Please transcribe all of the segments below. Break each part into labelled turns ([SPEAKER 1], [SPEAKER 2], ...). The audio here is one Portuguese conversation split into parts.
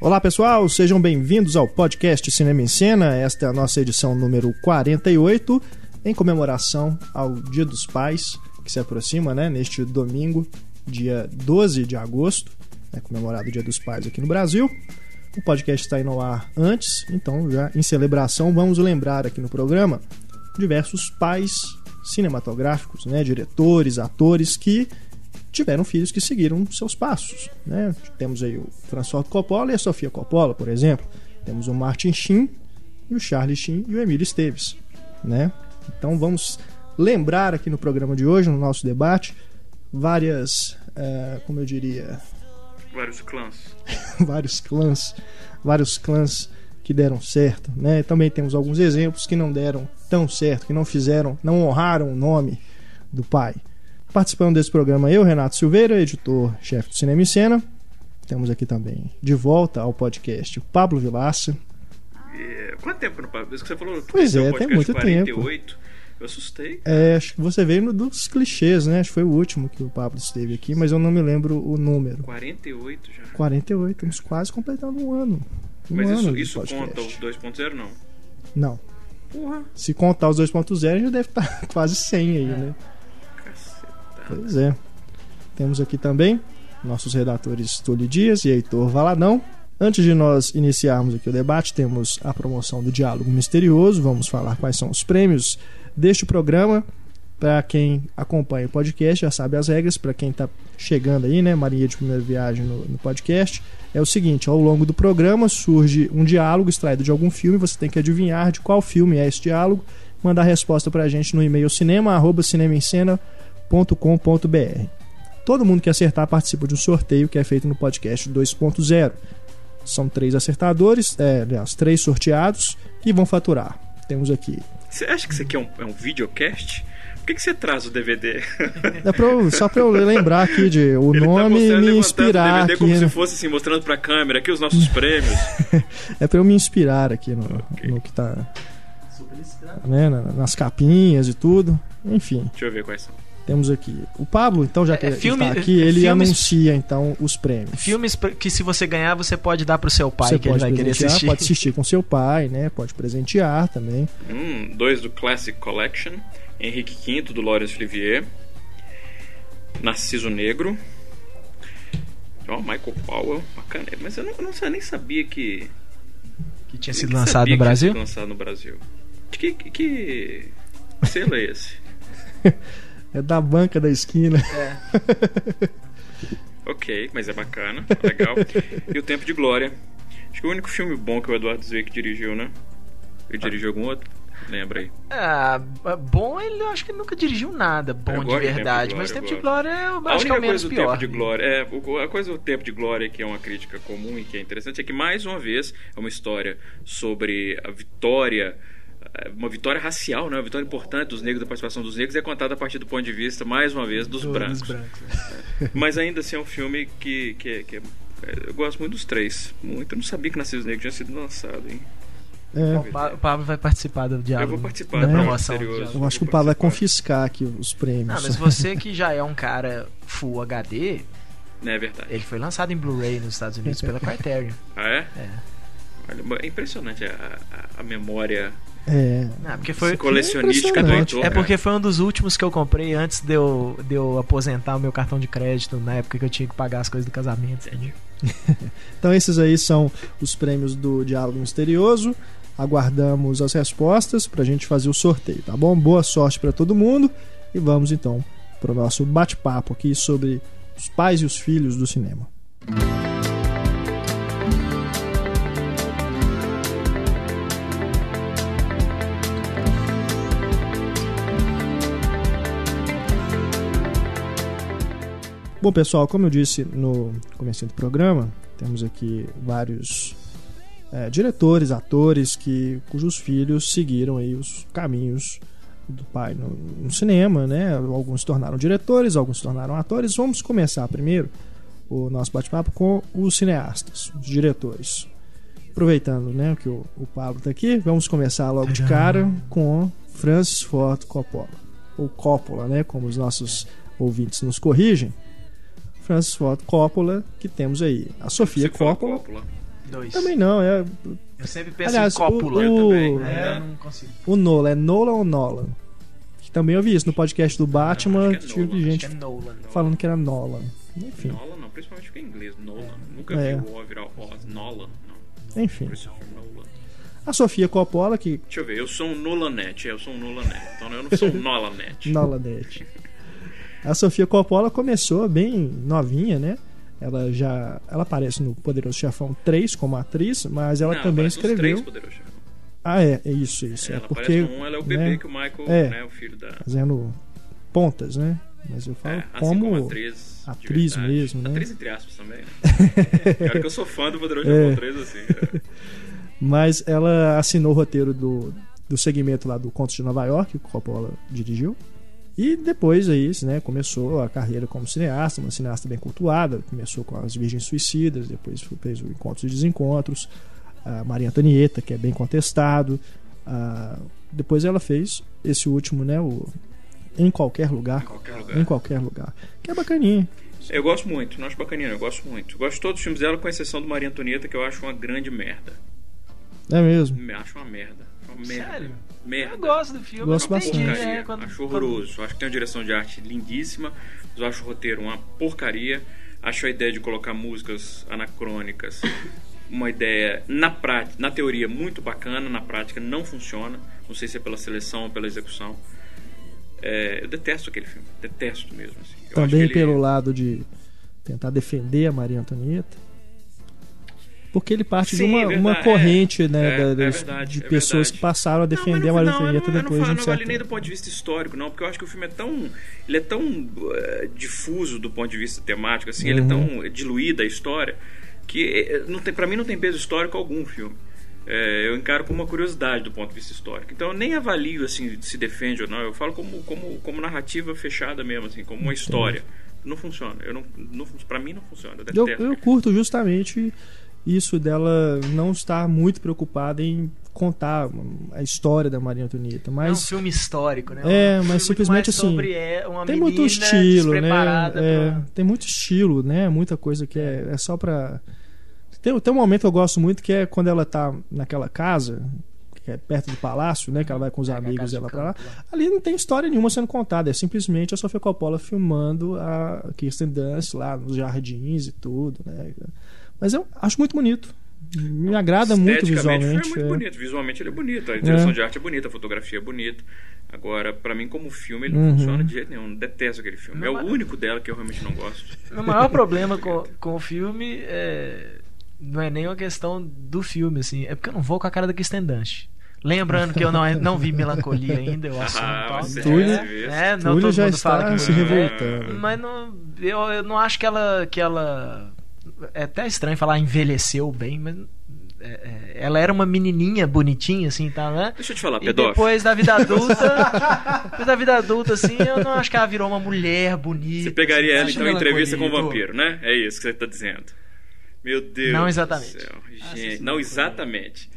[SPEAKER 1] Olá pessoal, sejam bem-vindos ao podcast Cinema em Cena. Esta é a nossa edição número 48, em comemoração ao Dia dos Pais, que se aproxima, né, neste domingo, dia 12 de agosto, né, comemorado o Dia dos Pais aqui no Brasil. O podcast está indo ao ar antes, então já em celebração vamos lembrar aqui no programa diversos pais cinematográficos, né, diretores, atores que tiveram filhos que seguiram seus passos, né? Temos aí o François Coppola e a Sofia Coppola, por exemplo. Temos o Martin Sheen, e o Charlie Sheen e o Emílio Esteves, né? Então vamos lembrar aqui no programa de hoje, no nosso debate, várias, eh, como eu diria,
[SPEAKER 2] Vários clãs.
[SPEAKER 1] vários clãs, vários clãs que deram certo, né? Também temos alguns exemplos que não deram tão certo, que não fizeram, não honraram o nome do pai. Participando desse programa eu, Renato Silveira, editor-chefe do Cinema em Cena. Temos aqui também, de volta ao podcast, o Pablo Vilaça.
[SPEAKER 2] É, Quanto tempo no Pablo? Desde que você falou que
[SPEAKER 1] Pois
[SPEAKER 2] esse
[SPEAKER 1] é,
[SPEAKER 2] o
[SPEAKER 1] tem
[SPEAKER 2] podcast
[SPEAKER 1] muito
[SPEAKER 2] 48, Eu assustei.
[SPEAKER 1] É, acho que você veio no dos clichês, né? Acho que foi o último que o Pablo esteve aqui, mas eu não me lembro o número.
[SPEAKER 2] 48 já.
[SPEAKER 1] 48, estamos quase completando um ano. Um
[SPEAKER 2] Mas
[SPEAKER 1] ano
[SPEAKER 2] isso,
[SPEAKER 1] de
[SPEAKER 2] isso
[SPEAKER 1] podcast.
[SPEAKER 2] conta o 2.0 não?
[SPEAKER 1] Não.
[SPEAKER 2] Porra,
[SPEAKER 1] Se contar os 2.0, já deve estar quase 100 aí, né?
[SPEAKER 2] caceta.
[SPEAKER 1] Pois é. Temos aqui também nossos redatores Túlio Dias e Heitor Valadão. Antes de nós iniciarmos aqui o debate, temos a promoção do Diálogo Misterioso. Vamos falar quais são os prêmios deste programa. Para quem acompanha o podcast, já sabe as regras. Para quem está chegando aí, né, Marinha de Primeira Viagem no, no podcast, é o seguinte: ao longo do programa surge um diálogo extraído de algum filme. Você tem que adivinhar de qual filme é esse diálogo. Mandar a resposta para a gente no e-mail cinema, arroba cinema em cena, www.cinemaemcena.com.br. Todo mundo que acertar participa de um sorteio que é feito no podcast 2.0. São três acertadores, é, aliás, três sorteados que vão faturar. Temos aqui.
[SPEAKER 2] Você acha que isso aqui é um, é um videocast? Por que, que você traz o DVD?
[SPEAKER 1] É pra eu- só para eu lembrar aqui de o
[SPEAKER 2] Ele
[SPEAKER 1] nome
[SPEAKER 2] tá mostrando
[SPEAKER 1] me
[SPEAKER 2] levantando o
[SPEAKER 1] inspirar
[SPEAKER 2] DVD
[SPEAKER 1] aqui.
[SPEAKER 2] como
[SPEAKER 1] né?
[SPEAKER 2] se fosse assim, mostrando pra câmera aqui os nossos prêmios.
[SPEAKER 1] É pra eu me inspirar aqui no,
[SPEAKER 2] Ok.
[SPEAKER 1] no que tá. Né, na- nas capinhas e tudo. Enfim,
[SPEAKER 2] Deixa eu ver quais são.
[SPEAKER 1] temos aqui. O Pablo, então, já
[SPEAKER 3] É,
[SPEAKER 1] que
[SPEAKER 3] é
[SPEAKER 1] ele
[SPEAKER 3] filme-
[SPEAKER 1] está aqui, ele
[SPEAKER 3] filmes-
[SPEAKER 1] anuncia então os prêmios.
[SPEAKER 3] Filmes pra- que se você ganhar, você pode dar pro seu pai,
[SPEAKER 1] Você
[SPEAKER 3] que ele
[SPEAKER 1] pode
[SPEAKER 3] vai querer
[SPEAKER 1] presentear,
[SPEAKER 3] assistir.
[SPEAKER 1] pode assistir com seu pai, né? Pode presentear também.
[SPEAKER 2] Hum, dois do Classic Collection, Henrique V do Laurence Olivier, Narciso Negro, ó, Michael Powell, bacana. Mas eu não, eu não sei- nem sabia que
[SPEAKER 3] Que tinha sido
[SPEAKER 2] nem
[SPEAKER 3] lançado
[SPEAKER 2] sabia
[SPEAKER 3] no
[SPEAKER 2] que tinha sido
[SPEAKER 3] Brasil.
[SPEAKER 2] Lançado no Brasil. De que, que, que selo é esse?
[SPEAKER 1] É da banca da esquina.
[SPEAKER 2] Ok, mas é bacana, legal. E o Tempo de Glória. Acho que é o único filme bom que o Eduardo Zwick dirigiu, né? Ele dirigiu algum outro? Lembra aí.
[SPEAKER 3] Ah, bom, ele eu acho que ele nunca dirigiu nada
[SPEAKER 2] Eu
[SPEAKER 3] bom de
[SPEAKER 2] gosto de
[SPEAKER 3] verdade.
[SPEAKER 2] é Tempo de Glória,
[SPEAKER 3] mas Tempo de
[SPEAKER 2] eu
[SPEAKER 3] Glória eu
[SPEAKER 2] A
[SPEAKER 3] acho que
[SPEAKER 2] única
[SPEAKER 3] é o menos
[SPEAKER 2] coisa do
[SPEAKER 3] pior.
[SPEAKER 2] Tempo de Glória, é, o- a coisa do Tempo de Glória que é uma crítica comum e que é interessante é que mais uma vez é uma história sobre a vitória eh, uma vitória racial, né? Uma vitória importante dos negros, da participação dos negros, e é contada a partir do ponto de vista, mais uma vez, dos
[SPEAKER 3] Do-
[SPEAKER 2] brancos.
[SPEAKER 3] dos brancos.
[SPEAKER 2] Mas ainda assim é um filme que, que, é- que é- eu gosto muito dos três. Muito. Eu não sabia que Nascidos Negros tinha sido lançado, hein?
[SPEAKER 1] É,
[SPEAKER 3] O Pa- o Pablo vai participar do diálogo.
[SPEAKER 2] Eu vou participar
[SPEAKER 3] da
[SPEAKER 2] do Diálogo
[SPEAKER 3] promoção.
[SPEAKER 2] Misterioso.
[SPEAKER 3] do diálogo.
[SPEAKER 1] eu acho que o Pablo vai confiscar aqui os prêmios.
[SPEAKER 3] Não, Ah, mas você que já é um cara full HD,
[SPEAKER 2] Não é verdade.
[SPEAKER 3] ele foi lançado em Blu-ray nos Estados Unidos pela Criterion.
[SPEAKER 2] Ah, é?
[SPEAKER 3] É.
[SPEAKER 2] Olha, é impressionante a, a- a memória
[SPEAKER 1] É.
[SPEAKER 3] Não, Ah, porque foi,
[SPEAKER 2] colecionística do
[SPEAKER 1] impressionante.
[SPEAKER 2] Heitor. né?
[SPEAKER 3] É porque foi um dos últimos que eu comprei antes de eu, de eu aposentar o meu cartão de crédito na época que eu tinha que pagar as coisas do casamento. entendeu?
[SPEAKER 1] Então esses aí são os prêmios do Diálogo Misterioso. Aguardamos as respostas pra gente fazer o sorteio, tá bom? Boa sorte pra todo mundo e vamos então pro nosso bate-papo aqui sobre os pais e os filhos do cinema. Bom, pessoal, como eu disse no começo do programa, temos aqui vários eh, diretores, atores que cujos filhos seguiram aí os caminhos do pai no, no cinema, né? Alguns se tornaram diretores, alguns se tornaram atores. Vamos começar primeiro o nosso bate-papo com os cineastas, os diretores. Aproveitando, né, que o, o Pablo tá aqui, vamos começar logo de cara com Francis Ford Coppola, ou Coppola, né, como os nossos ouvintes nos corrigem. Francis Ford Coppola, que temos aí a Sofia
[SPEAKER 2] Você fala
[SPEAKER 1] Coppola,
[SPEAKER 2] Coppola.
[SPEAKER 3] dois.
[SPEAKER 1] Também não, é
[SPEAKER 3] Eu sempre penso
[SPEAKER 1] Aliás,
[SPEAKER 3] em cópula.
[SPEAKER 1] o-
[SPEAKER 2] Eu também.
[SPEAKER 1] o-
[SPEAKER 3] É, eu
[SPEAKER 2] né?
[SPEAKER 3] não consigo.
[SPEAKER 1] o Nolan, é Nolan ou Nolan? Que também eu vi isso no podcast do Batman,
[SPEAKER 2] acho que é
[SPEAKER 1] tive
[SPEAKER 2] Nolan,
[SPEAKER 1] gente
[SPEAKER 3] Acho que é Nolan.
[SPEAKER 1] falando que era Nolan. Enfim,
[SPEAKER 2] Nolan não, principalmente porque é inglês. Nolan. Nunca
[SPEAKER 1] É.
[SPEAKER 2] vi o O virar Oz. Nolan, não.
[SPEAKER 1] enfim.
[SPEAKER 2] Christopher Nolan.
[SPEAKER 1] A Sofia Coppola, que
[SPEAKER 2] Deixa eu ver, eu sou um Nolanete, é, eu sou um Nolanete. Então eu não sou um Nolanete.
[SPEAKER 1] Nolanete. é A Sofia Coppola começou bem novinha, né? Ela já ela aparece no Poderoso Chefão 3 como atriz, mas ela
[SPEAKER 2] Não,
[SPEAKER 1] também
[SPEAKER 2] aparece nos três
[SPEAKER 1] escreveu.
[SPEAKER 2] Poderosos Chefões.
[SPEAKER 1] Ah, é, é isso, isso. É,
[SPEAKER 2] ela
[SPEAKER 1] porque
[SPEAKER 2] aparece no um, ela é o bebê
[SPEAKER 1] né,
[SPEAKER 2] que o Michael,
[SPEAKER 1] É.
[SPEAKER 2] né, o filho da.
[SPEAKER 1] fazendo pontas, né? Mas eu falo
[SPEAKER 2] É, assim
[SPEAKER 1] como,
[SPEAKER 2] como, atriz. de
[SPEAKER 1] atriz
[SPEAKER 2] verdade.
[SPEAKER 1] mesmo, né?
[SPEAKER 2] Atriz entre aspas também, né? Pior que eu sou fã do Poderoso
[SPEAKER 1] É.
[SPEAKER 2] Chefão 3, assim. é.
[SPEAKER 1] mas ela assinou o roteiro do, do segmento lá do Contos de Nova York, que o Coppola dirigiu. E depois aí, né, começou a carreira como cineasta, uma cineasta bem cultuada, começou com As Virgens Suicidas, depois fez o Encontros e Desencontros, a Maria Antonieta, que é bem contestado. ah, depois ela fez esse último, né, o Em Qualquer Lugar.
[SPEAKER 2] Em Qualquer Lugar.
[SPEAKER 1] Em Qualquer Lugar. Que é bacaninha.
[SPEAKER 2] Eu gosto muito, não acho bacaninha, não, eu gosto muito. Eu gosto de todos os filmes dela, com exceção do Maria Antonieta, que eu acho uma grande merda.
[SPEAKER 1] É mesmo.
[SPEAKER 2] Me acho uma merda. Uma merda.
[SPEAKER 3] Sério?
[SPEAKER 2] Merda.
[SPEAKER 3] Eu gosto do filme.
[SPEAKER 1] Gosto
[SPEAKER 3] não entendi,
[SPEAKER 1] bastante.
[SPEAKER 2] porcaria.
[SPEAKER 3] né, quando-
[SPEAKER 2] acho horroroso. Acho que tem uma direção de arte lindíssima, mas eu acho o roteiro uma porcaria. Acho a ideia de colocar músicas anacrônicas uma ideia, na, prática, na teoria, muito bacana, na prática não funciona. Não sei se é pela seleção ou pela execução. É, eu detesto aquele filme, detesto mesmo. assim. Eu acho que
[SPEAKER 1] Também
[SPEAKER 2] ele-
[SPEAKER 1] pelo lado de tentar defender a Maria Antonieta. Porque ele parte de
[SPEAKER 2] Sim,
[SPEAKER 1] uma,
[SPEAKER 2] é
[SPEAKER 1] uma
[SPEAKER 2] verdade,
[SPEAKER 1] corrente
[SPEAKER 2] é.
[SPEAKER 1] né,
[SPEAKER 2] É,
[SPEAKER 1] da-
[SPEAKER 2] é
[SPEAKER 1] das-
[SPEAKER 2] verdade,
[SPEAKER 1] de
[SPEAKER 2] é
[SPEAKER 1] pessoas
[SPEAKER 2] verdade.
[SPEAKER 1] que passaram a
[SPEAKER 2] Não, mas
[SPEAKER 1] defender
[SPEAKER 2] no
[SPEAKER 1] a Maria
[SPEAKER 2] final, eu
[SPEAKER 1] Antonieta
[SPEAKER 2] não,
[SPEAKER 1] depois
[SPEAKER 2] eu não
[SPEAKER 1] de
[SPEAKER 2] falo,
[SPEAKER 1] um
[SPEAKER 2] não vale
[SPEAKER 1] certo
[SPEAKER 2] nem do
[SPEAKER 1] tempo.
[SPEAKER 2] ponto de vista histórico, não, porque eu acho que o filme é tão. Ele é tão eh, difuso do ponto de vista temático, assim, ele é
[SPEAKER 1] Uhum.
[SPEAKER 2] tão diluído a história, que eh, não tem, pra mim não tem peso histórico algum o filme. Eh, eu encaro como uma curiosidade do ponto de vista histórico. Então eu nem avalio assim, se defende ou não, eu falo como, como, como narrativa fechada mesmo, assim, como uma história. Não funciona. Eu não, não, pra mim não funciona. Eu
[SPEAKER 1] Eu,
[SPEAKER 2] detesto.
[SPEAKER 1] eu curto justamente isso dela não estar muito preocupada em contar a história da Maria Antonieta.
[SPEAKER 3] É um
[SPEAKER 1] Mas
[SPEAKER 3] filme histórico, né?
[SPEAKER 1] É,
[SPEAKER 3] Um filme
[SPEAKER 1] mas
[SPEAKER 3] muito
[SPEAKER 1] simplesmente
[SPEAKER 3] mais
[SPEAKER 1] assim,
[SPEAKER 3] sobre, é, uma
[SPEAKER 1] tem
[SPEAKER 3] menina
[SPEAKER 1] muito estilo, né?
[SPEAKER 3] despreparada
[SPEAKER 1] É,
[SPEAKER 3] pra-
[SPEAKER 1] Tem muito estilo, né? Muita coisa que é, é só pra. Tem, tem um momento que eu gosto muito que é quando ela tá naquela casa, que é perto do palácio, né? Que ela vai com os
[SPEAKER 3] É,
[SPEAKER 1] amigos
[SPEAKER 3] casa de
[SPEAKER 1] dela pra lá.
[SPEAKER 3] campo lá.
[SPEAKER 1] Ali não tem história nenhuma sendo contada, é simplesmente a Sofia Coppola filmando a Kirsten Dunst lá nos jardins e tudo, né? Mas eu acho muito bonito. Me agrada muito
[SPEAKER 2] Esteticamente,
[SPEAKER 1] visualmente.
[SPEAKER 2] o filme É
[SPEAKER 1] é.
[SPEAKER 2] muito bonito, visualmente ele é bonito, a direção
[SPEAKER 1] É.
[SPEAKER 2] de arte é bonita, a fotografia é bonita. Agora, pra mim, como filme, ele
[SPEAKER 1] Uhum.
[SPEAKER 2] não funciona de jeito nenhum. Detesto aquele filme.
[SPEAKER 3] Não,
[SPEAKER 2] é
[SPEAKER 3] mas-
[SPEAKER 2] o único dela que eu realmente não gosto.
[SPEAKER 3] Meu maior problema com, com o filme é, não é nem uma questão do filme, assim. É porque eu não vou com a cara da Kristen Dunst. Lembrando que eu não, é, não vi Melancolia ainda, eu assumo.
[SPEAKER 2] Ah,
[SPEAKER 3] tal,
[SPEAKER 2] você
[SPEAKER 3] né?
[SPEAKER 1] já
[SPEAKER 2] viu.
[SPEAKER 3] É, não
[SPEAKER 1] Túlio
[SPEAKER 3] todo
[SPEAKER 1] já
[SPEAKER 3] mundo
[SPEAKER 1] está
[SPEAKER 3] fala que
[SPEAKER 1] se
[SPEAKER 3] é,
[SPEAKER 1] revoltando.
[SPEAKER 3] Mas não, eu, eu não acho que ela, que ela. É até estranho falar envelheceu bem, mas. é, é, ela era uma menininha bonitinha, assim, tá, né?
[SPEAKER 2] Deixa eu te falar,
[SPEAKER 3] E
[SPEAKER 2] pedófilo.
[SPEAKER 3] depois da vida adulta. depois da vida adulta, assim, eu não acho que ela virou uma mulher bonita.
[SPEAKER 2] Você pegaria
[SPEAKER 3] assim,
[SPEAKER 2] ela,
[SPEAKER 3] acho
[SPEAKER 2] então, em entrevista com o
[SPEAKER 3] melancolia, Edu.
[SPEAKER 2] vampiro, né? É isso que você tá dizendo. Meu Deus.
[SPEAKER 3] Não
[SPEAKER 2] do
[SPEAKER 3] exatamente.
[SPEAKER 2] céu.
[SPEAKER 4] Ah,
[SPEAKER 2] Gente,
[SPEAKER 4] sim,
[SPEAKER 2] não
[SPEAKER 4] sim.
[SPEAKER 2] exatamente.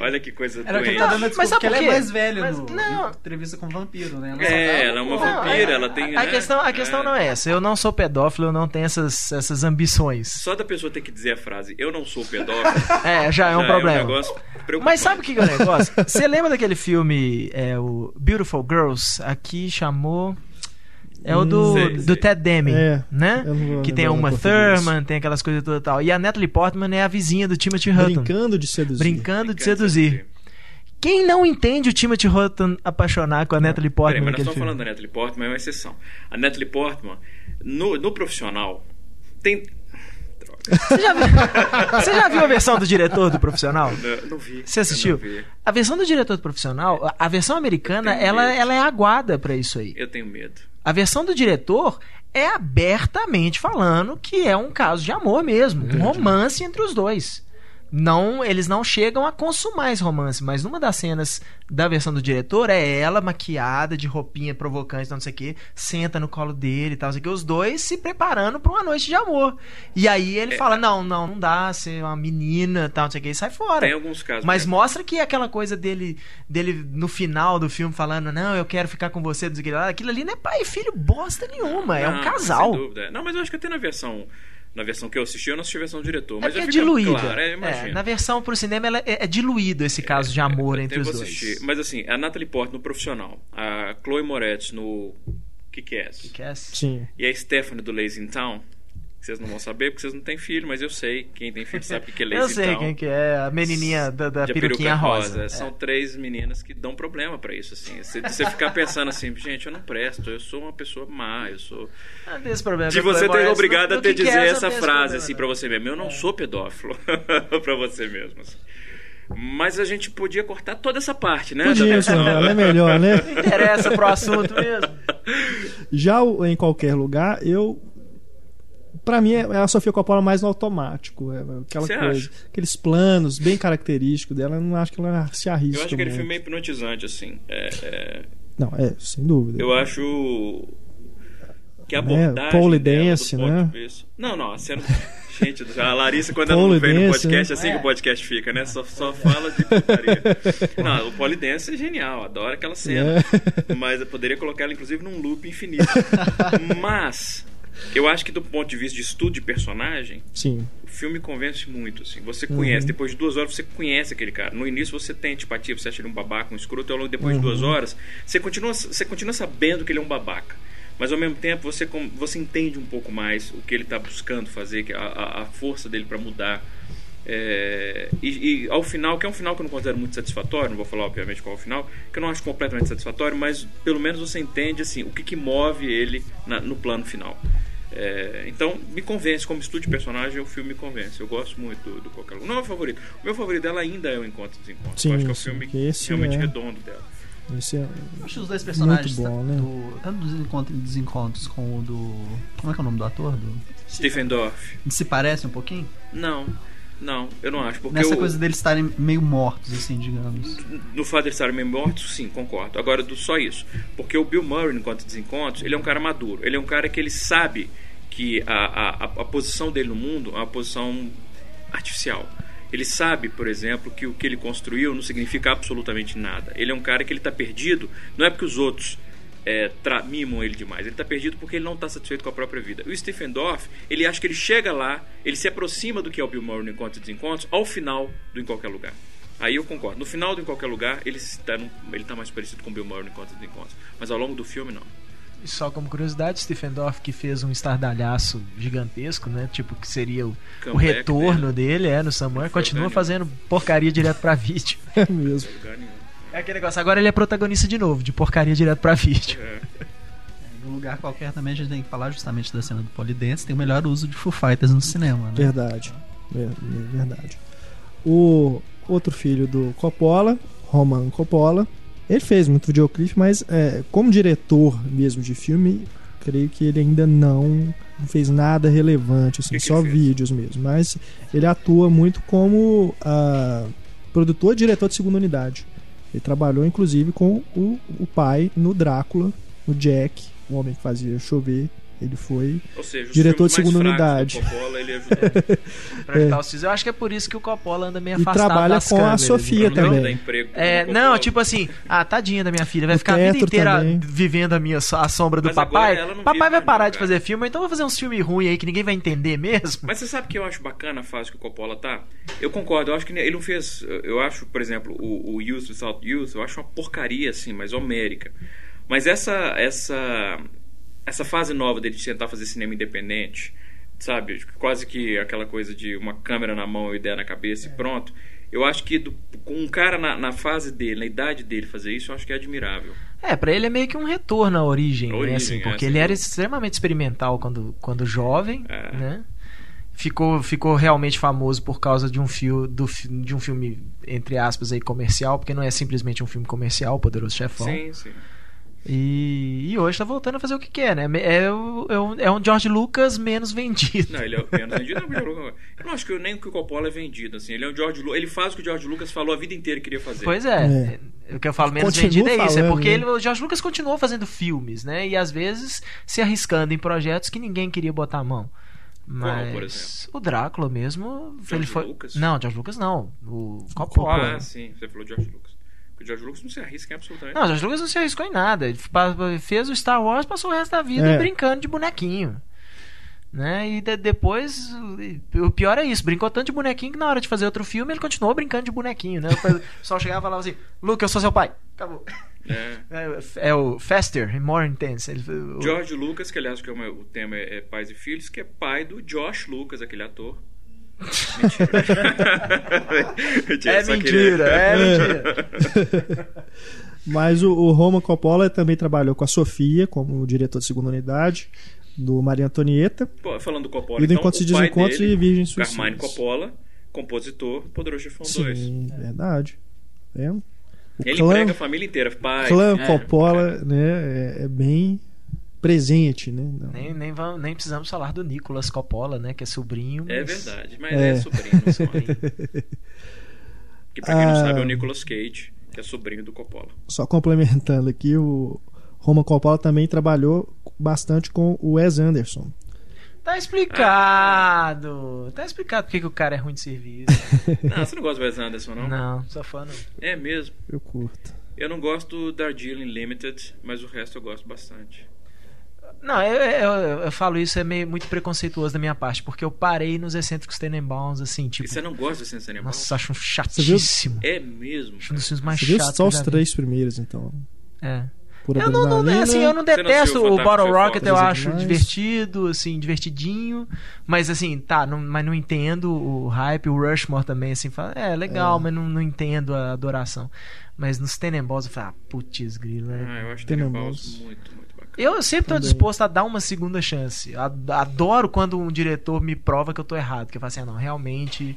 [SPEAKER 2] Olha que coisa
[SPEAKER 4] Era o
[SPEAKER 2] doente.
[SPEAKER 4] que ele tá dando a
[SPEAKER 3] Mas
[SPEAKER 4] desculpa,
[SPEAKER 3] sabe
[SPEAKER 4] porque ela
[SPEAKER 3] por
[SPEAKER 4] é
[SPEAKER 3] quê?
[SPEAKER 4] mais velha
[SPEAKER 3] Mas-
[SPEAKER 4] no
[SPEAKER 3] não.
[SPEAKER 4] em entrevista com vampiro, né? Ela só
[SPEAKER 2] É,
[SPEAKER 4] tá-
[SPEAKER 2] ela é uma
[SPEAKER 4] Pô,
[SPEAKER 2] vampira,
[SPEAKER 3] a-
[SPEAKER 2] ela tem.
[SPEAKER 3] A,
[SPEAKER 2] né?
[SPEAKER 3] questão, a questão
[SPEAKER 2] É.
[SPEAKER 3] não é essa. Eu não sou pedófilo, eu não tenho essas, essas ambições.
[SPEAKER 2] Só da pessoa ter que dizer a frase, eu não sou pedófilo.
[SPEAKER 3] É, já é um
[SPEAKER 2] já
[SPEAKER 3] problema.
[SPEAKER 2] É um negócio preocupante.
[SPEAKER 3] Mas sabe o que que é o negócio? Você lembra daquele filme, é, o Beautiful Girls? Aqui chamou. É o do,
[SPEAKER 2] Hum, Sei,
[SPEAKER 3] do
[SPEAKER 2] sei.
[SPEAKER 3] Ted Demi,
[SPEAKER 1] É,
[SPEAKER 3] né?
[SPEAKER 1] eu não vou
[SPEAKER 3] Que tem a
[SPEAKER 1] lembrar
[SPEAKER 3] Uma
[SPEAKER 1] em português.
[SPEAKER 3] Thurman, tem aquelas coisas todas e tal. E a Natalie Portman é a vizinha do Timothy Hutton. Brincando,
[SPEAKER 1] Brincando de seduzir.
[SPEAKER 3] de seduzir. Quem não entende o Timothy Hutton apaixonar com a Natalie
[SPEAKER 2] Peraí,
[SPEAKER 3] Portman
[SPEAKER 2] mas nós
[SPEAKER 3] naquele
[SPEAKER 2] estamos
[SPEAKER 3] filme?
[SPEAKER 2] falando da Natalie Portman, é uma exceção. A Natalie Portman, no, no profissional, tem. Droga,
[SPEAKER 3] Você já, viu, você já viu a versão do diretor do profissional?
[SPEAKER 2] não, não vi.
[SPEAKER 3] Você assistiu?
[SPEAKER 2] Eu, não vi. um
[SPEAKER 3] A versão do diretor do profissional, a- a versão americana,
[SPEAKER 2] Eu tenho
[SPEAKER 3] ela,
[SPEAKER 2] medo.
[SPEAKER 3] ela é aguada pra isso aí.
[SPEAKER 2] Eu tenho medo.
[SPEAKER 3] A versão do diretor é abertamente falando que é um caso de amor mesmo, um romance entre os dois. Não, eles não chegam a consumar esse romance, mas numa das cenas da versão do diretor é ela maquiada de roupinha provocante, não sei o quê, senta no colo dele e tal, não sei o quê, os dois se preparando pra uma noite de amor. E aí ele fala: "Não, não, não dá, você é uma menina, tal, não sei o quê, e sai fora".
[SPEAKER 2] Tem alguns casos.
[SPEAKER 3] Mas
[SPEAKER 2] mesmo.
[SPEAKER 3] mostra que aquela coisa dele, dele no final do filme falando, não, eu quero ficar com você, não sei o que lá. aquilo ali não é pai e filho bosta nenhuma, é um
[SPEAKER 2] Não,
[SPEAKER 3] casal.
[SPEAKER 2] Sem dúvida. Não, mas eu acho que até na versão Na versão que eu assisti, eu não assisti a versão do diretor.
[SPEAKER 3] É
[SPEAKER 2] Mas
[SPEAKER 3] porque
[SPEAKER 2] já
[SPEAKER 3] é
[SPEAKER 2] fica
[SPEAKER 3] diluída.
[SPEAKER 2] claro, é, imagina. É,
[SPEAKER 3] É, na versão pro cinema ela é, é diluído esse caso de amor
[SPEAKER 2] Eu
[SPEAKER 3] entre
[SPEAKER 2] vou
[SPEAKER 3] os dois.
[SPEAKER 2] assistir. Mas assim, a Natalie Portman no Profissional, a Chloe Moretz no Que Que É? Essa?
[SPEAKER 3] Que é essa?
[SPEAKER 1] Sim.
[SPEAKER 2] E a Stephanie do Lazy Town, que vocês não vão saber porque vocês não têm filho, mas eu sei. Quem tem filho sabe o que que é Lazy
[SPEAKER 3] Eu sei
[SPEAKER 2] Town.
[SPEAKER 3] quem que é, a menininha da, da
[SPEAKER 2] de é A
[SPEAKER 3] peruquinha rosa. É.
[SPEAKER 2] São três meninas que dão problema pra isso, assim. Você, você ficar pensando assim, gente, eu não presto, eu sou uma pessoa má, eu sou...
[SPEAKER 3] É. Não tem esse problema.
[SPEAKER 2] De
[SPEAKER 3] Playboy
[SPEAKER 2] você ter
[SPEAKER 3] Morales,
[SPEAKER 2] obrigado
[SPEAKER 3] no-
[SPEAKER 2] a
[SPEAKER 3] no
[SPEAKER 2] ter
[SPEAKER 3] que que é
[SPEAKER 2] dizer
[SPEAKER 3] essa
[SPEAKER 2] essa
[SPEAKER 3] tem esse
[SPEAKER 2] frase
[SPEAKER 3] problema,
[SPEAKER 2] assim
[SPEAKER 3] né?
[SPEAKER 2] pra você mesmo. Eu não sou pedófilo pra você mesmo. assim. Mas a gente podia cortar toda essa parte, né? da
[SPEAKER 1] Podia,
[SPEAKER 2] versão.
[SPEAKER 1] senhor, ela é melhor, né?
[SPEAKER 3] Não interessa pro assunto mesmo.
[SPEAKER 1] Já o em qualquer lugar, eu. Pra mim, é a Sofia Coppola mais no automático. É aquela
[SPEAKER 2] Você
[SPEAKER 1] coisa. Aqueles planos bem característicos dela, eu não acho que ela se arrisca.
[SPEAKER 2] Eu acho aquele
[SPEAKER 1] muito.
[SPEAKER 2] filme é meio hipnotizante, assim. É, é,
[SPEAKER 1] Não, é, sem dúvida.
[SPEAKER 2] eu acho que a
[SPEAKER 1] Né?
[SPEAKER 2] abordagem
[SPEAKER 1] Pole
[SPEAKER 2] dela, do
[SPEAKER 1] dance,
[SPEAKER 2] ponto
[SPEAKER 1] né?
[SPEAKER 2] de vista- Não, não, a cena... Gente, a Larissa, quando ela
[SPEAKER 1] Pole
[SPEAKER 2] não vem no
[SPEAKER 1] dance,
[SPEAKER 2] podcast, é
[SPEAKER 1] né?
[SPEAKER 2] assim que o podcast fica, né? Só, só fala de putaria. Não, o polidense é genial, adoro aquela cena.
[SPEAKER 1] Né? É.
[SPEAKER 2] Mas eu poderia colocar ela, inclusive, num loop infinito. Mas, eu acho que do ponto de vista de estudo de personagem,
[SPEAKER 1] Sim.
[SPEAKER 2] o filme convence muito, assim. Você conhece, depois de duas horas você conhece aquele cara. No início você tem antipatia, você acha ele um babaca, um escroto, e ao longo depois de duas horas, você continua, você continua sabendo que ele é um babaca. Mas ao mesmo tempo você, com- você entende um pouco mais o que ele está buscando fazer, que a, a- a força dele para mudar. É, e, e ao final, que é um final que eu não considero muito satisfatório, não vou falar obviamente qual é o final, que eu não acho completamente satisfatório, mas pelo menos você entende assim o que, que move ele na- no plano final. É, então, me convence, como estudo de personagem, o filme me convence. Eu gosto muito do, do qualquer lugar. Não é o favorito. O meu favorito dela ainda é o Encontro dos Encontros.
[SPEAKER 1] Sim,
[SPEAKER 2] eu acho que é o
[SPEAKER 1] sim,
[SPEAKER 2] filme
[SPEAKER 1] que esse
[SPEAKER 2] realmente
[SPEAKER 1] é.
[SPEAKER 2] redondo dela.
[SPEAKER 1] Esse é-
[SPEAKER 4] Eu acho os dois personagens.
[SPEAKER 1] Muito bom,
[SPEAKER 4] tanto
[SPEAKER 1] né?
[SPEAKER 4] do, tanto dos encontros e desencontros com o do. Como é que é o nome do ator? Do,
[SPEAKER 2] Stephen Dorff.
[SPEAKER 4] se parece um pouquinho?
[SPEAKER 2] Não, não, eu não acho. Porque
[SPEAKER 4] Nessa
[SPEAKER 2] o-
[SPEAKER 4] coisa deles estarem meio mortos, assim, digamos.
[SPEAKER 2] no fato de eles estarem meio mortos, sim, concordo. Agora, do só isso. Porque o Bill Murray, enquanto desencontros, ele é um cara maduro. Ele é um cara que ele sabe que a, a, a, a posição dele no mundo é uma posição artificial. Ele sabe, por exemplo, que o que ele construiu não significa absolutamente nada. Ele é um cara que ele está perdido, não é porque os outros é, tra- mimam ele demais. Ele está perdido porque ele não está satisfeito com a própria vida. E o Stephen Dorff, ele acha que ele chega lá, ele se aproxima do que é o Bill Murray no Encontro e Desencontros, ao final do Em Qualquer Lugar. Aí eu concordo. No final do Em Qualquer Lugar, ele está, num- ele tá mais parecido com o Bill Murray no Encontro e Desencontros. Mas ao longo do filme, não.
[SPEAKER 3] E Só como curiosidade, Stephen Dorff que fez um estardalhaço gigantesco, né? Tipo, que seria o, o
[SPEAKER 2] Comeback né,
[SPEAKER 3] retorno dele, é, no Samuel. Continua
[SPEAKER 2] Daniel.
[SPEAKER 3] fazendo porcaria direto pra vídeo.
[SPEAKER 1] é mesmo.
[SPEAKER 2] Lugar nenhum.
[SPEAKER 3] É aquele negócio, agora ele é protagonista de novo, de porcaria direto pra vídeo.
[SPEAKER 2] É.
[SPEAKER 4] No um lugar qualquer também a gente tem que falar justamente da cena do Polidense, tem o melhor uso de Foo Fighters no cinema, né?
[SPEAKER 1] Verdade. É, é verdade. O outro filho do Coppola, Roman Coppola, ele fez muito videoclipe, mas é, como diretor mesmo de filme, creio que ele ainda não fez nada relevante, assim,
[SPEAKER 2] Que que
[SPEAKER 1] só
[SPEAKER 2] ele fez?
[SPEAKER 1] vídeos mesmo. Mas ele atua muito como ah, produtor e diretor de segunda unidade. Ele trabalhou inclusive com o, o pai no Drácula, no Jack, o homem que fazia chover. Ele foi
[SPEAKER 2] Ou seja, os
[SPEAKER 1] Diretor de
[SPEAKER 2] filmes
[SPEAKER 1] segunda
[SPEAKER 2] mais fracos
[SPEAKER 1] unidade.
[SPEAKER 2] do Coppola, ele ajudou.
[SPEAKER 3] Pra evitar os cis- Eu acho que é por isso que o Coppola anda meio
[SPEAKER 1] E
[SPEAKER 3] afastado
[SPEAKER 1] trabalha
[SPEAKER 3] das
[SPEAKER 1] com a
[SPEAKER 3] câmeras,
[SPEAKER 1] Sofia
[SPEAKER 2] Pra
[SPEAKER 3] entendeu?
[SPEAKER 2] não
[SPEAKER 1] também.
[SPEAKER 2] dar emprego pro
[SPEAKER 3] É,
[SPEAKER 2] Coppola.
[SPEAKER 3] não, tipo assim, ah, tadinha da minha filha, vai
[SPEAKER 1] O
[SPEAKER 3] ficar a vida
[SPEAKER 1] Teatro
[SPEAKER 3] inteira
[SPEAKER 1] também.
[SPEAKER 3] vivendo a minha a sombra do
[SPEAKER 2] Mas
[SPEAKER 3] papai.
[SPEAKER 2] agora ela não
[SPEAKER 3] Papai
[SPEAKER 2] vive
[SPEAKER 3] vai
[SPEAKER 2] mais
[SPEAKER 3] parar
[SPEAKER 2] não,
[SPEAKER 3] de
[SPEAKER 2] cara.
[SPEAKER 3] fazer filme, então eu vou fazer uns filmes ruins aí que ninguém vai entender mesmo.
[SPEAKER 2] Mas você sabe que eu acho bacana a fase que o Coppola tá? Eu concordo, eu acho que ele não fez. Eu acho, por exemplo, o, o Youth Without Youth, eu acho uma porcaria, assim, mas homérica. Mas essa. essa essa fase nova dele de tentar fazer cinema independente, sabe? Quase que aquela coisa de uma câmera na mão e ideia na cabeça e pronto. Eu acho que do- com um cara na, na fase dele, na idade dele fazer isso, eu acho que é admirável.
[SPEAKER 3] É, pra ele é meio que um retorno à origem,
[SPEAKER 2] À
[SPEAKER 3] né?
[SPEAKER 2] origem,
[SPEAKER 3] assim,
[SPEAKER 2] é,
[SPEAKER 3] porque
[SPEAKER 2] sem
[SPEAKER 3] ele era
[SPEAKER 2] dúvida.
[SPEAKER 3] extremamente experimental quando, quando jovem,
[SPEAKER 2] É.
[SPEAKER 3] né? Ficou, ficou realmente famoso por causa de um, fio, do, fi- de um filme, entre aspas, aí, comercial, porque não é simplesmente um filme comercial, o Poderoso Chefão.
[SPEAKER 2] Sim, sim.
[SPEAKER 3] E, e hoje tá voltando a fazer o que quer, né? É, o- é um- é um George Lucas menos vendido.
[SPEAKER 2] Não, ele é o menos vendido. Não, porque eu não- eu não acho que eu- nem que o Coppola é vendido, assim. Ele é o George Lu- Ele faz o que o George Lucas falou a vida inteira que queria fazer. Ah,
[SPEAKER 3] Pois é. O que eu falo menos
[SPEAKER 1] Continua
[SPEAKER 3] vendido é isso. É
[SPEAKER 1] falando,
[SPEAKER 3] porque
[SPEAKER 1] né?
[SPEAKER 3] ele, o George Lucas continuou fazendo filmes, né? E às vezes se arriscando em projetos que ninguém queria botar a mão. Mas
[SPEAKER 2] por exemplo?
[SPEAKER 3] o Drácula mesmo.
[SPEAKER 2] George
[SPEAKER 3] ele foi...
[SPEAKER 2] Lucas?
[SPEAKER 3] Não, George Lucas não. O
[SPEAKER 2] Ah,
[SPEAKER 3] Coppola.
[SPEAKER 2] sim. Você falou George Lucas. Porque o George Lucas não se arrisca em absolutamente
[SPEAKER 3] Não, o George Lucas não se arriscou em nada. Ele pa- fez o Star Wars, passou o resto da vida
[SPEAKER 1] É.
[SPEAKER 3] brincando de bonequinho. Né? E de- depois, o o pior é isso, brincou tanto de bonequinho que na hora de fazer outro filme ele continuou brincando de bonequinho, né? O pessoal chegava e falava assim, Luke, eu sou seu pai. Acabou.
[SPEAKER 2] É.
[SPEAKER 3] É, o- é o Faster and More Intense. Ele, o-
[SPEAKER 2] George Lucas, que aliás que é o, meu- o tema é, é pais e filhos, que é pai do Josh Lucas, aquele ator. Mentira. Mentira,
[SPEAKER 3] é
[SPEAKER 2] só queria-
[SPEAKER 3] mentira, é mentira.
[SPEAKER 1] Mas o, o Roman Coppola também trabalhou com a Sofia como diretor de segunda unidade do Maria Antonieta.
[SPEAKER 2] Pô, Falando do Coppola,
[SPEAKER 1] E do
[SPEAKER 2] então,
[SPEAKER 1] Encontros
[SPEAKER 2] o
[SPEAKER 1] e Desencontros
[SPEAKER 2] pai dele,
[SPEAKER 1] e Virgens Suicidas.
[SPEAKER 2] Carmine Coppola, compositor, Poderoso Chefão 2.
[SPEAKER 1] Sim, verdade. Tá vendo? O
[SPEAKER 2] Ele
[SPEAKER 1] clã,
[SPEAKER 2] emprega a família inteira, pai. é.
[SPEAKER 1] clã
[SPEAKER 2] filho.
[SPEAKER 1] Coppola né, é, é bem presente, né? Não.
[SPEAKER 3] Nem, nem, vamos- nem precisamos falar do Nicolas Coppola, né? Que é sobrinho.
[SPEAKER 2] É
[SPEAKER 3] mas-
[SPEAKER 2] verdade, mas
[SPEAKER 1] É.
[SPEAKER 2] é, sobrinho, não sobrinho. Que pra quem
[SPEAKER 1] Ah.
[SPEAKER 2] não sabe é o Nicolas Cage, que é sobrinho do Coppola.
[SPEAKER 1] Só complementando aqui, o Roman Coppola também trabalhou bastante com o Wes Anderson.
[SPEAKER 3] Tá explicado. Tá explicado porque que o cara é ruim de serviço.
[SPEAKER 2] Não, Ah, você não gosta do Wes Anderson, não?
[SPEAKER 3] Não, sou fã não.
[SPEAKER 2] É mesmo.
[SPEAKER 1] Eu curto.
[SPEAKER 2] Eu não gosto do Darjeeling Limited, mas o resto eu gosto bastante.
[SPEAKER 3] Não, eu, eu- eu falo isso é meio muito preconceituoso da minha parte, porque eu parei nos excêntricos Tenenbaums, assim,
[SPEAKER 2] e
[SPEAKER 3] tipo.
[SPEAKER 2] você não gosta de Sense Animal?
[SPEAKER 3] Nossa, acho um
[SPEAKER 1] viu?
[SPEAKER 3] chatíssimo.
[SPEAKER 2] É mesmo.
[SPEAKER 3] Acho um dos
[SPEAKER 2] cara.
[SPEAKER 3] filmes mais
[SPEAKER 1] Você viu só
[SPEAKER 3] chatos. que eu
[SPEAKER 1] os
[SPEAKER 3] já vi.
[SPEAKER 1] três primeiros, então.
[SPEAKER 3] É.
[SPEAKER 1] Pura
[SPEAKER 3] Eu não, não-
[SPEAKER 1] Adrenalina.
[SPEAKER 3] assim, eu não
[SPEAKER 2] Você não
[SPEAKER 3] detesto
[SPEAKER 2] assistiu o
[SPEAKER 3] o
[SPEAKER 2] Fantástico
[SPEAKER 3] Bottle
[SPEAKER 2] Fox,
[SPEAKER 3] Rocket, eu
[SPEAKER 1] mas é
[SPEAKER 3] acho
[SPEAKER 1] demais.
[SPEAKER 3] divertido, assim, divertidinho. Mas assim, tá, não- mas não entendo o hype, o Rushmore também, assim, fala, é legal, mas não, não entendo a adoração. Mas nos Tenenbaums eu falo, ah, putz, grilo. é-
[SPEAKER 2] Ah, eu acho Tenenbaums
[SPEAKER 1] Tenenbaums.
[SPEAKER 2] muito, muito bacana.
[SPEAKER 3] Eu sempre tô
[SPEAKER 1] Também.
[SPEAKER 3] disposto a dar uma segunda chance. A- Adoro quando um diretor me prova que eu tô errado, que eu falo assim, ah, não, realmente,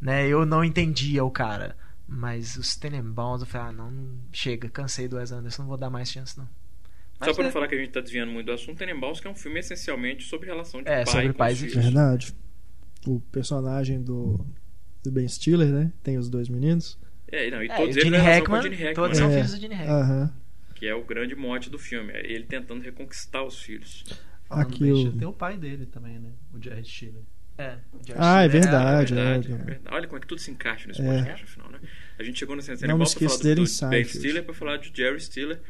[SPEAKER 3] né, eu não entendia o cara. Mas os Tenenbaums, eu falo, ah, não, não- chega, cansei do Wes Anderson, não vou dar mais chance, não.
[SPEAKER 2] Só
[SPEAKER 3] Mas,
[SPEAKER 2] pra
[SPEAKER 3] né,
[SPEAKER 2] não falar que a gente tá desviando muito do assunto, Tenenbaums que é um filme essencialmente sobre relação de
[SPEAKER 3] É,
[SPEAKER 2] pai
[SPEAKER 3] sobre
[SPEAKER 2] com
[SPEAKER 3] pais e
[SPEAKER 2] os filhos.
[SPEAKER 1] Verdade. O personagem do, do Ben Stiller, né? Tem os dois meninos.
[SPEAKER 2] É, não, e
[SPEAKER 3] É,
[SPEAKER 2] todos
[SPEAKER 3] e o
[SPEAKER 2] eles
[SPEAKER 3] Gene
[SPEAKER 2] têm relação com
[SPEAKER 3] Hackman,
[SPEAKER 2] o Gene Hackman,
[SPEAKER 3] todos
[SPEAKER 2] né?
[SPEAKER 3] são
[SPEAKER 1] É.
[SPEAKER 3] filhos do Gene Hackman.
[SPEAKER 1] Aham.
[SPEAKER 2] que é o grande mote do filme, é ele tentando reconquistar os filhos.
[SPEAKER 4] Falando
[SPEAKER 1] Aqui
[SPEAKER 4] do
[SPEAKER 1] o-
[SPEAKER 4] Richard, Tem o pai dele também, né? O Jared Stiller.
[SPEAKER 3] É, o George
[SPEAKER 1] Ah, é
[SPEAKER 3] Stiller.
[SPEAKER 1] verdade.
[SPEAKER 2] É verdade,
[SPEAKER 1] é, é.
[SPEAKER 2] é verdade. Olha como é que tudo se encaixa nesse
[SPEAKER 1] É.
[SPEAKER 2] podcast, afinal, né? A gente chegou no Sense
[SPEAKER 1] Não me
[SPEAKER 2] Animal pra falar
[SPEAKER 1] esqueço
[SPEAKER 2] do,
[SPEAKER 1] dele
[SPEAKER 2] do
[SPEAKER 1] em Seinfeld.
[SPEAKER 2] Ben Stiller pra falar de Jerry Stiller.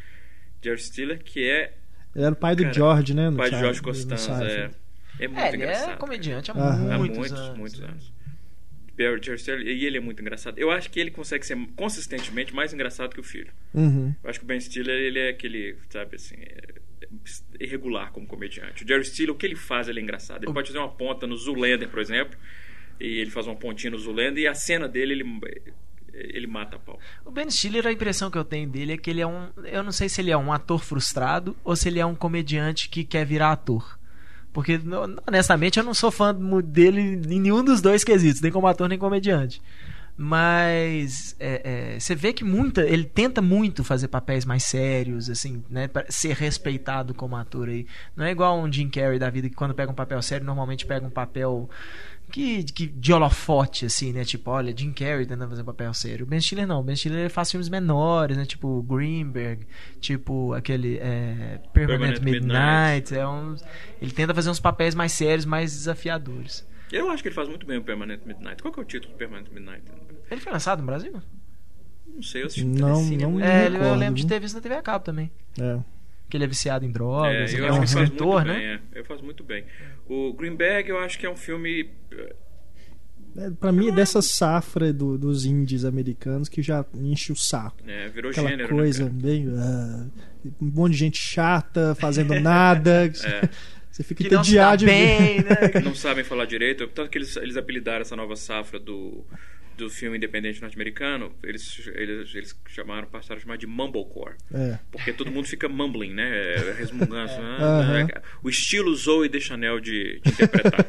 [SPEAKER 2] Jerry Stiller, que é
[SPEAKER 1] Ele era o pai do
[SPEAKER 2] Cara,
[SPEAKER 1] George, né? No
[SPEAKER 2] pai de
[SPEAKER 1] Seinfeld, no
[SPEAKER 2] Jorge
[SPEAKER 1] né?
[SPEAKER 2] Costanza. É,
[SPEAKER 1] Seinfeld.
[SPEAKER 2] é muito
[SPEAKER 3] É, ele
[SPEAKER 2] engraçado.
[SPEAKER 3] é comediante há
[SPEAKER 1] Aham.
[SPEAKER 2] Há
[SPEAKER 3] muitos,
[SPEAKER 2] muitos,
[SPEAKER 3] anos.
[SPEAKER 2] muitos
[SPEAKER 1] né?
[SPEAKER 2] anos. Jerry Jerry Stiller, e ele é muito engraçado. Eu acho que ele consegue ser consistentemente mais engraçado que o filho.
[SPEAKER 1] Uhum.
[SPEAKER 2] Eu acho que o Ben Stiller, ele é aquele, sabe, assim, é- é irregular como comediante. O Jerry Stiller, o que ele faz, ele é engraçado. Ele pode fazer uma ponta no Zoolander, por exemplo, e ele faz uma pontinha no Zoolander, e a cena dele, ele, ele mata a pau.
[SPEAKER 3] O Ben Stiller, a impressão que eu tenho dele é que ele é um. Eu não sei se ele é um ator frustrado ou se ele é um comediante que quer virar ator. Porque, no- honestamente, eu não sou fã mu- dele em nenhum dos dois quesitos, nem como ator nem comediante. Mas é, é, você vê que muita, ele tenta muito fazer papéis mais sérios, assim, né? pra ser respeitado como ator aí. Não é igual um Jim Carrey da vida que quando pega um papel sério, normalmente pega um papel que, que de holofote, assim, né? Tipo, olha, Jim Carrey tentando fazer um papel sério. O Ben Stiller não. O Ben Stiller ele faz filmes menores, né? Tipo Greenberg, tipo aquele é,
[SPEAKER 2] Permanent
[SPEAKER 3] Permanent, Midnight. É um, ele tenta fazer uns papéis mais sérios, mais desafiadores.
[SPEAKER 2] Eu acho que ele faz muito bem o Permanent Midnight. Qual que é o título do Permanent Midnight?
[SPEAKER 3] Ele foi lançado no Brasil?
[SPEAKER 2] Não sei, eu assisti
[SPEAKER 1] Não,
[SPEAKER 2] telecine,
[SPEAKER 1] não-
[SPEAKER 2] muito-
[SPEAKER 3] É, ele- eu
[SPEAKER 1] recordo,
[SPEAKER 3] lembro de
[SPEAKER 1] viu?
[SPEAKER 3] ter visto na TV a cabo também.
[SPEAKER 1] É.
[SPEAKER 3] Que ele é viciado em
[SPEAKER 2] É,
[SPEAKER 3] drogas,
[SPEAKER 2] eu
[SPEAKER 3] ele é
[SPEAKER 2] acho
[SPEAKER 3] um
[SPEAKER 2] que ele faz
[SPEAKER 3] escritor,
[SPEAKER 2] muito
[SPEAKER 3] né?
[SPEAKER 2] bem, é. Ele faz muito bem. O Greenberg, eu acho que é um filme... eh,
[SPEAKER 1] É, Pra mim, é dessa safra do- dos indies americanos que já enche o saco.
[SPEAKER 2] né, virou
[SPEAKER 1] Aquela
[SPEAKER 2] gênero, né,
[SPEAKER 1] coisa
[SPEAKER 2] cara?
[SPEAKER 1] meio. ah, um monte de gente chata, fazendo nada. que
[SPEAKER 2] É.
[SPEAKER 1] Você fica
[SPEAKER 3] Que não se dá
[SPEAKER 1] entediado de ver.
[SPEAKER 3] bem, né?
[SPEAKER 2] não sabem falar direito. Tanto que eles, eles apelidaram essa nova safra do, do filme independente norte-americano, eles, eles, eles chamaram, passaram a chamar de mumblecore.
[SPEAKER 1] É.
[SPEAKER 2] Porque todo mundo fica mumbling, né? Resmungando. assim,
[SPEAKER 1] Aham.
[SPEAKER 2] ah, ah, o estilo Zoe de Chanel de, de interpretar.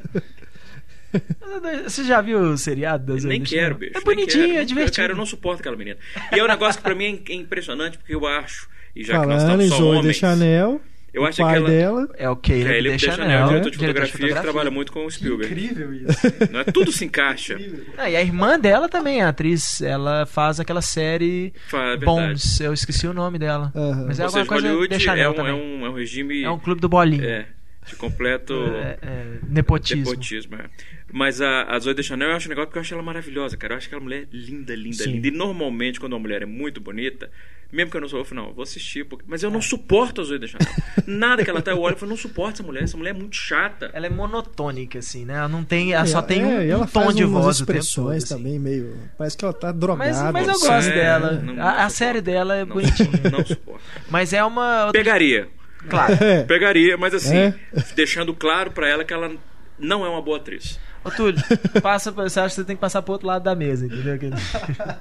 [SPEAKER 3] Você já viu o seriado das
[SPEAKER 2] nem
[SPEAKER 3] Olimpíadas?
[SPEAKER 2] quero, bicho.
[SPEAKER 3] É
[SPEAKER 2] nem
[SPEAKER 3] bonitinho,
[SPEAKER 2] quero.
[SPEAKER 3] é divertido.
[SPEAKER 2] Cara, eu não suporto aquela menina. E é um negócio que pra mim é impressionante, porque eu acho, e já que nós
[SPEAKER 1] Falando
[SPEAKER 2] estamos
[SPEAKER 1] em
[SPEAKER 2] só
[SPEAKER 1] Zoe de
[SPEAKER 2] homens,
[SPEAKER 1] Chanel,
[SPEAKER 2] eu
[SPEAKER 1] o
[SPEAKER 2] acho
[SPEAKER 1] pai
[SPEAKER 2] aquela...
[SPEAKER 1] dela.
[SPEAKER 3] É o
[SPEAKER 2] É,
[SPEAKER 3] Caleb
[SPEAKER 2] ele
[SPEAKER 3] de
[SPEAKER 2] deixa
[SPEAKER 3] Chanel,
[SPEAKER 2] Chanel, diretor de
[SPEAKER 3] diretor
[SPEAKER 2] fotografia, que trabalha muito com o Spielberg.
[SPEAKER 4] Incrível isso.
[SPEAKER 2] Não é? Tudo se encaixa.
[SPEAKER 3] Ah, e a irmã dela também é atriz. Ela faz aquela série
[SPEAKER 2] Fala a Ah, é verdade.
[SPEAKER 3] Bones. Eu esqueci o nome dela.
[SPEAKER 1] Aham.
[SPEAKER 3] Mas é
[SPEAKER 2] Ou
[SPEAKER 3] alguma
[SPEAKER 2] seja,
[SPEAKER 3] coisa
[SPEAKER 2] Hollywood
[SPEAKER 3] de Chanel
[SPEAKER 2] é um, é,
[SPEAKER 3] também.
[SPEAKER 2] um, é um regime.
[SPEAKER 3] É um clube do bolinho.
[SPEAKER 2] é. De completo.
[SPEAKER 3] É, é, nepotismo.
[SPEAKER 2] Nepotismo, é. Mas a, a Zoe Deschanel eu acho um negócio porque eu acho ela maravilhosa, cara. Eu acho aquela mulher linda, linda,
[SPEAKER 1] Sim.
[SPEAKER 2] linda. E normalmente, quando uma mulher é muito bonita, mesmo que eu não sou, eu falo, não, eu vou assistir. Porque... Mas
[SPEAKER 3] É.
[SPEAKER 2] eu não suporto a Zoe Deschanel. Nada que ela tá, eu olho e falo, não suporto essa mulher. Essa mulher é muito chata.
[SPEAKER 3] Ela é monotônica, assim, né? Ela não tem. Ela só
[SPEAKER 1] É,
[SPEAKER 3] tem
[SPEAKER 1] é,
[SPEAKER 3] um,
[SPEAKER 1] e ela
[SPEAKER 3] um tom
[SPEAKER 1] faz
[SPEAKER 3] de
[SPEAKER 1] umas
[SPEAKER 3] voz. o tempo
[SPEAKER 1] expressões
[SPEAKER 3] todo, assim.
[SPEAKER 1] também meio. Parece que ela tá drogada.
[SPEAKER 3] Mas, mas eu
[SPEAKER 2] Sim.
[SPEAKER 3] gosto
[SPEAKER 2] É,
[SPEAKER 3] dela.
[SPEAKER 2] não- não
[SPEAKER 3] a, a
[SPEAKER 2] suporto.
[SPEAKER 3] série dela é
[SPEAKER 2] Não,
[SPEAKER 3] bonitinha.
[SPEAKER 2] Não suporto.
[SPEAKER 3] Mas é uma.
[SPEAKER 2] Pegaria.
[SPEAKER 3] Claro.
[SPEAKER 1] É.
[SPEAKER 2] Pegaria, mas assim,
[SPEAKER 1] É?
[SPEAKER 2] deixando claro pra ela que ela não é uma boa atriz.
[SPEAKER 3] Ô, Túlio, passa, pra- você acha que você tem que passar pro outro lado da mesa, entendeu? Que-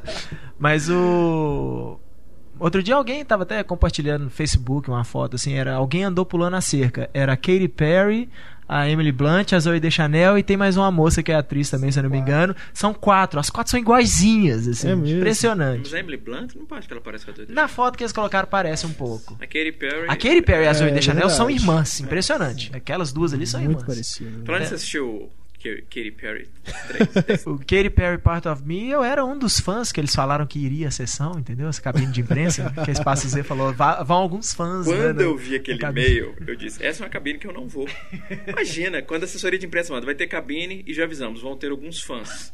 [SPEAKER 3] Mas o. Outro dia alguém tava até compartilhando no Facebook uma foto, assim, era alguém andou pulando a cerca. Era a Katy Perry, a Emily Blunt, a Zoe Deschanel e tem mais uma moça que é atriz também, se eu não me engano. São quatro. As quatro são iguaizinhas, assim.
[SPEAKER 1] É mesmo.
[SPEAKER 3] impressionante.
[SPEAKER 2] Mas a Emily Blunt não parece que ela parece com a Zoe Deschanel.
[SPEAKER 3] Na foto que eles colocaram parece um pouco.
[SPEAKER 2] A Katy Perry.
[SPEAKER 3] A Katy Perry e a Zoe
[SPEAKER 1] É,
[SPEAKER 3] Deschanel são
[SPEAKER 1] verdade.
[SPEAKER 3] irmãs, impressionante. Aquelas duas ali são
[SPEAKER 1] Muito
[SPEAKER 3] irmãs.
[SPEAKER 1] parecido. né?
[SPEAKER 3] Então
[SPEAKER 2] Falando que você assistiu Ka- Katy Perry 3.
[SPEAKER 3] O Katy Perry Part of Me, eu era um dos fãs que eles falaram que iria à sessão, entendeu? Essa cabine de imprensa, que a Espaço Z falou, "Vá- vão alguns fãs. né,
[SPEAKER 2] Quando
[SPEAKER 3] da-
[SPEAKER 2] eu vi aquele
[SPEAKER 1] É
[SPEAKER 3] da cabine."
[SPEAKER 2] e-mail, eu disse: essa é uma cabine que eu não vou. Imagina, quando a assessoria de imprensa manda, vai ter cabine e já avisamos, vão ter alguns fãs.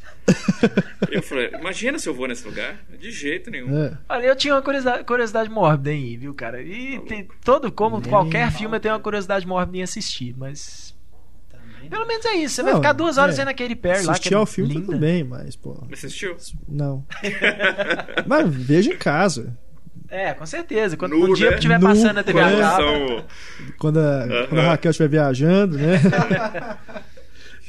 [SPEAKER 2] Eu falei: imagina se eu vou nesse lugar? De jeito nenhum.
[SPEAKER 1] É.
[SPEAKER 3] Olha, eu tinha uma curiosidade, curiosidade mórbida em ir, viu, cara? E
[SPEAKER 2] Tá
[SPEAKER 3] tem todo, como qualquer filme, eu tenho uma curiosidade mórbida em assistir, mas. Pelo menos é isso. Você vai
[SPEAKER 1] Não,
[SPEAKER 3] ficar duas horas
[SPEAKER 1] é.
[SPEAKER 3] vendo a Katy Perry lá.
[SPEAKER 1] Assistir
[SPEAKER 3] que é
[SPEAKER 1] ao filme
[SPEAKER 3] linda.
[SPEAKER 1] tudo bem, mas, pô.
[SPEAKER 2] Mas você assistiu?
[SPEAKER 1] Não. mas veja em casa.
[SPEAKER 3] É, com certeza. Quando
[SPEAKER 2] Nu,
[SPEAKER 3] um dia
[SPEAKER 2] né?
[SPEAKER 3] eu estiver
[SPEAKER 1] Nu,
[SPEAKER 3] passando a TV a cabo,
[SPEAKER 2] Coração
[SPEAKER 1] Quando a,
[SPEAKER 2] Aham.
[SPEAKER 1] quando a Raquel estiver viajando, né?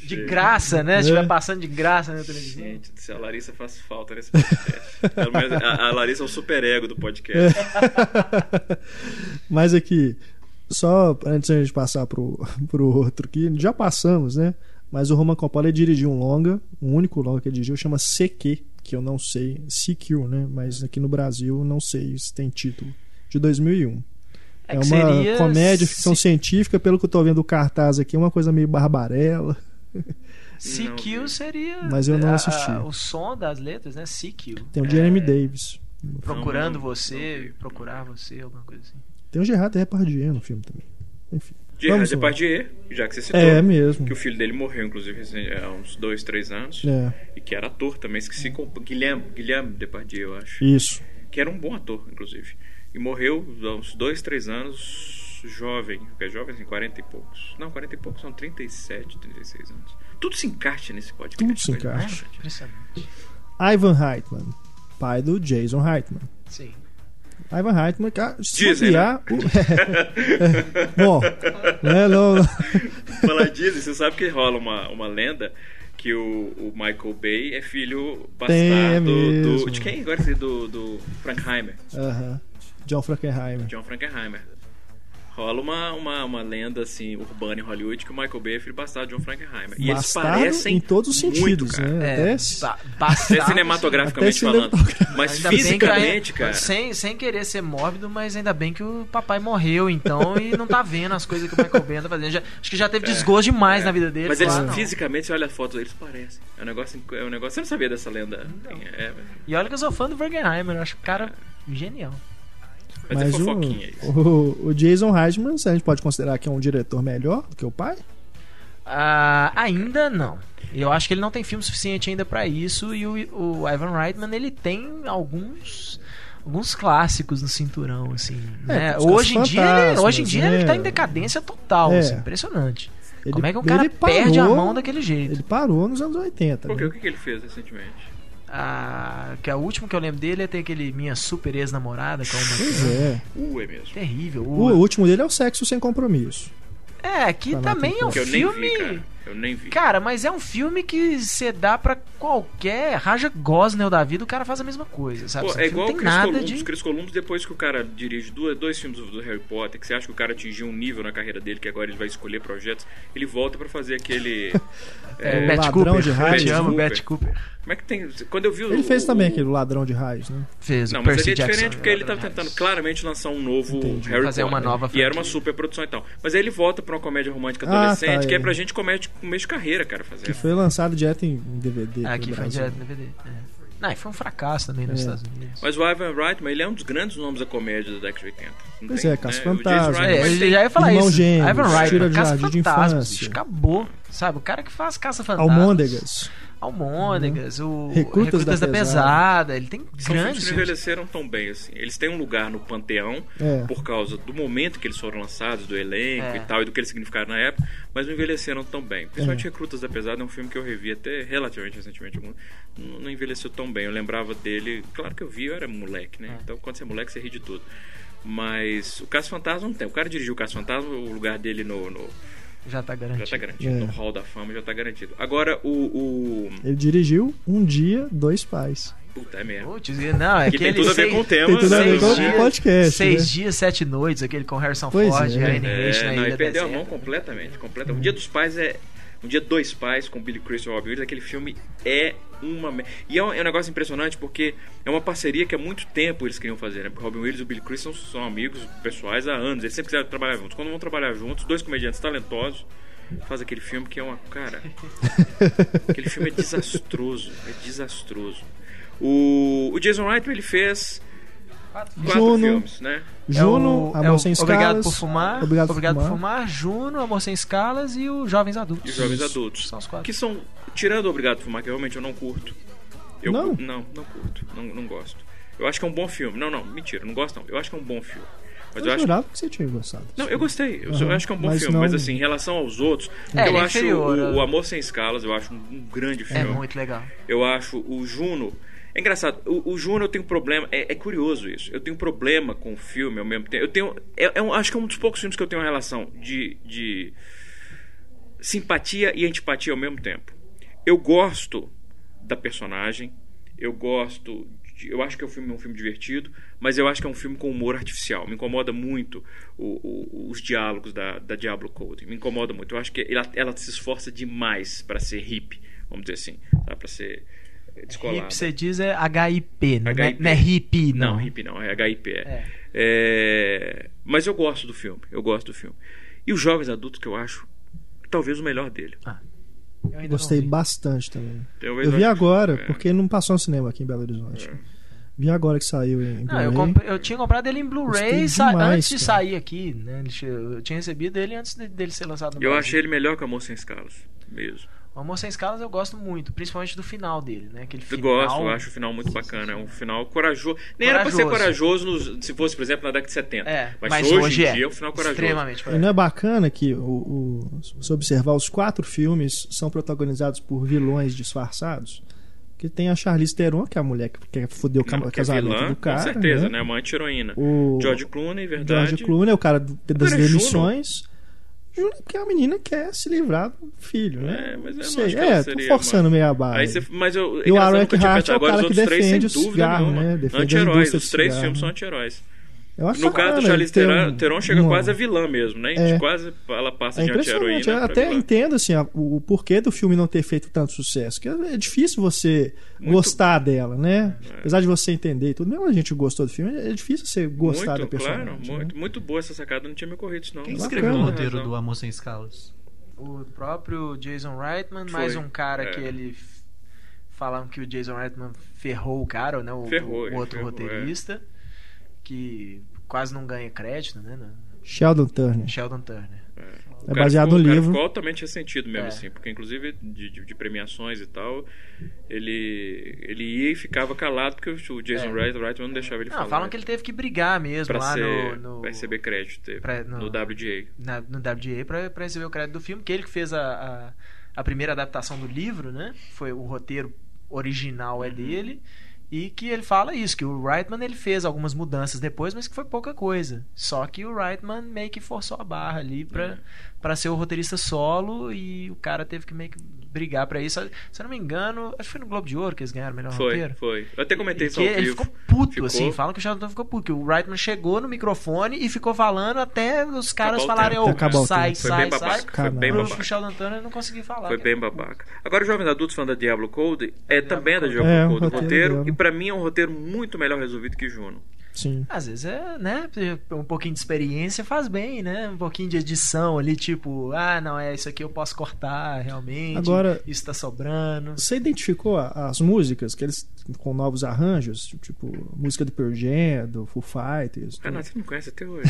[SPEAKER 3] de graça, né? Estiver
[SPEAKER 1] É.
[SPEAKER 3] passando de graça na televisão.
[SPEAKER 2] Gente do céu, a Larissa faz falta nesse podcast. Pelo menos a, a Larissa é o superego do podcast.
[SPEAKER 1] Mas aqui, só antes da gente passar pro, pro outro aqui, já passamos, né? Mas o Roman Coppola ele dirigiu um longa, um único longa que ele dirigiu, chama CQ, que eu não sei, CQ, né? Mas aqui no Brasil eu não sei se tem título, de 2001. É,
[SPEAKER 3] que
[SPEAKER 1] uma
[SPEAKER 3] seria
[SPEAKER 1] comédia, ficção
[SPEAKER 3] se-
[SPEAKER 1] científica, pelo que eu tô vendo o cartaz aqui, é uma coisa meio barbarela.
[SPEAKER 3] CQ
[SPEAKER 2] Não vi.
[SPEAKER 3] seria.
[SPEAKER 1] Mas eu não
[SPEAKER 3] a-
[SPEAKER 1] assisti.
[SPEAKER 3] a- o som das letras, né? CQ.
[SPEAKER 1] Tem um o Jeremy Davis.
[SPEAKER 3] Procurando
[SPEAKER 2] Não, não,
[SPEAKER 3] você, procurar você, alguma coisa assim.
[SPEAKER 1] Tem o Gerard Depardieu no filme também. Enfim.
[SPEAKER 2] Gerard
[SPEAKER 1] É. Vamos lá.
[SPEAKER 2] Depardieu, já que você citou.
[SPEAKER 1] É mesmo.
[SPEAKER 2] Que o filho dele morreu, inclusive, recen- há uns dois, três anos.
[SPEAKER 1] É,
[SPEAKER 2] E que era ator também, esqueci. Com... Guilherme, Guilherme Depardieu, eu acho.
[SPEAKER 1] isso.
[SPEAKER 2] que era um bom ator, inclusive. E morreu há uns dois, três anos, jovem. que é Jovem, assim, 40 e poucos. Não, 40 e poucos, são 37, 36 anos. Tudo se encaixa nesse podcast. né?
[SPEAKER 1] Tudo se
[SPEAKER 2] velho.
[SPEAKER 1] encaixa.
[SPEAKER 3] Ah, impressionante.
[SPEAKER 1] Ivan Reitman, pai do Jason Reitman.
[SPEAKER 3] Sim.
[SPEAKER 1] Ivan Reitman, cara, se
[SPEAKER 2] Dizem, né?
[SPEAKER 1] bobear, o- Bom, né, não, não.
[SPEAKER 2] Falar disso, você sabe que rola uma, uma lenda que o, o Michael Bay é filho
[SPEAKER 1] Tem, é
[SPEAKER 2] bastardo do,
[SPEAKER 1] mesmo.
[SPEAKER 2] De quem? Agora eu sei, do, do Frankheimer.
[SPEAKER 1] Aham. John Frankenheimer.
[SPEAKER 2] John Frankenheimer. Rola uma, uma, uma lenda assim, urbana em Hollywood que o Michael Bay é filho bastardo de John Frankenheimer. E eles
[SPEAKER 1] Bastardo
[SPEAKER 2] parecem
[SPEAKER 1] em todos os
[SPEAKER 2] muito,
[SPEAKER 1] sentidos,
[SPEAKER 2] cara.
[SPEAKER 1] né?
[SPEAKER 3] É,
[SPEAKER 1] Até se-
[SPEAKER 3] ba-
[SPEAKER 2] Até
[SPEAKER 3] bastardo,
[SPEAKER 2] cinematograficamente
[SPEAKER 1] Até
[SPEAKER 2] falando. Mas
[SPEAKER 3] Ah, Ainda bem que- é
[SPEAKER 2] fisicamente, cara.
[SPEAKER 3] Sem, sem querer ser mórbido, mas ainda bem que o papai morreu, então, e não tá vendo as coisas que o Michael Bay anda fazendo. Já- acho que já teve desgosto demais na vida dele.
[SPEAKER 2] É, Mas eles
[SPEAKER 3] falar, "Ah, não."
[SPEAKER 2] fisicamente, você olha a foto, eles parecem. É um negócio. É um negócio você não sabia dessa lenda. É, mas
[SPEAKER 3] E olha que eu sou fã do Vergenheimer, eu acho o cara genial.
[SPEAKER 2] é
[SPEAKER 1] Mas o,
[SPEAKER 2] fofoquinha isso.
[SPEAKER 1] o, o Jason Reitman, se a gente pode considerar que é um diretor melhor do que o pai?
[SPEAKER 3] Ah, ainda não. Eu acho que ele não tem filme suficiente ainda pra isso e o, o Ivan Reitman ele tem alguns alguns clássicos no cinturão assim,
[SPEAKER 1] tem
[SPEAKER 3] né?
[SPEAKER 1] É, os
[SPEAKER 3] hoje em
[SPEAKER 1] Casos
[SPEAKER 3] dia, ele, hoje em
[SPEAKER 1] Fantásticos,
[SPEAKER 3] dia ele tá
[SPEAKER 1] né?
[SPEAKER 3] em decadência total,
[SPEAKER 1] É.
[SPEAKER 3] assim, impressionante.
[SPEAKER 1] Ele-
[SPEAKER 3] Como é que um
[SPEAKER 1] ele
[SPEAKER 3] cara perde a
[SPEAKER 1] parou-
[SPEAKER 3] mão daquele jeito?
[SPEAKER 1] Ele parou nos anos 80.
[SPEAKER 2] Porque
[SPEAKER 1] né?
[SPEAKER 2] o que, que ele fez recentemente?
[SPEAKER 3] Ah, que é o último que eu lembro dele é ter aquele minha super ex-namorada, que é
[SPEAKER 1] Pois
[SPEAKER 3] uma
[SPEAKER 1] é.
[SPEAKER 2] Uh, é mesmo.
[SPEAKER 3] terrível.
[SPEAKER 1] O
[SPEAKER 3] O-
[SPEAKER 1] último dele é o Sexo Sem Compromisso.
[SPEAKER 3] É, que
[SPEAKER 1] Tá na
[SPEAKER 3] também é um
[SPEAKER 2] Que eu
[SPEAKER 3] filme
[SPEAKER 2] nem vi, cara. Eu nem vi.
[SPEAKER 3] Cara, mas é um filme que você dá pra qualquer Raja Gosnell da vida, o cara faz a mesma coisa, sabe?
[SPEAKER 2] Pô,
[SPEAKER 3] Esse
[SPEAKER 2] é
[SPEAKER 3] filme
[SPEAKER 2] igual o
[SPEAKER 3] não tem
[SPEAKER 2] Chris
[SPEAKER 3] nada
[SPEAKER 2] Columbus.
[SPEAKER 3] de.
[SPEAKER 2] Chris Columbus, depois que o cara dirige duas, dois filmes do Harry Potter, que você acha que o cara atingiu um nível na carreira dele, que agora ele vai escolher projetos, ele volta pra fazer aquele.
[SPEAKER 3] É,
[SPEAKER 1] o
[SPEAKER 3] Bat
[SPEAKER 1] Ladrão
[SPEAKER 3] Cooper.
[SPEAKER 1] de Raios.
[SPEAKER 3] Eu te amo,
[SPEAKER 2] Cooper.
[SPEAKER 3] Bat Cooper.
[SPEAKER 2] Como é que tem. Quando eu vi o.
[SPEAKER 1] Ele fez também
[SPEAKER 2] o-
[SPEAKER 1] aquele Ladrão de Raios, né?
[SPEAKER 3] Fez
[SPEAKER 2] Não,
[SPEAKER 3] o
[SPEAKER 2] mas
[SPEAKER 3] Percy
[SPEAKER 2] ele é
[SPEAKER 3] Jackson.
[SPEAKER 2] diferente porque ele tava
[SPEAKER 3] Ladrão de
[SPEAKER 2] tentando
[SPEAKER 3] Raios.
[SPEAKER 2] claramente lançar um novo
[SPEAKER 1] Entendi.
[SPEAKER 2] Harry
[SPEAKER 3] Fazer
[SPEAKER 2] Potter.
[SPEAKER 3] uma nova
[SPEAKER 2] e era uma
[SPEAKER 3] franquia.
[SPEAKER 2] super produção e tal. Mas aí ele volta pra uma comédia romântica
[SPEAKER 1] Ah,
[SPEAKER 2] adolescente,
[SPEAKER 1] tá,
[SPEAKER 2] que é
[SPEAKER 1] é.
[SPEAKER 2] pra gente comédia, começo de carreira, cara, fazer.
[SPEAKER 1] Que foi lançado direto em DVD.
[SPEAKER 3] Ah,
[SPEAKER 1] aqui
[SPEAKER 3] Aqui
[SPEAKER 1] no
[SPEAKER 3] foi
[SPEAKER 1] Brasil.
[SPEAKER 3] direto no DVD. é. Não, e foi um fracasso também nos
[SPEAKER 1] É.
[SPEAKER 3] Estados Unidos.
[SPEAKER 2] Mas o Ivan Reitman, ele é um dos grandes nomes da comédia da década de 80. Não
[SPEAKER 1] Pois
[SPEAKER 2] tem,
[SPEAKER 1] é, Caça
[SPEAKER 2] né? O Jason
[SPEAKER 1] Fantasma.
[SPEAKER 2] Reitman,
[SPEAKER 3] É,
[SPEAKER 2] ele
[SPEAKER 3] eu
[SPEAKER 2] tem-
[SPEAKER 3] já ia falar
[SPEAKER 1] Irmão
[SPEAKER 3] isso.
[SPEAKER 1] Gêmeos,
[SPEAKER 3] Ivan
[SPEAKER 1] Tira
[SPEAKER 3] Reitman,
[SPEAKER 1] de
[SPEAKER 3] Caça
[SPEAKER 1] Jardim de
[SPEAKER 3] Fantasma,
[SPEAKER 1] Infância.
[SPEAKER 3] bicho, acabou. Sabe, o cara que faz Caça Fantasma.
[SPEAKER 1] Almôndegas.
[SPEAKER 3] Almôndegas, o
[SPEAKER 1] Recrutas
[SPEAKER 3] Recrutas, da,
[SPEAKER 1] da
[SPEAKER 3] Pesada. Ele tem
[SPEAKER 2] São filmes
[SPEAKER 3] grandes
[SPEAKER 2] que não
[SPEAKER 3] filmes.
[SPEAKER 2] envelheceram tão bem assim. Eles têm um lugar no panteão
[SPEAKER 1] É.
[SPEAKER 2] por causa do momento que eles foram lançados, do elenco
[SPEAKER 3] É.
[SPEAKER 2] e tal, e do que eles significaram na época, mas não envelheceram tão bem. Principalmente Recrutas da Pesada é um filme que eu revi até relativamente recentemente. algum- Não não envelheceu tão bem. Eu lembrava dele. Claro que eu vi, eu era moleque, né? Então quando você é moleque, você ri de tudo. Mas o Caso Fantasma não tem. O cara dirigiu o Caso Fantasma, o lugar dele no. no-
[SPEAKER 3] Já
[SPEAKER 2] já tá
[SPEAKER 3] tá garantido.
[SPEAKER 2] garantido.
[SPEAKER 1] É.
[SPEAKER 2] No Hall da Fama já tá garantido. Agora, o. o...
[SPEAKER 1] Ele dirigiu Um Dia, Dois Pais.
[SPEAKER 2] Puta, é mesmo.
[SPEAKER 3] Putz, não, é
[SPEAKER 2] Que tem
[SPEAKER 3] aquele
[SPEAKER 2] tudo a ver
[SPEAKER 3] seis-
[SPEAKER 2] com o tema.
[SPEAKER 1] Tem tudo a ver
[SPEAKER 2] né?
[SPEAKER 1] com
[SPEAKER 2] Sim.
[SPEAKER 1] o podcast.
[SPEAKER 3] Seis
[SPEAKER 1] né?
[SPEAKER 3] dias, sete noites, aquele com Harrison
[SPEAKER 1] Pois
[SPEAKER 3] Ford,
[SPEAKER 1] é.
[SPEAKER 3] e Anne
[SPEAKER 2] É,
[SPEAKER 3] Heche na
[SPEAKER 2] não,
[SPEAKER 3] Ilha
[SPEAKER 2] ele perdeu a
[SPEAKER 3] Deserta.
[SPEAKER 2] mão completamente, completa. O Dia dos Pais é um dia dois pais com Billy Crystal e Robin Williams, aquele filme é uma me- e é um, é um negócio impressionante porque é uma parceria que há muito tempo eles queriam fazer, né? Porque Robin Williams e o Billy Crystal são, são amigos pessoais há anos, eles sempre quiseram trabalhar juntos. Quando vão trabalhar juntos, dois comediantes talentosos faz aquele filme que é uma cara. aquele filme é desastroso, é desastroso. O, o Jason Reitman ele fez quatro
[SPEAKER 1] Juno.
[SPEAKER 2] filmes, né?
[SPEAKER 1] Juno,
[SPEAKER 3] é o,
[SPEAKER 1] Amor
[SPEAKER 3] é o
[SPEAKER 1] Sem Escalas.
[SPEAKER 3] Obrigado por Fumar,
[SPEAKER 1] Obrigado, por Fumar.
[SPEAKER 3] Juno, Amor Sem Escalas e o Jovens Adultos.
[SPEAKER 2] E Jovens Adultos.
[SPEAKER 3] São os quatro.
[SPEAKER 2] Que são, tirando o Obrigado por Fumar, que realmente eu não curto. Eu
[SPEAKER 1] Não?
[SPEAKER 2] cu- Não, não curto. Não, não gosto. Eu acho que é um bom filme. Não, não, mentira, não gosto não. Eu acho que é um bom filme. Mas eu,
[SPEAKER 1] Eu
[SPEAKER 2] acho.
[SPEAKER 1] jurava que você tinha gostado.
[SPEAKER 2] Não, eu gostei. Eu, só- eu
[SPEAKER 1] Aham,
[SPEAKER 2] acho que é um bom
[SPEAKER 1] mas
[SPEAKER 2] filme.
[SPEAKER 1] não-
[SPEAKER 2] Mas assim, em relação aos outros,
[SPEAKER 3] É,
[SPEAKER 2] eu
[SPEAKER 3] ele é
[SPEAKER 2] acho
[SPEAKER 3] inferior,
[SPEAKER 2] o,
[SPEAKER 3] né?
[SPEAKER 2] o Amor Sem Escalas, eu acho um, um grande
[SPEAKER 3] É
[SPEAKER 2] filme.
[SPEAKER 3] muito legal.
[SPEAKER 2] Eu acho o Juno. É engraçado, o, o Juno eu tenho problema. É, é curioso isso. Eu tenho problema com o filme ao mesmo tempo. Eu tenho. É, é um- acho que é um dos poucos filmes que eu tenho uma relação de, de simpatia e antipatia ao mesmo tempo. Eu gosto da personagem, eu gosto. de- eu acho que é um filme, um filme divertido, mas eu acho que é um filme com humor artificial. Me incomoda muito o- o- os diálogos da, da Diablo Cody. Me incomoda muito. Eu acho que ela, ela se esforça demais para ser hip, vamos dizer assim, para ser eh, descolada.
[SPEAKER 3] Hip, você diz, é HIP, não, é,
[SPEAKER 2] HIP.
[SPEAKER 3] não é hippie, não.
[SPEAKER 2] Não, hip não, é HIP. É.
[SPEAKER 3] É.
[SPEAKER 2] É, Mas eu gosto do filme, eu gosto do filme. E os Jovens Adultos, que eu acho talvez o melhor dele.
[SPEAKER 3] Eu ainda
[SPEAKER 1] Gostei
[SPEAKER 3] não vi.
[SPEAKER 1] bastante também.
[SPEAKER 2] Talvez
[SPEAKER 1] Eu vi
[SPEAKER 2] acho-
[SPEAKER 1] agora,
[SPEAKER 2] é.
[SPEAKER 1] porque não passou no cinema aqui em Belo Horizonte. Vi agora que saiu em em
[SPEAKER 2] Ah,
[SPEAKER 3] Não, eu,
[SPEAKER 1] Blu-ray.
[SPEAKER 3] comp- eu tinha comprado ele em Blu-ray
[SPEAKER 1] Gostei
[SPEAKER 3] sa-
[SPEAKER 1] demais,
[SPEAKER 3] antes de
[SPEAKER 1] cara.
[SPEAKER 3] sair aqui. Né? Ele che- Eu tinha recebido ele antes de- dele ser lançado no
[SPEAKER 2] Eu
[SPEAKER 3] Brasil.
[SPEAKER 2] achei ele melhor que Amor Sem Escalas, mesmo.
[SPEAKER 3] O Amor Sem Escalas eu gosto muito, principalmente do final dele, né? Aquele
[SPEAKER 2] Eu
[SPEAKER 3] final...
[SPEAKER 2] gosto, eu acho o final muito bacana. É um final corajoso. Nem era pra ser corajoso nos- se fosse, por exemplo, na década de 70.
[SPEAKER 3] É,
[SPEAKER 2] mas,
[SPEAKER 3] mas,
[SPEAKER 2] hoje,
[SPEAKER 3] hoje
[SPEAKER 2] em
[SPEAKER 3] é.
[SPEAKER 2] dia é um final corajoso.
[SPEAKER 3] Extremamente
[SPEAKER 1] E
[SPEAKER 3] corajoso.
[SPEAKER 1] não é bacana que o, o- se você observar, os quatro filmes são protagonizados por vilões disfarçados? Que tem a Charlize Theron, que é a mulher que quer foder o
[SPEAKER 2] Não,
[SPEAKER 1] cam-
[SPEAKER 2] porque é
[SPEAKER 1] casamento
[SPEAKER 2] vilã,
[SPEAKER 1] do cara.
[SPEAKER 2] com certeza, né? Uma anti-heroína.
[SPEAKER 1] O
[SPEAKER 2] George Clooney, verdade.
[SPEAKER 1] George Clooney é o cara do- das
[SPEAKER 2] Agora é Juno.
[SPEAKER 1] demissões. Juno é porque a menina quer se livrar do filho, né?
[SPEAKER 2] É, mas eu não
[SPEAKER 1] Não
[SPEAKER 2] acho que ela
[SPEAKER 1] é, tô
[SPEAKER 2] seria
[SPEAKER 1] forçando meio a barra.
[SPEAKER 2] Aí você, mas eu,
[SPEAKER 1] E o
[SPEAKER 2] engraçado, eu
[SPEAKER 1] Aaron
[SPEAKER 2] nunca tinha
[SPEAKER 1] Eckhart
[SPEAKER 2] pensado.
[SPEAKER 1] é o
[SPEAKER 2] Agora os
[SPEAKER 1] cara que
[SPEAKER 2] outros três, sem
[SPEAKER 1] defende o
[SPEAKER 2] dúvida
[SPEAKER 1] cigarro,
[SPEAKER 2] nenhuma.
[SPEAKER 1] né? Defende a
[SPEAKER 2] Anti-heróis,
[SPEAKER 1] indústria
[SPEAKER 2] os
[SPEAKER 1] do
[SPEAKER 2] três
[SPEAKER 1] cigarro,
[SPEAKER 2] filmes são
[SPEAKER 1] né?
[SPEAKER 2] anti-heróis.
[SPEAKER 1] Eu acho
[SPEAKER 2] No caso
[SPEAKER 1] bacana
[SPEAKER 2] do
[SPEAKER 1] ele
[SPEAKER 2] Charlize
[SPEAKER 1] ter
[SPEAKER 2] Theron,
[SPEAKER 1] um-
[SPEAKER 2] Theron chega
[SPEAKER 1] um-
[SPEAKER 2] quase a vilã mesmo, né?
[SPEAKER 1] É.
[SPEAKER 2] Quase ela passa
[SPEAKER 1] É
[SPEAKER 2] de anti-heroína.
[SPEAKER 1] impressionante. Eu
[SPEAKER 2] pra
[SPEAKER 1] até
[SPEAKER 2] vilã.
[SPEAKER 1] entendo assim, a- o, o porquê do filme não ter feito tanto sucesso. Que é difícil você
[SPEAKER 2] Muito- É.
[SPEAKER 1] gostar dela, né? Apesar de você entender e tudo, mesmo a gente gostou do filme, é difícil você gostar
[SPEAKER 2] muito,
[SPEAKER 1] da personagem.
[SPEAKER 2] Claro,
[SPEAKER 1] né?
[SPEAKER 2] muito, muito boa essa sacada, eu não tinha me ocorrido isso não.
[SPEAKER 4] Quem
[SPEAKER 1] Bacana. É
[SPEAKER 4] escreveu o
[SPEAKER 2] Toda
[SPEAKER 4] roteiro
[SPEAKER 2] razão.
[SPEAKER 4] do Amor Sem Escalas?
[SPEAKER 3] O próprio Jason Reitman,
[SPEAKER 2] Foi.
[SPEAKER 3] mais um cara
[SPEAKER 2] É.
[SPEAKER 3] que ele. f- Falaram que o Jason Reitman ferrou o cara, né? O,
[SPEAKER 2] Ferrou,
[SPEAKER 3] o
[SPEAKER 2] ele
[SPEAKER 3] outro
[SPEAKER 2] ferrou, é.
[SPEAKER 3] roteirista. Que quase não ganha crédito, né? né?
[SPEAKER 1] Sheldon Turner.
[SPEAKER 3] Sheldon Turner.
[SPEAKER 2] O
[SPEAKER 1] É
[SPEAKER 2] cara
[SPEAKER 1] baseado
[SPEAKER 2] ficou-
[SPEAKER 1] no
[SPEAKER 2] o cara
[SPEAKER 1] livro.
[SPEAKER 2] ficou altamente ressentido mesmo,
[SPEAKER 3] É.
[SPEAKER 2] assim, porque inclusive de, de- de premiações e tal, ele, ele ia e ficava calado porque o Jason
[SPEAKER 3] É.
[SPEAKER 2] Wright, Wright não deixava ele
[SPEAKER 3] não,
[SPEAKER 2] falar.
[SPEAKER 3] falam que ele teve que brigar mesmo
[SPEAKER 2] pra
[SPEAKER 3] lá
[SPEAKER 2] ser,
[SPEAKER 3] no. no...
[SPEAKER 2] pra receber crédito
[SPEAKER 3] pra-
[SPEAKER 2] no,
[SPEAKER 3] no-
[SPEAKER 2] WGA.
[SPEAKER 3] na- no WGA pra, pra receber o crédito do filme, que ele que fez a, a, a primeira adaptação do livro, né? Foi o roteiro original é dele. E que ele fala isso, que o Reitman ele fez algumas mudanças depois, mas que foi pouca coisa. Só que o Reitman meio que forçou a barra ali pra, pra ser o roteirista solo e o cara teve que meio que brigar pra isso. Se eu não me engano, acho que foi no Globo de Ouro que eles ganharam o melhor
[SPEAKER 2] Foi,
[SPEAKER 3] roteiro.
[SPEAKER 2] foi. Eu até comentei
[SPEAKER 3] E
[SPEAKER 2] isso
[SPEAKER 3] que
[SPEAKER 2] ao
[SPEAKER 3] ele
[SPEAKER 2] vivo.
[SPEAKER 3] ficou puto,
[SPEAKER 2] Ficou.
[SPEAKER 3] assim. Falam que o Sheldon ficou puto. Que o Reitman chegou no microfone e ficou falando até os
[SPEAKER 2] Acabar
[SPEAKER 3] caras
[SPEAKER 2] o
[SPEAKER 3] falarem,
[SPEAKER 2] tempo.
[SPEAKER 3] ô,
[SPEAKER 1] Acabar o
[SPEAKER 3] sai,
[SPEAKER 1] tempo.
[SPEAKER 2] Foi bem
[SPEAKER 3] sai, sai.
[SPEAKER 2] babaca. Foi
[SPEAKER 1] Caramba.
[SPEAKER 2] bem
[SPEAKER 1] Eu
[SPEAKER 3] O
[SPEAKER 2] babaca.
[SPEAKER 3] Sheldon Turner não conseguiu falar.
[SPEAKER 2] Foi
[SPEAKER 3] cara.
[SPEAKER 2] bem babaca. Agora, os Jovens Adultos falando da Diablo Code é também da Diablo
[SPEAKER 1] É, um
[SPEAKER 2] Code o
[SPEAKER 1] roteiro
[SPEAKER 2] roteiro.
[SPEAKER 1] dela.
[SPEAKER 2] E pra mim é um roteiro muito melhor resolvido que Juno.
[SPEAKER 1] Sim.
[SPEAKER 3] Às vezes é, né? Um pouquinho de experiência faz bem, né? Um pouquinho de edição ali, tipo, ah, não, é isso aqui eu posso cortar realmente.
[SPEAKER 1] Agora-
[SPEAKER 3] Isso tá sobrando.
[SPEAKER 1] Você identificou a- as músicas que eles com novos arranjos, tipo música do Pearl Jam, do Foo Fighters. tudo.
[SPEAKER 2] Renato, você não conhece até hoje.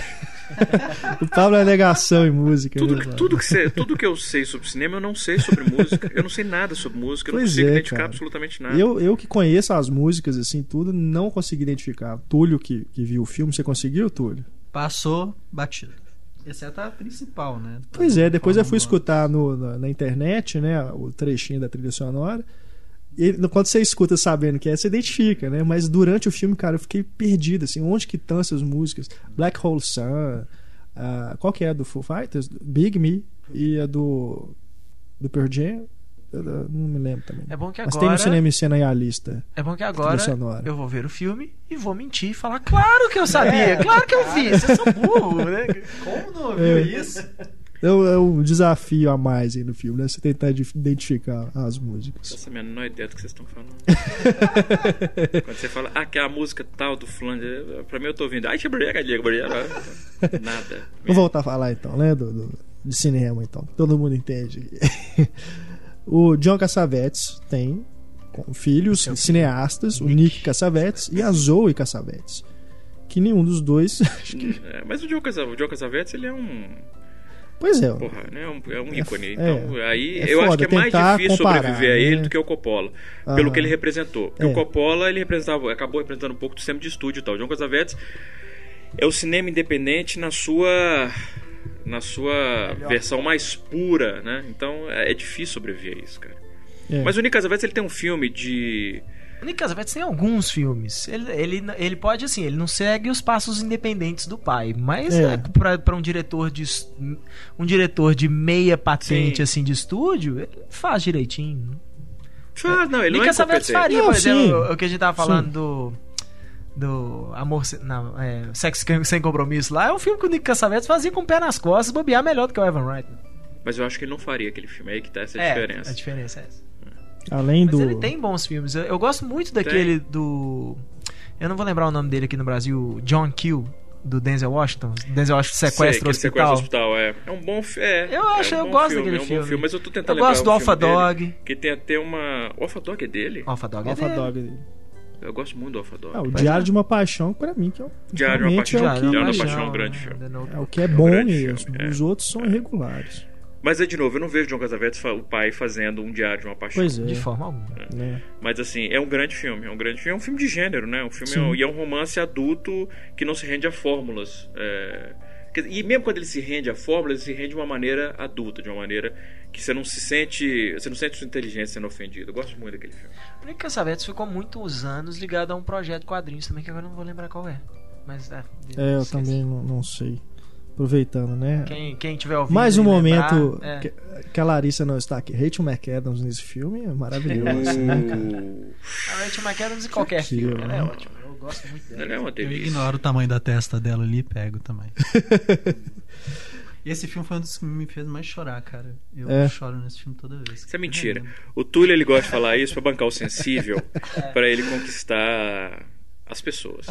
[SPEAKER 1] O Pablo é negação em música. né,
[SPEAKER 2] Tudo,
[SPEAKER 1] Pablo?
[SPEAKER 2] tudo, que você- tudo que eu sei sobre cinema, eu não sei sobre música. Eu não sei nada sobre música, eu não
[SPEAKER 1] Pois
[SPEAKER 2] consigo
[SPEAKER 1] é,
[SPEAKER 2] identificar
[SPEAKER 1] cara.
[SPEAKER 2] absolutamente nada.
[SPEAKER 1] Eu, eu que conheço as músicas, assim, tudo, não consegui identificar. Túlio, que, que viu o filme, você conseguiu, Túlio?
[SPEAKER 4] Passou batido. Exceto a principal, né?
[SPEAKER 1] Pois é, depois eu fui
[SPEAKER 4] Falando agora.
[SPEAKER 1] escutar no- na, na internet, né, o trechinho da trilha sonora. E no- quando você escuta sabendo que é, você identifica, né? Mas durante o filme, cara, eu fiquei perdido, assim, onde que estão essas músicas? Black Hole Sun, ah, qual que é a do Foo Fighters? Big Me e a do do Pearl Jam? Eu não me lembro também.
[SPEAKER 3] É bom que
[SPEAKER 1] Mas tem no
[SPEAKER 3] agora.
[SPEAKER 1] cinema e cena aí a lista.
[SPEAKER 3] É bom que
[SPEAKER 1] trilha
[SPEAKER 3] agora
[SPEAKER 1] sonora.
[SPEAKER 3] eu vou ver o filme e vou mentir e falar, claro que eu sabia, claro que eu vi, vocês são burro, né?
[SPEAKER 4] Como não ouviu
[SPEAKER 1] É.
[SPEAKER 4] isso?
[SPEAKER 1] É um- é um desafio a mais aí no filme, né? Você tentar de- identificar as
[SPEAKER 2] Não
[SPEAKER 1] músicas.
[SPEAKER 2] faço a menor ideia do que vocês estão falando. Quando você fala, ah, que é a música tal do fulano, eh, pra mim eu tô ouvindo. Ai, xabriaga, Diego, briaga. Nada.
[SPEAKER 1] Vou voltar a falar então, né? Do, do- de cinema, então. que Todo mundo entende. o John Cassavetes tem com- filhos
[SPEAKER 2] um
[SPEAKER 1] cineastas, o Nick Cassavetes e a Zoe Cassavetes. Que nenhum dos dois. acho que-
[SPEAKER 2] É, mas o Diogo Casal- o Diogo Casavetes, ele é um.
[SPEAKER 1] pois é,
[SPEAKER 2] Porra, né? Um- é um
[SPEAKER 1] É,
[SPEAKER 2] ícone.
[SPEAKER 1] é.
[SPEAKER 2] então, aí
[SPEAKER 1] É
[SPEAKER 2] eu
[SPEAKER 1] foda,
[SPEAKER 2] acho que é mais
[SPEAKER 1] tentar
[SPEAKER 2] difícil
[SPEAKER 1] comparar,
[SPEAKER 2] sobreviver a ele
[SPEAKER 1] né?
[SPEAKER 2] do que o Coppola.
[SPEAKER 1] Aham.
[SPEAKER 2] Pelo que ele representou. Porque
[SPEAKER 1] É.
[SPEAKER 2] o Coppola, ele representava, acabou representando um pouco do cinema de estúdio e tal. O John Casavetes é o cinema independente na sua. Na sua versão mais pura, né? Então é é difícil sobreviver a isso, cara.
[SPEAKER 1] é.
[SPEAKER 2] Mas o Nick Casavetes ele tem um filme de
[SPEAKER 3] O Nick Cassavetes tem alguns filmes. Ele, ele, ele pode, assim, ele não segue os passos independentes do pai, mas
[SPEAKER 1] É.
[SPEAKER 3] é. pra, pra um diretor de es- um diretor de meia patente,
[SPEAKER 2] Sim.
[SPEAKER 3] assim, de estúdio, ele faz direitinho.
[SPEAKER 2] Faz, não, ele
[SPEAKER 3] Nick
[SPEAKER 2] não é
[SPEAKER 3] Cassavetes
[SPEAKER 2] incompetente.
[SPEAKER 3] faria,
[SPEAKER 1] Não,
[SPEAKER 3] por exemplo,
[SPEAKER 1] sim.
[SPEAKER 3] o que a gente tava
[SPEAKER 1] Sim.
[SPEAKER 3] falando do... Do Amor Sem- não, é, Sexo Sem Compromisso lá, é um filme que o Nick Cassavetes fazia com o pé nas costas, bobear melhor do que o Evan Wright.
[SPEAKER 2] Mas eu acho que ele não faria aquele filme aí que tá essa
[SPEAKER 3] é,
[SPEAKER 2] diferença.
[SPEAKER 3] A diferença é essa.
[SPEAKER 1] Além
[SPEAKER 3] Mas
[SPEAKER 1] do.
[SPEAKER 3] ele tem bons filmes. Eu, eu gosto muito daquele do. Eu não vou lembrar o nome dele aqui no Brasil, John Kill, do Denzel Washington. Denzel Washington
[SPEAKER 2] Sei,
[SPEAKER 3] sequestra
[SPEAKER 2] que
[SPEAKER 3] o
[SPEAKER 2] ele sequestra
[SPEAKER 3] hospital.
[SPEAKER 2] hospital, é. É um bom filme. É,
[SPEAKER 3] Eu acho,
[SPEAKER 2] é um
[SPEAKER 3] eu
[SPEAKER 2] bom
[SPEAKER 3] gosto
[SPEAKER 2] filme,
[SPEAKER 3] daquele
[SPEAKER 2] é um
[SPEAKER 3] filme.
[SPEAKER 2] Bom filme. Mas eu tô tentando
[SPEAKER 3] Eu
[SPEAKER 2] lembrar
[SPEAKER 3] gosto
[SPEAKER 2] o
[SPEAKER 3] do
[SPEAKER 2] filme
[SPEAKER 3] Alpha
[SPEAKER 2] dele,
[SPEAKER 3] Dog.
[SPEAKER 2] Que tem até uma. O Alpha Dog é dele?
[SPEAKER 3] Alpha Dog é
[SPEAKER 1] Alpha
[SPEAKER 3] dele.
[SPEAKER 1] Dog. dele.
[SPEAKER 2] Eu gosto muito do Alpha Dog.
[SPEAKER 1] Ah, o
[SPEAKER 3] Pois
[SPEAKER 1] Diário
[SPEAKER 3] é.
[SPEAKER 1] de uma Paixão, pra mim, que é o.
[SPEAKER 2] Diário de uma
[SPEAKER 1] realmente
[SPEAKER 2] Paixão,
[SPEAKER 1] é o que-
[SPEAKER 2] Diário de uma
[SPEAKER 3] Paixão,
[SPEAKER 2] Paixão é um grande
[SPEAKER 3] né?
[SPEAKER 2] filme.
[SPEAKER 3] The Notebook.
[SPEAKER 1] É o que é bom
[SPEAKER 2] grande
[SPEAKER 1] mesmo.
[SPEAKER 2] filme, é.
[SPEAKER 1] Os outros são irregulares.
[SPEAKER 2] Mas é de novo, eu não vejo John Casavetes fa- o pai fazendo um diário de uma paixão.
[SPEAKER 1] Pois é.
[SPEAKER 3] De forma alguma.
[SPEAKER 1] né?
[SPEAKER 2] Mas assim, é um grande filme, é um grande filme, é um filme de gênero, né? Um filme
[SPEAKER 1] Sim.
[SPEAKER 2] e é um romance adulto que não se rende a fórmulas. é, quer dizer, E mesmo quando ele se rende a fórmulas, ele se rende de uma maneira adulta, de uma maneira que você não se sente, você não sente sua inteligência sendo ofendida. Eu gosto muito daquele filme.
[SPEAKER 3] O Nick Cassavetes ficou muitos anos ligado a um projeto de quadrinhos também, que agora eu não vou lembrar qual é. Mas é.
[SPEAKER 1] É, eu
[SPEAKER 3] esqueci.
[SPEAKER 1] também não, não sei. Aproveitando, né?
[SPEAKER 3] Quem, quem tiver ouvindo.
[SPEAKER 1] Mais um
[SPEAKER 3] e lembrar,
[SPEAKER 1] momento
[SPEAKER 3] é.
[SPEAKER 1] que, que a Larissa não está aqui. Rachel McAdams nesse filme é maravilhoso.
[SPEAKER 2] O...
[SPEAKER 3] A Rachel McAdams em qualquer
[SPEAKER 1] Que
[SPEAKER 3] filme. Ela é
[SPEAKER 1] horror.
[SPEAKER 3] ótima. Eu gosto muito dela.
[SPEAKER 2] Ela é uma
[SPEAKER 4] Eu
[SPEAKER 2] delícia.
[SPEAKER 4] ignoro o tamanho da testa dela ali e pego também. Esse filme foi um dos que me fez mais chorar, cara. Eu
[SPEAKER 1] É.
[SPEAKER 4] choro nesse filme toda vez.
[SPEAKER 2] Isso é mentira. O Túlio ele gosta de falar isso pra bancar o sensível,
[SPEAKER 3] É.
[SPEAKER 2] pra ele conquistar as pessoas.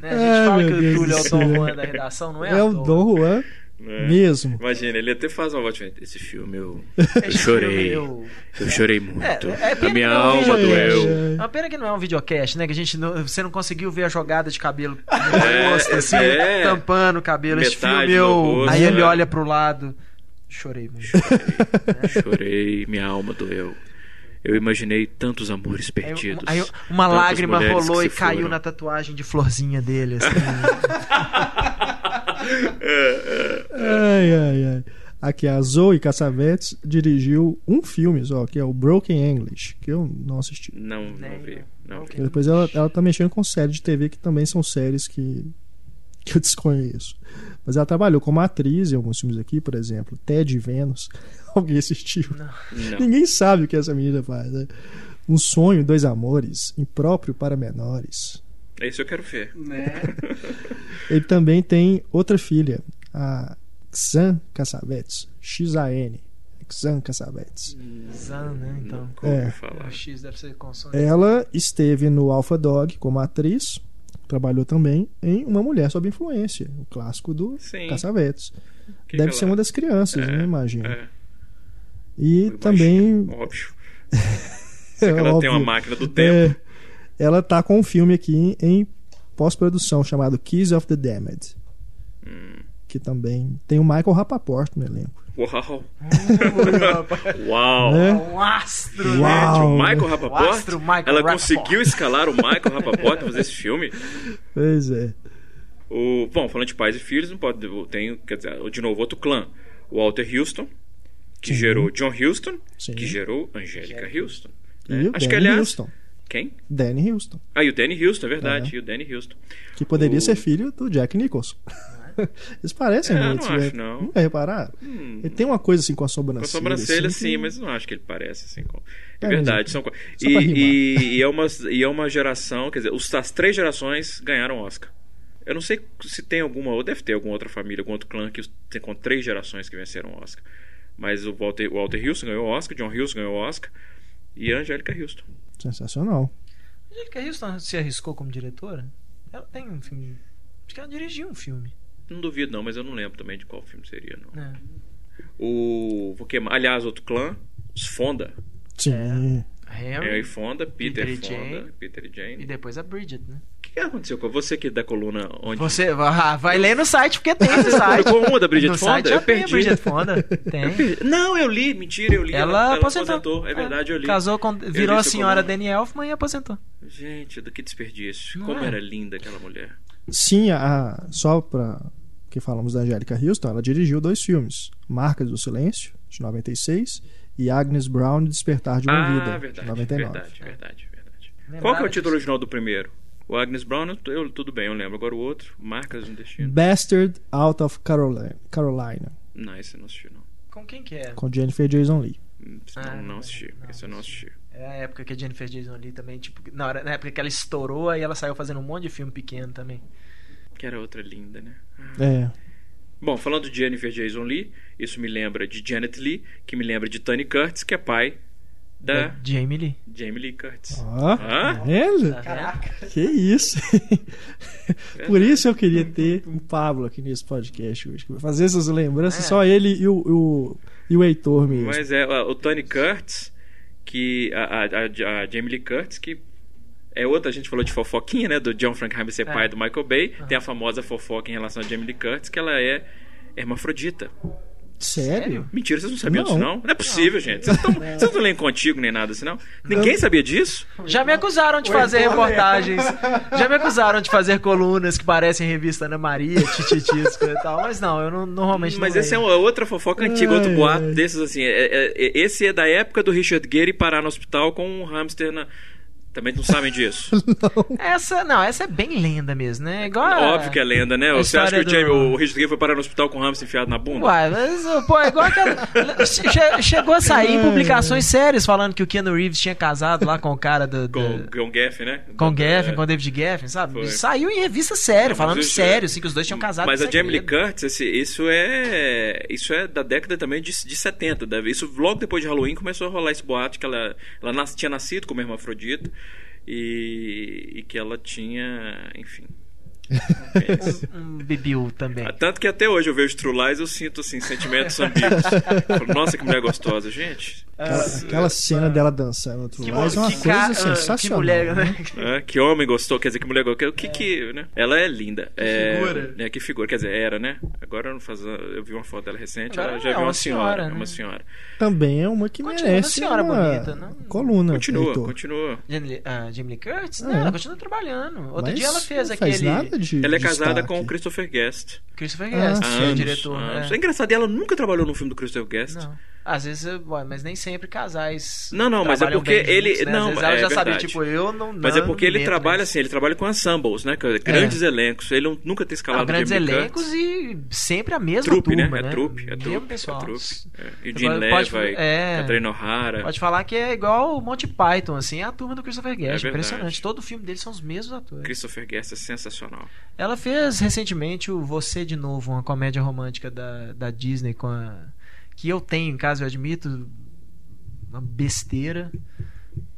[SPEAKER 3] Né, A gente
[SPEAKER 1] Ai,
[SPEAKER 3] fala
[SPEAKER 1] meu
[SPEAKER 3] que o
[SPEAKER 1] Deus
[SPEAKER 3] Túlio é
[SPEAKER 1] do
[SPEAKER 3] o Dom
[SPEAKER 1] céu.
[SPEAKER 3] Juan da redação, não é?
[SPEAKER 1] É
[SPEAKER 3] à
[SPEAKER 1] o
[SPEAKER 3] toa.
[SPEAKER 1] Dom Juan
[SPEAKER 2] né?
[SPEAKER 1] mesmo.
[SPEAKER 2] Imagina, ele até faz uma voz diferente. Esse filme eu, eu
[SPEAKER 3] Esse
[SPEAKER 2] chorei.
[SPEAKER 3] filme É eu-
[SPEAKER 2] Eu chorei muito.
[SPEAKER 3] É, é
[SPEAKER 2] a
[SPEAKER 3] pena
[SPEAKER 2] minha
[SPEAKER 3] que não
[SPEAKER 2] alma
[SPEAKER 3] veja
[SPEAKER 2] doeu.
[SPEAKER 1] gente.
[SPEAKER 3] É uma pena que não é um videocast, né? Que a gente não- você não conseguiu ver a jogada de cabelo no
[SPEAKER 2] É,
[SPEAKER 3] rosto, assim,
[SPEAKER 2] é.
[SPEAKER 3] tampando o cabelo. Esse
[SPEAKER 2] Metade
[SPEAKER 3] filme
[SPEAKER 2] do
[SPEAKER 3] eu-
[SPEAKER 2] rosto,
[SPEAKER 3] Aí ele
[SPEAKER 2] né?
[SPEAKER 3] olha pro lado. Chorei muito.
[SPEAKER 2] É. Chorei, minha alma doeu. Eu imaginei tantos amores
[SPEAKER 3] Aí,
[SPEAKER 2] perdidos.
[SPEAKER 3] aí uma
[SPEAKER 2] tantas
[SPEAKER 3] lágrima
[SPEAKER 2] mulheres
[SPEAKER 3] rolou
[SPEAKER 2] que
[SPEAKER 3] e
[SPEAKER 2] se
[SPEAKER 3] caiu
[SPEAKER 2] foram.
[SPEAKER 3] na tatuagem de florzinha dele, assim.
[SPEAKER 2] É,
[SPEAKER 1] Ai, ai, ai. Aqui, a Zoe Cassavetes dirigiu um filme só, que é o Broken English, que eu não assisti.
[SPEAKER 2] Não, não
[SPEAKER 3] Nem
[SPEAKER 2] vi. Não vi.
[SPEAKER 1] E depois ela, ela tá mexendo com séries de TV, que também são séries que, que eu desconheço. Mas ela trabalhou como atriz em alguns filmes aqui, por exemplo, Ted e Vênus. Alguém assistiu?
[SPEAKER 2] Não.
[SPEAKER 1] Ninguém sabe o que essa menina faz, né? Um sonho, dois amores, impróprio para menores.
[SPEAKER 2] Esse É eu quero ver.
[SPEAKER 3] Né?
[SPEAKER 1] Ele também tem outra filha, a Sam Cassavetes, X-A-N, Xan Cassavetes.
[SPEAKER 3] Zan, né? Então.
[SPEAKER 2] Como
[SPEAKER 1] É.
[SPEAKER 2] falar?
[SPEAKER 3] O X deve ser consonante.
[SPEAKER 1] Ela esteve no Alpha Dog como atriz, trabalhou também em Uma Mulher Sob Influência, o clássico do
[SPEAKER 2] Sim.
[SPEAKER 1] Cassavetes.
[SPEAKER 2] Que
[SPEAKER 1] Deve
[SPEAKER 2] que
[SPEAKER 1] ser
[SPEAKER 2] ela-
[SPEAKER 1] uma das crianças,
[SPEAKER 2] É,
[SPEAKER 1] né? Imagino.
[SPEAKER 2] é,
[SPEAKER 1] E
[SPEAKER 2] foi
[SPEAKER 1] também.
[SPEAKER 2] baixinha, Óbvio.
[SPEAKER 1] É,
[SPEAKER 2] Ela tem
[SPEAKER 1] óbvio,
[SPEAKER 2] uma máquina do tempo.
[SPEAKER 1] é, ela tá com um filme aqui em pós-produção chamado Keys of the Damned. É.
[SPEAKER 2] Hum.
[SPEAKER 1] Que também tem o Michael Rapaport no elenco.
[SPEAKER 2] Uau.
[SPEAKER 3] É
[SPEAKER 2] Uau.
[SPEAKER 1] Né?
[SPEAKER 3] um astro,
[SPEAKER 2] Gente,
[SPEAKER 3] né?
[SPEAKER 1] Uau.
[SPEAKER 2] o Michael
[SPEAKER 3] O
[SPEAKER 2] Rapaport,
[SPEAKER 3] astro Michael
[SPEAKER 2] ela
[SPEAKER 3] Rapaport.
[SPEAKER 2] conseguiu escalar o Michael Rapaport pra fazer esse filme.
[SPEAKER 1] Pois é.
[SPEAKER 2] O, bom, falando de pais e filhos, não pode. Tem, quer dizer, de novo, outro clã. O Walter Houston, que
[SPEAKER 1] Sim.
[SPEAKER 2] gerou John Houston,
[SPEAKER 1] Sim.
[SPEAKER 2] que gerou Angélica Houston.
[SPEAKER 1] E
[SPEAKER 2] né?
[SPEAKER 1] o
[SPEAKER 2] Acho
[SPEAKER 1] Danny
[SPEAKER 2] que, aliás.
[SPEAKER 1] Houston.
[SPEAKER 2] Quem?
[SPEAKER 1] Danny Houston.
[SPEAKER 2] Ah, e o Danny Houston, é verdade. E o Danny Houston.
[SPEAKER 1] Que poderia
[SPEAKER 2] O-
[SPEAKER 1] ser filho do Jack Nicholson. Eles parecem
[SPEAKER 2] É,
[SPEAKER 1] muito.
[SPEAKER 2] não acho,
[SPEAKER 1] é-
[SPEAKER 2] não.
[SPEAKER 1] Nunca repararam?
[SPEAKER 2] Hum,
[SPEAKER 1] Ele tem uma coisa assim com a
[SPEAKER 2] com
[SPEAKER 1] sobrancelha.
[SPEAKER 2] a sobrancelha,
[SPEAKER 1] assim,
[SPEAKER 2] sim,
[SPEAKER 1] que-
[SPEAKER 2] mas não acho que ele parece assim. com- É
[SPEAKER 1] É,
[SPEAKER 2] verdade.
[SPEAKER 1] mas-
[SPEAKER 2] São... co-
[SPEAKER 1] só
[SPEAKER 2] E,
[SPEAKER 1] pra rimar.
[SPEAKER 2] e, e, é uma, e é uma geração, quer dizer, os- as três gerações ganharam Oscar. Eu não sei se tem alguma, ou deve ter alguma outra família, algum outro clã que os- tem com três gerações que venceram Oscar. Mas o Walter, o Walter Houston ganhou Oscar, John Houston ganhou Oscar e a Angélica Houston.
[SPEAKER 1] Sensacional.
[SPEAKER 3] Angelica Houston se arriscou como diretora? Ela tem um filme. Acho que ela dirigiu um filme.
[SPEAKER 2] Não duvido, não, mas eu não lembro também de qual filme seria, não.
[SPEAKER 3] né?
[SPEAKER 2] O. o que mais? Aliás, outro clã, os Fonda.
[SPEAKER 1] Sim.
[SPEAKER 3] Harry.
[SPEAKER 2] Harry Fonda, Peter,
[SPEAKER 3] Peter e
[SPEAKER 2] Fonda,
[SPEAKER 3] Jane.
[SPEAKER 2] Peter e Jane.
[SPEAKER 3] E depois a Bridget, né?
[SPEAKER 2] O que que aconteceu com você que é da coluna onde.
[SPEAKER 3] Você ah, vai ler no site, porque tem no site.
[SPEAKER 2] publicou uma da Bridget
[SPEAKER 3] no
[SPEAKER 2] Fonda?
[SPEAKER 3] site
[SPEAKER 2] Eu
[SPEAKER 3] já tem a
[SPEAKER 2] perdi.
[SPEAKER 3] Bridget Fonda.
[SPEAKER 2] Eu
[SPEAKER 3] Tem.
[SPEAKER 2] perdi- Não, eu li, mentira, eu li.
[SPEAKER 3] Ela, aposentou.
[SPEAKER 2] É verdade, eu li.
[SPEAKER 3] Casou com.
[SPEAKER 2] li
[SPEAKER 3] Virou a
[SPEAKER 2] isso
[SPEAKER 3] senhora
[SPEAKER 2] como-
[SPEAKER 3] Daniel Elfman e aposentou.
[SPEAKER 2] Gente, do que desperdício.
[SPEAKER 3] Não
[SPEAKER 2] Como
[SPEAKER 3] é?
[SPEAKER 2] era linda aquela mulher.
[SPEAKER 1] Sim, a, só pra que falamos da Angélica Houston, ela dirigiu dois filmes: Marcas do Silêncio, de 96, e Agnes Brown Despertar de uma
[SPEAKER 2] ah,
[SPEAKER 1] Vida, de
[SPEAKER 2] verdade,
[SPEAKER 1] 99.
[SPEAKER 2] verdade, verdade, verdade. Qual
[SPEAKER 3] Lembrava
[SPEAKER 2] que é o título
[SPEAKER 3] disso.
[SPEAKER 2] original do primeiro? O Agnes Brown, eu- eu, tudo bem, eu lembro. Agora o outro, Marcas no Destino.
[SPEAKER 1] Bastard Out of Carolina, Carolina,
[SPEAKER 2] Não, esse eu não assisti, não.
[SPEAKER 3] Com quem que é?
[SPEAKER 1] com Jennifer Jason Lee.
[SPEAKER 2] Hum, esse
[SPEAKER 3] Ah,
[SPEAKER 2] não, não
[SPEAKER 3] não,
[SPEAKER 2] assisti.
[SPEAKER 3] não
[SPEAKER 2] esse eu não assisti.
[SPEAKER 3] É a época que a Jennifer Jason ali também, tipo, na, hora, na época que ela estourou, aí ela saiu fazendo um monte de filme pequeno também.
[SPEAKER 2] Que era outra linda, né?
[SPEAKER 1] É,
[SPEAKER 2] Bom, falando de Jennifer Jason Lee, isso me lembra de Janet Lee, que me lembra de Tony Curtis, que é pai da
[SPEAKER 3] Jamie Lee.
[SPEAKER 2] Jamie Lee Curtis.
[SPEAKER 1] ó,
[SPEAKER 2] Ah?
[SPEAKER 1] tá vendo?
[SPEAKER 3] Tá Caraca.
[SPEAKER 1] Que isso? Por isso eu queria ter o Pablo aqui nesse podcast hoje, que vai fazer essas lembranças,
[SPEAKER 3] É.
[SPEAKER 1] só ele e o, o, e o Heitor mesmo.
[SPEAKER 2] Mas é ó, o Tony Curtis, que a, a, a- a Jamie Lee Curtis, que é outra, a gente falou de fofoquinha, né? Do John Frankenheimer ser
[SPEAKER 3] É.
[SPEAKER 2] pai do Michael Bay. Tem a famosa fofoca em relação a Jamie Lee Curtis, que ela é hermafrodita.
[SPEAKER 1] Sério?
[SPEAKER 2] Mentira, vocês não sabiam
[SPEAKER 1] Não.
[SPEAKER 2] disso, não? Não é possível, gente. Vocês, tão- vocês não leem contigo nem nada assim, não? Ninguém sabia disso?
[SPEAKER 3] Já me acusaram de fazer reportagens. Já me acusaram de fazer colunas que parecem revista Ana Maria, Tititisco e tal. Mas não, eu não, normalmente
[SPEAKER 2] Mas
[SPEAKER 3] não.
[SPEAKER 2] essa é uma outra fofoca antiga, outro
[SPEAKER 1] Ai,
[SPEAKER 2] boato
[SPEAKER 1] ai.
[SPEAKER 2] desses, assim. é- é- é- esse é da época do Richard Gere parar no hospital com um hamster na. Também não sabem disso.
[SPEAKER 3] Essa, não, essa é bem lenda mesmo, né? Igual a-
[SPEAKER 2] Óbvio que é lenda, né?
[SPEAKER 3] a
[SPEAKER 2] Você acha que o,
[SPEAKER 3] história
[SPEAKER 2] Jamie,
[SPEAKER 3] do-
[SPEAKER 2] o Richard Gere foi parar no hospital com o hamster enfiado na bunda?
[SPEAKER 3] Uai, mas, pô, é igual aquela. Che- Chegou a sair publicações sérias falando que o Keanu Reeves tinha casado lá com o cara do. do-
[SPEAKER 2] Com, com o Geffen, né?
[SPEAKER 3] Com o Geffen,
[SPEAKER 2] É.
[SPEAKER 3] com o David Geffen, sabe?
[SPEAKER 2] Foi.
[SPEAKER 3] Saiu em revista séria,
[SPEAKER 2] Não,
[SPEAKER 3] falando
[SPEAKER 2] mas isso é-
[SPEAKER 3] sério, assim, que os dois tinham casado.
[SPEAKER 2] Mas
[SPEAKER 3] em
[SPEAKER 2] a Jamie Lee
[SPEAKER 3] segredo.
[SPEAKER 2] Curtis, esse- isso é isso é da década também de, de 70. da- Isso logo depois de Halloween começou a rolar esse boato que ela, ela nas- tinha nascido como hermafrodita e, e que ela tinha, enfim. fez.
[SPEAKER 3] Um bibiu também.
[SPEAKER 2] Tanto que até hoje eu vejo True Lies eu sinto assim sentimentos ambíguos. Eu falo, Nossa, que mulher gostosa, gente.
[SPEAKER 1] Aquela, aquela cena dela dançando outro
[SPEAKER 3] Que,
[SPEAKER 1] lado é uma
[SPEAKER 3] que
[SPEAKER 1] coisa
[SPEAKER 3] ca- ah,
[SPEAKER 1] sensacional.
[SPEAKER 3] que mulher, né?
[SPEAKER 2] É, que homem gostou, quer dizer, que mulher gostou. O que que, né? Ela é linda. Que
[SPEAKER 3] figura.
[SPEAKER 2] É, que figura, quer dizer, era, né? Agora eu não faz, eu vi uma foto dela recente,
[SPEAKER 3] Agora
[SPEAKER 2] ela já
[SPEAKER 3] é
[SPEAKER 2] viu uma
[SPEAKER 3] uma
[SPEAKER 2] senhora,
[SPEAKER 3] senhora,
[SPEAKER 2] é uma
[SPEAKER 3] né?
[SPEAKER 2] senhora.
[SPEAKER 1] Também é uma que
[SPEAKER 3] Continua
[SPEAKER 1] merece
[SPEAKER 3] uma senhora
[SPEAKER 1] uma
[SPEAKER 3] bonita, né? não?
[SPEAKER 1] coluna.
[SPEAKER 2] Continua,
[SPEAKER 1] Heitor.
[SPEAKER 2] continua.
[SPEAKER 3] Jamie Lee- ah, Jamie Lee Curtis?
[SPEAKER 1] É.
[SPEAKER 3] Não, ela continua trabalhando. Outro
[SPEAKER 1] Mas
[SPEAKER 3] dia ela fez
[SPEAKER 1] não
[SPEAKER 3] aquele.
[SPEAKER 1] Faz nada de
[SPEAKER 2] Ela é casada
[SPEAKER 1] destaque.
[SPEAKER 2] com o Christopher Guest.
[SPEAKER 3] Christopher
[SPEAKER 1] Ah,
[SPEAKER 2] Há
[SPEAKER 3] Guest, que é o
[SPEAKER 2] anos,
[SPEAKER 3] diretor.
[SPEAKER 2] há
[SPEAKER 3] né?
[SPEAKER 2] anos. É engraçado, e ela nunca trabalhou no filme do Christopher Guest.
[SPEAKER 3] Não. Às vezes, eh, bom, mas nem sempre casais.
[SPEAKER 2] Não, não, mas é
[SPEAKER 3] trabalham
[SPEAKER 2] porque
[SPEAKER 3] bem
[SPEAKER 2] ele-
[SPEAKER 3] juntos, né?
[SPEAKER 2] não,
[SPEAKER 3] Às vezes ela
[SPEAKER 2] é
[SPEAKER 3] já sabia,
[SPEAKER 2] verdade.
[SPEAKER 3] tipo, eu não.
[SPEAKER 2] Mas é
[SPEAKER 3] não
[SPEAKER 2] porque ele
[SPEAKER 3] meto
[SPEAKER 2] trabalha
[SPEAKER 3] nisso.
[SPEAKER 2] assim, ele trabalha com ensembles, né? que- Grandes elencos. Ele não- nunca tem escalado
[SPEAKER 3] Não, Ah, grandes
[SPEAKER 2] Jamie Lee
[SPEAKER 3] elencos
[SPEAKER 2] Curtis.
[SPEAKER 3] e sempre a mesma
[SPEAKER 2] Trupe, né?
[SPEAKER 3] turma,
[SPEAKER 2] É trupe, é
[SPEAKER 3] Mesmo
[SPEAKER 2] trupe, é
[SPEAKER 3] pessoal.
[SPEAKER 2] trupe. É. E o
[SPEAKER 3] Agora
[SPEAKER 2] Gene
[SPEAKER 3] pode-
[SPEAKER 2] Levi,
[SPEAKER 3] é.
[SPEAKER 2] Catherine O'Hara.
[SPEAKER 3] Pode falar que é igual o Monty Python, assim, é a turma do Christopher Guest.
[SPEAKER 2] verdade.
[SPEAKER 3] impressionante. Todo filme dele são os mesmos atores.
[SPEAKER 2] Christopher Guest é sensacional.
[SPEAKER 3] Ela fez recentemente o Você de Novo, uma comédia romântica da, da Disney com a que eu tenho em casa, eu admito, uma besteira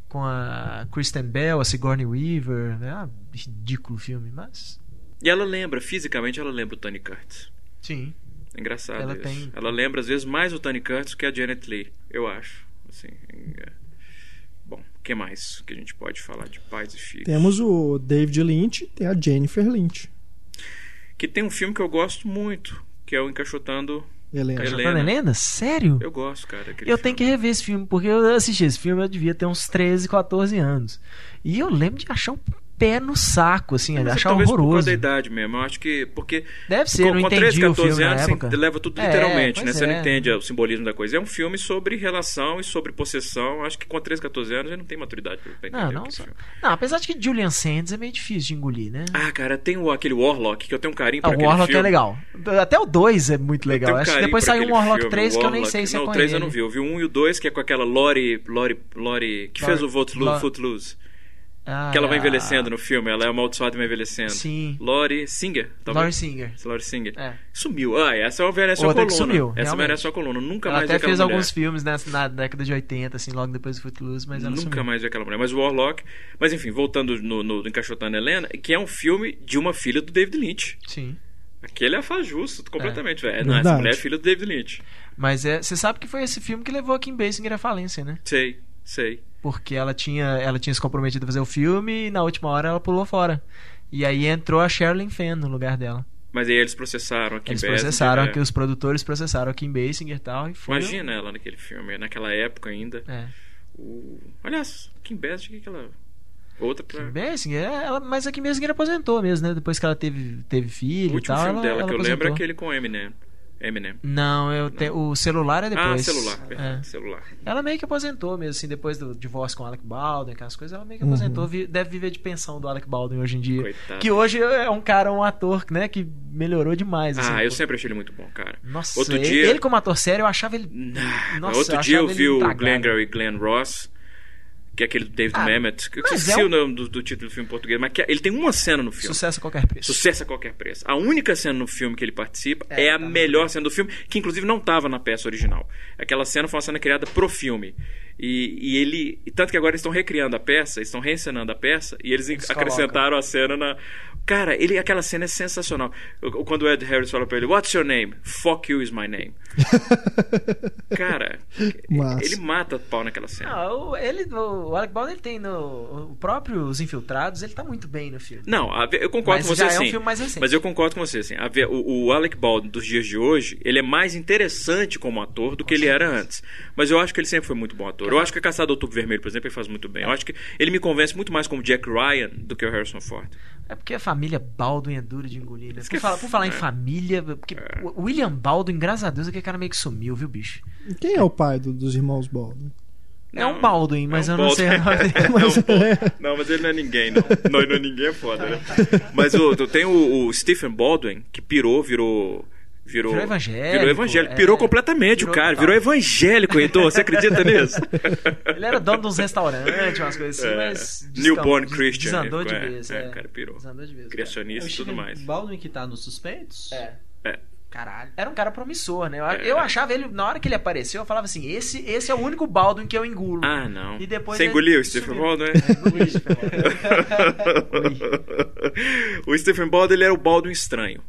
[SPEAKER 3] com a Kristen Bell, a Sigourney Weaver, é um ridículo filme, mas
[SPEAKER 2] E ela lembra, fisicamente ela lembra o Tony Curtis.
[SPEAKER 3] sim,
[SPEAKER 2] É engraçado
[SPEAKER 3] Ela
[SPEAKER 2] isso.
[SPEAKER 3] tem-
[SPEAKER 2] Ela lembra, às vezes, mais o Tony Curtis que a Janet Leigh, eu acho. Assim, é. Bom, o que mais que a gente pode falar de pais e filhos?
[SPEAKER 1] Temos o David Lynch e a Jennifer Lynch.
[SPEAKER 2] Que tem um filme que eu gosto muito, que é o Encaixotando...
[SPEAKER 1] Helena.
[SPEAKER 2] Helena.
[SPEAKER 3] Helena, Helena, tá sério?
[SPEAKER 2] Eu gosto, cara. daquele
[SPEAKER 3] Eu tenho que
[SPEAKER 2] filme.
[SPEAKER 3] rever esse filme, porque eu assisti esse filme, eu devia ter uns 13, 14 anos. E eu lembro de achar o pé no saco, assim,
[SPEAKER 2] Mas é
[SPEAKER 3] achar
[SPEAKER 2] talvez por causa
[SPEAKER 3] horroroso.
[SPEAKER 2] da idade mesmo. Eu acho que... Porque
[SPEAKER 3] Deve ser, eu
[SPEAKER 2] com,
[SPEAKER 3] não
[SPEAKER 2] com
[SPEAKER 3] entendi
[SPEAKER 2] 13, 14
[SPEAKER 3] o filme
[SPEAKER 2] anos,
[SPEAKER 3] na época.
[SPEAKER 2] você leva tudo
[SPEAKER 3] É,
[SPEAKER 2] literalmente, né?
[SPEAKER 3] pois
[SPEAKER 2] Você não
[SPEAKER 3] é.
[SPEAKER 2] entende o simbolismo da coisa. É um filme sobre relação e sobre possessão. Acho que com 13, 14 anos eu não tenho maturidade pra pra entender
[SPEAKER 3] Ah, Não,
[SPEAKER 2] o que
[SPEAKER 3] não,
[SPEAKER 2] é esse filme.
[SPEAKER 3] não, apesar de que Julian Sands é meio difícil de engolir, né?
[SPEAKER 2] Ah, cara, tem o, aquele Warlock, que eu tenho um carinho pra
[SPEAKER 3] Ah, o
[SPEAKER 2] aquele
[SPEAKER 3] Warlock
[SPEAKER 2] filme.
[SPEAKER 3] é legal. Até o 2 é muito
[SPEAKER 2] Eu
[SPEAKER 3] legal.
[SPEAKER 2] tenho um
[SPEAKER 3] Acho que
[SPEAKER 2] carinho
[SPEAKER 3] depois
[SPEAKER 2] por
[SPEAKER 3] saiu o
[SPEAKER 2] aquele
[SPEAKER 3] Warlock
[SPEAKER 2] filme,
[SPEAKER 3] 3,
[SPEAKER 2] o
[SPEAKER 3] que eu nem
[SPEAKER 2] Warlock-
[SPEAKER 3] sei se é
[SPEAKER 2] Não,
[SPEAKER 3] com
[SPEAKER 2] o 3
[SPEAKER 3] ele.
[SPEAKER 2] eu não vi. Eu vi o 1 e o 2, que é com aquela Lori... Lori... Lori... Que fez
[SPEAKER 3] Lori-
[SPEAKER 2] o Footloose.
[SPEAKER 3] Lori-
[SPEAKER 2] Footloose
[SPEAKER 3] Ah,
[SPEAKER 2] que ela vai envelhecendo no filme. Ela é amaldiçoada e vai envelhecendo.
[SPEAKER 3] Sim.
[SPEAKER 2] Lori Singer, talvez.
[SPEAKER 3] Lori Singer.
[SPEAKER 2] Lori Singer.
[SPEAKER 3] É.
[SPEAKER 2] Sumiu. Ah, essa é merece a coluna.
[SPEAKER 3] Outra que sumiu,
[SPEAKER 2] essa
[SPEAKER 3] realmente.
[SPEAKER 2] merece a coluna. Nunca
[SPEAKER 3] Ela
[SPEAKER 2] mais
[SPEAKER 3] até
[SPEAKER 2] vi aquela
[SPEAKER 3] fez
[SPEAKER 2] mulher.
[SPEAKER 3] alguns filmes né, na década de 80, assim, logo depois do Footloose, mas ela
[SPEAKER 2] Nunca
[SPEAKER 3] sumiu.
[SPEAKER 2] mais vi aquela mulher. Mas o Warlock. Mas enfim, voltando no, no Encaixotando Helena, que é um filme de uma filha do David Lynch.
[SPEAKER 3] Sim.
[SPEAKER 2] Aquele é faz justo completamente, velho. Não, essa
[SPEAKER 1] Verdade.
[SPEAKER 2] mulher é filha do David Lynch.
[SPEAKER 3] Mas é, você sabe que foi esse filme que levou a Kim Basinger à falência, né?
[SPEAKER 2] Sei, sei.
[SPEAKER 3] Porque ela tinha, ela tinha se comprometido a fazer o filme e na última hora ela pulou fora. E aí entrou a Sherilyn Fenn no lugar dela.
[SPEAKER 2] Mas aí eles processaram aqui
[SPEAKER 3] Eles
[SPEAKER 2] em Basinger,
[SPEAKER 3] processaram,
[SPEAKER 2] né?
[SPEAKER 3] que os produtores processaram a Kim Basinger e tal, e foi...
[SPEAKER 2] Imagina ela naquele filme, naquela época ainda.
[SPEAKER 3] É.
[SPEAKER 2] O... Aliás, Kim Basinger, o que que ela. Outra pra.
[SPEAKER 3] Kim Basinger, é, ela, mas a Kim Basinger aposentou mesmo, né? Depois que ela teve, teve
[SPEAKER 2] O
[SPEAKER 3] filho e
[SPEAKER 2] último
[SPEAKER 3] tal,
[SPEAKER 2] filme
[SPEAKER 3] ela,
[SPEAKER 2] dela
[SPEAKER 3] ela
[SPEAKER 2] que eu
[SPEAKER 3] aposentou.
[SPEAKER 2] lembro é aquele com Eminem. Eminem.
[SPEAKER 3] Não, eu te- o celular é depois.
[SPEAKER 2] Ah, celular.
[SPEAKER 3] É.
[SPEAKER 2] verdade, Celular.
[SPEAKER 3] Ela meio que aposentou mesmo, assim, depois do divórcio com o Alec Baldwin, aquelas coisas, ela meio que aposentou. vi- Deve viver de pensão do Alec Baldwin hoje em dia.
[SPEAKER 2] Coitado.
[SPEAKER 3] Que hoje é um cara, um ator, né, que melhorou demais. assim,
[SPEAKER 2] Ah, eu
[SPEAKER 3] pô.
[SPEAKER 2] sempre achei ele muito bom, cara.
[SPEAKER 3] Nossa,
[SPEAKER 2] Outro
[SPEAKER 3] ele,
[SPEAKER 2] dia-
[SPEAKER 3] ele como ator sério, eu achava ele.
[SPEAKER 2] Ah,
[SPEAKER 3] Nossa,
[SPEAKER 2] outro
[SPEAKER 3] eu
[SPEAKER 2] dia eu
[SPEAKER 3] achava
[SPEAKER 2] vi
[SPEAKER 3] ele
[SPEAKER 2] o
[SPEAKER 3] indagado.
[SPEAKER 2] Glenn Gary e Glenn Ross, que é aquele do David
[SPEAKER 3] Ah,
[SPEAKER 2] Mamet. Que eu
[SPEAKER 3] mas
[SPEAKER 2] esqueci
[SPEAKER 3] é um-
[SPEAKER 2] o nome do, do título do filme em português, mas que- é, ele tem uma cena no filme.
[SPEAKER 3] Sucesso a qualquer preço.
[SPEAKER 2] Sucesso a qualquer preço. A única cena no filme que ele participa é,
[SPEAKER 3] É,
[SPEAKER 2] a
[SPEAKER 3] tá muito
[SPEAKER 2] melhor cena do filme, que inclusive não estava na peça original. Aquela cena foi uma cena criada pro filme. E, e ele. e tanto que agora eles estão recriando a peça, eles estão reencenando a peça, e eles,
[SPEAKER 3] Eles
[SPEAKER 2] acrescentaram a cena na. Cara, ele, aquela cena é sensacional. Eu- Quando o Ed Harris fala pra ele, What's your name? Fuck you is my name. Cara,
[SPEAKER 1] Massa.
[SPEAKER 2] ele mata pau naquela cena.
[SPEAKER 3] Não, o- ele, o Alec Baldwin ele tem no. O próprio Os Infiltrados, ele tá muito bem no filme.
[SPEAKER 2] Não, a ve- eu concordo
[SPEAKER 3] Mas
[SPEAKER 2] com você
[SPEAKER 3] já é um
[SPEAKER 2] sim.
[SPEAKER 3] filme mais recente.
[SPEAKER 2] Mas eu concordo com você sim. A ve- O, o Alec Baldwin dos dias de hoje, ele é mais interessante como ator do que ele era antes. Mas eu acho que ele sempre foi muito bom ator. Eu acho que Caçado ao Tubo Vermelho, por exemplo, ele faz muito
[SPEAKER 3] É.
[SPEAKER 2] bem. Eu acho que ele me convence muito mais como Jack Ryan do que o Harrison Ford.
[SPEAKER 3] É porque a família Baldwin é dura de engolir, né?
[SPEAKER 2] Isso
[SPEAKER 3] Por,
[SPEAKER 2] que é
[SPEAKER 3] falar, por falar em
[SPEAKER 2] f- é.
[SPEAKER 3] família, porque
[SPEAKER 2] É.
[SPEAKER 3] o William Baldwin, graças a Deus, aquele cara meio que sumiu, viu, bicho?
[SPEAKER 1] Quem é o pai do- dos irmãos né? Baldwin?
[SPEAKER 3] É um Baldwin, mas eu não sei o nome dele.
[SPEAKER 2] É um Baldwin. não, mas ele não é ninguém, não. Não, ele não é ninguém, é foda, né? Mas o, tu tem o, o Stephen Baldwin, que pirou, virou. Virou,
[SPEAKER 3] Virou evangélico,
[SPEAKER 2] Virou evangélico.
[SPEAKER 3] é.
[SPEAKER 2] Pirou completamente
[SPEAKER 3] Virou
[SPEAKER 2] o cara.
[SPEAKER 3] total.
[SPEAKER 2] Virou evangélico, então. Você acredita nisso?
[SPEAKER 3] Ele era dono de uns restaurantes, umas coisas assim,
[SPEAKER 2] É.
[SPEAKER 3] mas.
[SPEAKER 2] Newborn
[SPEAKER 3] descambou,
[SPEAKER 2] Christian,
[SPEAKER 3] Desandou de
[SPEAKER 2] é,
[SPEAKER 3] vez.
[SPEAKER 2] é, o cara pirou.
[SPEAKER 3] Desandou de vez.
[SPEAKER 4] É
[SPEAKER 2] Criacionista
[SPEAKER 4] o
[SPEAKER 2] e tudo
[SPEAKER 4] Stephen
[SPEAKER 2] mais.
[SPEAKER 4] Baldwin que tá nos suspeitos?
[SPEAKER 3] É.
[SPEAKER 2] É.
[SPEAKER 4] Caralho.
[SPEAKER 3] Era um cara promissor, né? Eu,
[SPEAKER 2] É.
[SPEAKER 3] eu achava ele, na hora que ele apareceu, eu falava assim: esse, esse é o único Baldwin que eu engulo.
[SPEAKER 2] Ah, não.
[SPEAKER 3] E depois
[SPEAKER 2] Você
[SPEAKER 3] é ele
[SPEAKER 2] engoliu o Stephen
[SPEAKER 3] sumiu.
[SPEAKER 2] Baldwin?
[SPEAKER 3] Engoli o Stephen
[SPEAKER 2] o Stephen Baldwin ele era o Baldwin estranho.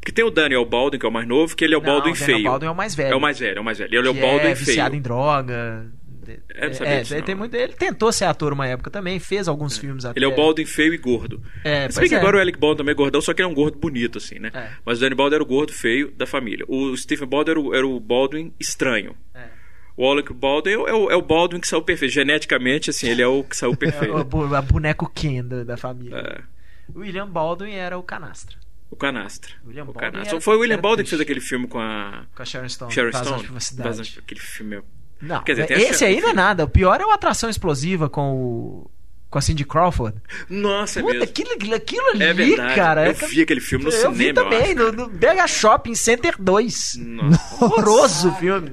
[SPEAKER 2] Porque tem o Daniel Baldwin, que é o mais novo, que ele é o
[SPEAKER 3] Não,
[SPEAKER 2] Baldwin
[SPEAKER 3] o Daniel
[SPEAKER 2] feio.
[SPEAKER 3] Baldwin é o mais velho.
[SPEAKER 2] É o mais velho, é o mais velho. Ele é o
[SPEAKER 3] que
[SPEAKER 2] Baldwin
[SPEAKER 3] é
[SPEAKER 2] feio.
[SPEAKER 3] viciado em droga.
[SPEAKER 2] É, não sabia disso,
[SPEAKER 3] ele, tem
[SPEAKER 2] não.
[SPEAKER 3] muito, ele tentou ser ator uma época também, fez alguns filmes até.
[SPEAKER 2] Ele é o Baldwin feio e gordo. Se
[SPEAKER 3] É,
[SPEAKER 2] bem
[SPEAKER 3] pois
[SPEAKER 2] que
[SPEAKER 3] é.
[SPEAKER 2] agora o Alec Baldwin também é gordão, só que ele é um gordo bonito, assim, né?
[SPEAKER 3] É.
[SPEAKER 2] Mas o Danny Baldwin era o gordo feio da família. O Stephen Baldwin era o, era o Baldwin estranho.
[SPEAKER 3] É.
[SPEAKER 2] O Alec Baldwin é o, é o- é o Baldwin que saiu perfeito. Geneticamente, assim, ele é o que saiu
[SPEAKER 3] É, o,
[SPEAKER 2] perfeito.
[SPEAKER 3] bu- a boneco Ken da, da família.
[SPEAKER 2] É.
[SPEAKER 3] O William Baldwin era o canastra.
[SPEAKER 2] O Canastra.
[SPEAKER 3] William
[SPEAKER 2] o
[SPEAKER 3] Baldwin
[SPEAKER 2] Canastra.
[SPEAKER 3] era-
[SPEAKER 2] Foi o William
[SPEAKER 3] era
[SPEAKER 2] Baldwin que
[SPEAKER 3] triste.
[SPEAKER 2] fez aquele filme com a
[SPEAKER 3] Com a Sharon Stone.
[SPEAKER 2] Sharon
[SPEAKER 3] Invasão de
[SPEAKER 2] Stone.
[SPEAKER 3] privacidade.
[SPEAKER 2] Invasão de- Aquele filme. é-
[SPEAKER 3] Não,
[SPEAKER 2] Quer dizer, tem a
[SPEAKER 3] esse
[SPEAKER 2] Sharon-
[SPEAKER 3] aí não é nada. O pior é o Atração Explosiva com o. Com a Cindy Crawford.
[SPEAKER 2] Nossa, é
[SPEAKER 3] Puta,
[SPEAKER 2] mesmo.
[SPEAKER 3] aquilo, aquilo- aquilo ali,
[SPEAKER 2] É verdade.
[SPEAKER 3] cara.
[SPEAKER 2] eu
[SPEAKER 3] é que-
[SPEAKER 2] vi aquele filme no
[SPEAKER 3] eu
[SPEAKER 2] cinema,
[SPEAKER 3] vi também, né?
[SPEAKER 2] eu
[SPEAKER 3] no, no Mega Shopping Center 2.
[SPEAKER 2] acho. Nossa.
[SPEAKER 3] Horroroso o filme.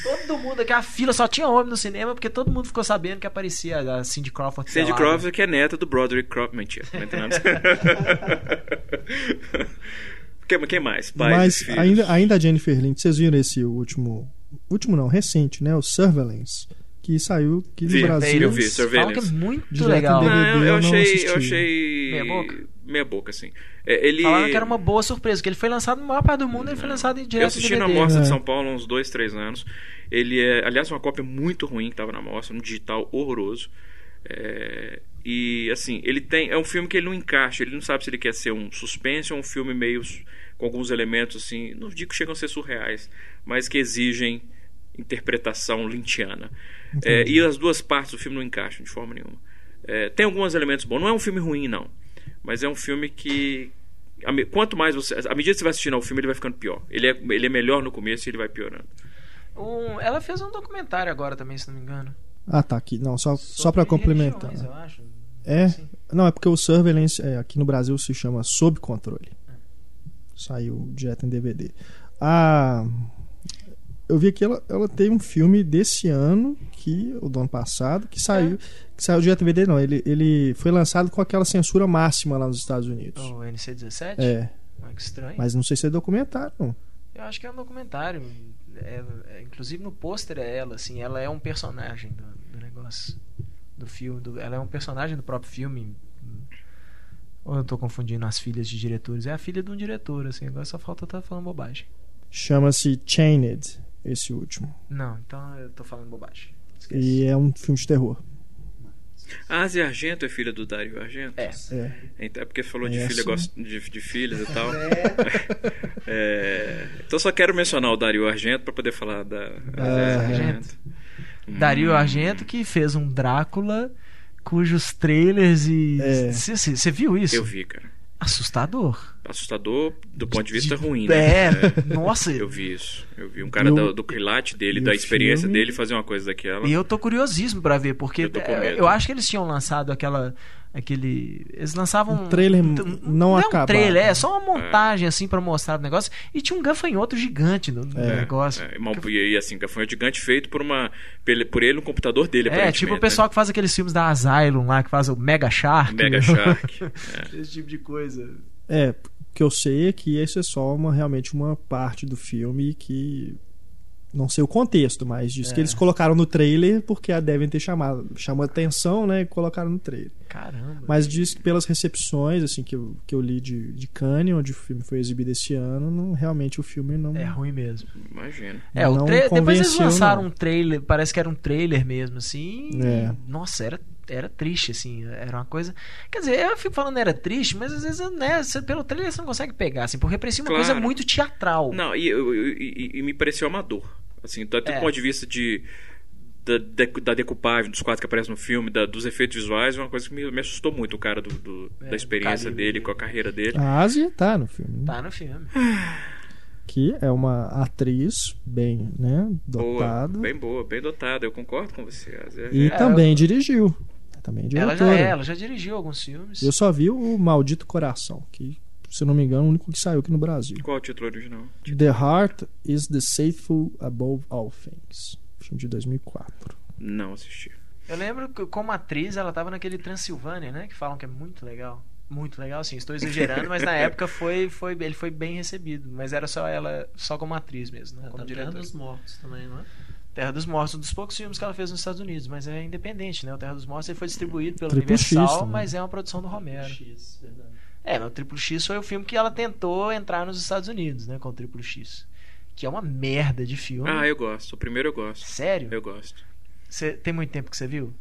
[SPEAKER 3] Todo mundo aqui, a fila só tinha homem no cinema, porque todo mundo ficou sabendo que aparecia a Cindy Crawford. né?
[SPEAKER 2] Sandy
[SPEAKER 3] pelada.
[SPEAKER 2] Crawford, que é neta do Broderick Crawford. Mentira, não tem nada. Quem, quem mais? Pais,
[SPEAKER 1] Mas
[SPEAKER 2] filhos.
[SPEAKER 1] ainda, ainda a Jennifer Lynch, vocês viram esse último. Último não, recente, né? O Surveillance. Que saiu aqui no
[SPEAKER 2] Vi,
[SPEAKER 1] Brasil.
[SPEAKER 2] eu vi,
[SPEAKER 3] Falam que é
[SPEAKER 2] Surveillance.
[SPEAKER 3] muito
[SPEAKER 1] Direto em
[SPEAKER 3] legal.
[SPEAKER 1] DVD.
[SPEAKER 2] Não, eu,
[SPEAKER 1] eu não
[SPEAKER 2] achei.
[SPEAKER 1] assisti.
[SPEAKER 2] eu achei.
[SPEAKER 3] Meia boca?
[SPEAKER 2] Meia boca, assim. É, ele.
[SPEAKER 3] Falaram que era uma boa surpresa, que ele foi lançado no maior parte do mundo, ele foi lançado em
[SPEAKER 2] Eu
[SPEAKER 3] direto em
[SPEAKER 2] assisti
[SPEAKER 3] DVD.
[SPEAKER 2] na Mostra
[SPEAKER 1] É.
[SPEAKER 2] de São Paulo há uns dois, três anos. Ele é, aliás, uma cópia muito ruim que tava na Mostra, um digital horroroso. É, e assim, ele tem. É um filme que ele não encaixa, ele não sabe se ele quer ser um suspense ou um filme meio su- com alguns elementos assim. Não digo que chegam a ser surreais, mas que exigem interpretação lintiana. É, e as duas partes do filme não encaixam de forma nenhuma. É, tem alguns elementos bons. Não é um filme ruim, não. Mas é um filme que. a me- Quanto mais você. À medida que você vai assistindo ao filme, ele vai ficando pior. Ele é, ele é melhor no começo e ele vai piorando.
[SPEAKER 3] Um- ela fez um documentário agora também, se não me engano.
[SPEAKER 1] Ah, tá. Aqui. Não, só, só
[SPEAKER 3] Sobre
[SPEAKER 1] pra complementar.
[SPEAKER 3] religiões, eu acho.
[SPEAKER 1] É?
[SPEAKER 3] Assim.
[SPEAKER 1] Não, é porque o Surveillance é, aqui no Brasil se chama Sob Controle. Saiu direto em DVD. Ah, eu vi que ela, ela tem um filme desse ano, que o do ano passado, que saiu, que saiu direto em DVD, não. Ele, ele foi lançado com aquela censura máxima lá nos Estados Unidos.
[SPEAKER 3] O NC-17?
[SPEAKER 1] É,
[SPEAKER 3] Ah, que estranho.
[SPEAKER 1] mas não sei se é documentário, não.
[SPEAKER 3] Eu acho que é um documentário. É- é- inclusive no pôster é ela, assim, ela é um personagem do, do negócio. Do filme. do- ela é um personagem do próprio filme. Ou eu tô confundindo as filhas de diretores? É a filha de um diretor, assim, agora só falta eu estar falando bobagem.
[SPEAKER 1] Chama-se Chained, esse último.
[SPEAKER 3] Não, então eu tô falando bobagem. Esqueci.
[SPEAKER 1] E é um filme de terror.
[SPEAKER 2] A Asia Argento é filha do Dario Argento?
[SPEAKER 3] É.
[SPEAKER 1] É.
[SPEAKER 2] Então, é porque falou de,
[SPEAKER 1] Conheço.
[SPEAKER 2] filha, gost- de, de filhos e tal. É. Então só quero mencionar o Dario Argento pra poder falar da.
[SPEAKER 1] Ah.
[SPEAKER 2] Hum, Asia
[SPEAKER 3] Argento. Dario Argento que fez um Drácula cujos trailers e.
[SPEAKER 1] É.
[SPEAKER 3] Você viu isso?
[SPEAKER 2] Eu vi, cara.
[SPEAKER 3] Assustador.
[SPEAKER 2] Assustador do ponto de vista ruim, né?
[SPEAKER 3] É, nossa.
[SPEAKER 2] Eu vi isso. Eu vi um cara
[SPEAKER 1] E o-
[SPEAKER 2] do, do quilate dele,
[SPEAKER 1] e
[SPEAKER 2] da
[SPEAKER 1] o
[SPEAKER 2] experiência
[SPEAKER 1] filme?
[SPEAKER 2] dele, fazer uma coisa daquela.
[SPEAKER 3] E eu tô curiosíssimo pra ver, porque
[SPEAKER 2] Eu tô com
[SPEAKER 3] eh,
[SPEAKER 2] medo.
[SPEAKER 3] eu, acho que eles tinham lançado aquela. Aquele. Eles lançavam.
[SPEAKER 1] Um trailer
[SPEAKER 3] um-
[SPEAKER 1] não
[SPEAKER 3] é um
[SPEAKER 1] acabado.
[SPEAKER 3] trailer, é só uma montagem assim pra mostrar o negócio. E tinha um gafanhoto gigante no, no
[SPEAKER 2] É,
[SPEAKER 3] negócio.
[SPEAKER 2] é, e mal- e, e assim, gafanhoto gigante feito por uma pel- por ele no computador dele,
[SPEAKER 3] É,
[SPEAKER 2] aparentemente,
[SPEAKER 3] tipo o
[SPEAKER 2] né? Um
[SPEAKER 3] pessoal que faz aqueles filmes da Asylum lá, que faz o Mega Shark.
[SPEAKER 2] Mega Shark.
[SPEAKER 3] Esse tipo de coisa.
[SPEAKER 1] É, o que eu sei é que esse é só uma, realmente uma parte do filme que. Não sei o contexto, mas diz
[SPEAKER 3] É.
[SPEAKER 1] que eles colocaram no trailer porque a devem ter chamado. Chamou atenção, né? E colocaram no trailer.
[SPEAKER 3] Caramba.
[SPEAKER 1] Mas diz que pelas recepções, assim, que eu, que eu li de, de Cannes, onde o filme foi exibido esse ano, não- realmente o filme não.
[SPEAKER 3] É ruim mesmo.
[SPEAKER 2] Imagina.
[SPEAKER 3] É, o
[SPEAKER 1] Não
[SPEAKER 3] tra- depois eles
[SPEAKER 1] convenceu,
[SPEAKER 3] lançaram
[SPEAKER 1] não.
[SPEAKER 3] um trailer, parece que era um trailer mesmo, assim. e,
[SPEAKER 1] É.
[SPEAKER 3] Nossa, era, era triste, assim. Era uma coisa. Quer dizer, eu fico falando era triste, mas às vezes, né, você- pelo trailer você não consegue pegar, assim, porque parecia uma
[SPEAKER 2] Claro.
[SPEAKER 3] coisa muito teatral.
[SPEAKER 2] Não, e, eu- eu- e- e- e me pareceu amador. Assim, do, do
[SPEAKER 3] É.
[SPEAKER 2] ponto de vista de. Da, decu- da decupagem dos quadros que aparecem no filme, da- dos efeitos visuais, é uma coisa que me, me assustou muito, o cara do, do-
[SPEAKER 3] É,
[SPEAKER 2] da experiência
[SPEAKER 3] do calibre
[SPEAKER 2] dele,
[SPEAKER 3] dele.
[SPEAKER 2] com a carreira dele.
[SPEAKER 1] A Ásia tá no filme. né?
[SPEAKER 3] Tá no filme.
[SPEAKER 1] Que é uma atriz bem, né?
[SPEAKER 2] boa,
[SPEAKER 1] Dotada.
[SPEAKER 2] bem boa, bem dotada, eu concordo com você. Zé.
[SPEAKER 1] E
[SPEAKER 2] É,
[SPEAKER 1] também dirigiu. Também é
[SPEAKER 3] Ela
[SPEAKER 1] diretora.
[SPEAKER 3] já, é, ela já dirigiu alguns filmes.
[SPEAKER 1] Eu só vi o Maldito Coração, que, se eu não me engano, é o único que saiu aqui no Brasil.
[SPEAKER 2] Qual é o título original?
[SPEAKER 1] The Heart is the Faithful Above All Things. Filme de 2004.
[SPEAKER 2] Não assisti.
[SPEAKER 3] Eu lembro que, como atriz, ela tava naquele Transilvânia, né? Que falam que é muito legal. Muito legal, sim. Estou exagerando, mas na época foi, foi, ele foi bem recebido. Mas era só ela, só como atriz mesmo, não
[SPEAKER 4] Tá
[SPEAKER 3] como
[SPEAKER 4] no Terra
[SPEAKER 3] diretora.
[SPEAKER 4] dos Mortos também, não é?
[SPEAKER 3] Terra dos Mortos, um dos poucos filmes que ela fez nos Estados Unidos, mas é independente, né? O Terra dos Mortos ele foi distribuído pela
[SPEAKER 1] Triplo X
[SPEAKER 3] Universal,
[SPEAKER 1] também.
[SPEAKER 3] mas é uma produção do Romero.
[SPEAKER 4] X, verdade.
[SPEAKER 3] É, mas o Triplo X foi o filme que ela tentou entrar nos Estados Unidos, né? Com o Triplo X. Que é uma merda de filme.
[SPEAKER 2] Ah, eu gosto. O primeiro eu gosto.
[SPEAKER 3] Sério?
[SPEAKER 2] Eu gosto.
[SPEAKER 3] Cê- tem muito tempo que você viu?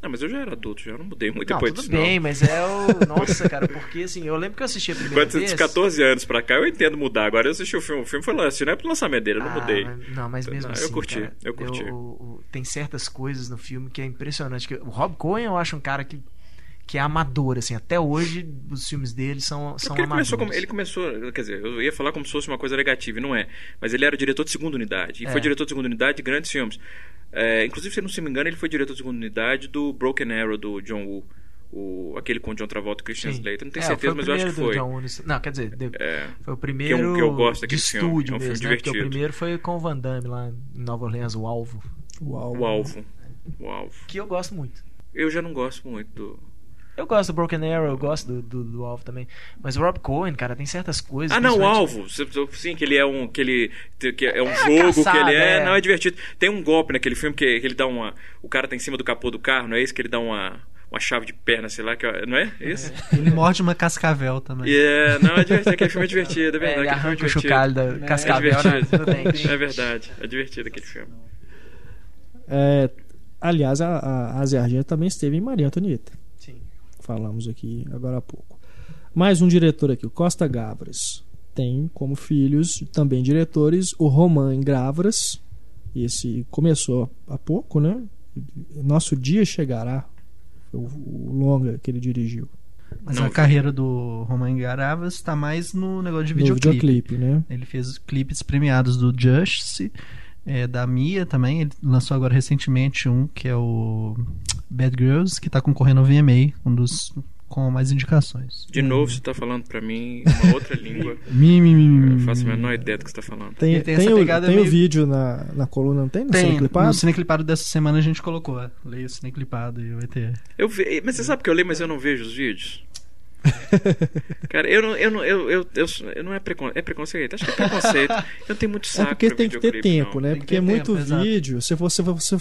[SPEAKER 2] Ah, mas eu já era adulto, já não mudei muito
[SPEAKER 3] não,
[SPEAKER 2] depois
[SPEAKER 3] tudo
[SPEAKER 2] disso. não.
[SPEAKER 3] bem, mas é o. Nossa, cara, porque assim, eu lembro que eu assisti a primeira
[SPEAKER 2] Quando
[SPEAKER 3] vez.
[SPEAKER 2] de 14 anos pra cá, eu entendo mudar. Agora eu assisti o filme. O filme foi lançado, não é pro lançamento dele, eu não
[SPEAKER 3] Ah,
[SPEAKER 2] mudei. É
[SPEAKER 3] mas- Não, mas mesmo
[SPEAKER 2] Não, eu
[SPEAKER 3] assim.
[SPEAKER 2] curti,
[SPEAKER 3] cara,
[SPEAKER 2] eu curti.
[SPEAKER 3] o- o- tem certas coisas no filme que é impressionante. que o Rob Cohen eu acho um cara que, que é amador, assim. Até hoje os filmes dele são,
[SPEAKER 2] É
[SPEAKER 3] são
[SPEAKER 2] porque ele
[SPEAKER 3] amadores.
[SPEAKER 2] começou, como- ele começou, quer dizer, eu ia falar como se fosse uma coisa negativa, e não é. Mas ele era o diretor de segunda unidade. E
[SPEAKER 3] É.
[SPEAKER 2] foi diretor de segunda unidade de grandes filmes. É, inclusive, se eu não se me engano, ele foi diretor de segunda unidade do Broken Arrow, do John Woo. O, aquele com o John Travolta e Christian
[SPEAKER 3] Sim.
[SPEAKER 2] Slater. Não tenho
[SPEAKER 3] É,
[SPEAKER 2] certeza,
[SPEAKER 3] foi o
[SPEAKER 2] mas eu acho que
[SPEAKER 3] primeiro
[SPEAKER 2] foi.
[SPEAKER 3] do John Wilson. Não, quer dizer, de-
[SPEAKER 2] É,
[SPEAKER 3] foi o primeiro
[SPEAKER 2] que eu gosto
[SPEAKER 3] de
[SPEAKER 2] daquele filme,
[SPEAKER 3] estúdio
[SPEAKER 2] é um filme
[SPEAKER 3] mesmo, né? Porque o
[SPEAKER 2] divertido.
[SPEAKER 3] primeiro foi com o Van Damme lá em Nova Orleans, o Alvo.
[SPEAKER 1] Uau.
[SPEAKER 3] né?
[SPEAKER 2] o alvo. O alvo.
[SPEAKER 3] Que eu gosto muito.
[SPEAKER 2] Eu já não gosto muito do.
[SPEAKER 3] Eu gosto do Broken Arrow, eu gosto do, do, do Alvo também. Mas o Rob Cohen, cara, tem certas coisas.
[SPEAKER 2] Ah, não, o
[SPEAKER 3] principalmente-
[SPEAKER 2] alvo. Você- você- Sim, que ele é um. Que ele, que é um
[SPEAKER 3] É,
[SPEAKER 2] jogo,
[SPEAKER 3] caçada,
[SPEAKER 2] que ele é,
[SPEAKER 3] é.
[SPEAKER 2] Não, é divertido. Tem um golpe naquele filme que, que ele dá uma. O cara tá em cima do capô do carro, não é isso? Que ele dá uma, uma chave de perna, sei lá, que, é- não é? Isso?
[SPEAKER 4] Ele morde uma cascavel também.
[SPEAKER 2] É, não, é divertido. Aquele filme é divertido, é
[SPEAKER 3] É,
[SPEAKER 2] verdade. aquele filme
[SPEAKER 3] ele
[SPEAKER 2] é
[SPEAKER 3] arranca o
[SPEAKER 2] divertido.
[SPEAKER 3] chocalho da
[SPEAKER 2] É
[SPEAKER 3] cascavel na- no dente.
[SPEAKER 2] divertido. É verdade. É divertido aquele filme.
[SPEAKER 1] É, aliás, a, a Ásia Argento também esteve em Maria Antonieta.
[SPEAKER 3] Sim.
[SPEAKER 1] Falamos aqui agora há pouco. Mais um diretor aqui, o Costa Gavras. Tem como filhos também diretores o Roman Gavras. Esse começou há pouco, né? Nosso Dia Chegará. Foi O, o longa que ele dirigiu.
[SPEAKER 4] Mas
[SPEAKER 2] Não.
[SPEAKER 4] a carreira do Romain Garavas tá mais no negócio de
[SPEAKER 1] No
[SPEAKER 4] videoclipe.
[SPEAKER 1] videoclipe, né?
[SPEAKER 4] Ele fez os clipes premiados do Justice, é, da Mia também. Ele lançou agora recentemente um que é o Bad Girls, que tá concorrendo ao VMA, um dos com mais indicações.
[SPEAKER 3] Hum.
[SPEAKER 2] De novo, você tá falando pra mim uma outra língua.
[SPEAKER 4] Mi, mi, mi, mi,
[SPEAKER 2] Eu
[SPEAKER 4] mi,
[SPEAKER 2] faço a
[SPEAKER 4] mi.
[SPEAKER 2] menor ideia do que você tá falando.
[SPEAKER 1] Tem,
[SPEAKER 4] Ele tem essa
[SPEAKER 1] tem o,
[SPEAKER 4] pegada
[SPEAKER 1] tem o
[SPEAKER 4] meio-
[SPEAKER 1] vídeo na, na coluna, não tem? No
[SPEAKER 4] Tem,
[SPEAKER 1] Cine Clipado?
[SPEAKER 4] no Cineclipado dessa semana a gente colocou. ó. Leia o Cineclipado e vai ter.
[SPEAKER 2] Eu ve... Mas
[SPEAKER 1] Hum.
[SPEAKER 2] você sabe que eu leio, mas
[SPEAKER 1] É.
[SPEAKER 2] eu não vejo os vídeos? Cara, eu não, eu não, eu, eu, eu, eu não é preconceito, é preconceito, acho que é preconceito. Eu não tenho muito
[SPEAKER 1] É
[SPEAKER 2] saco
[SPEAKER 1] porque
[SPEAKER 2] pra
[SPEAKER 1] tem que ter
[SPEAKER 2] videoclipe,
[SPEAKER 1] tempo, né?
[SPEAKER 2] não.
[SPEAKER 4] Tem que
[SPEAKER 1] Porque
[SPEAKER 4] ter
[SPEAKER 1] é muito
[SPEAKER 4] tempo, exato.
[SPEAKER 1] vídeo. Se você, você-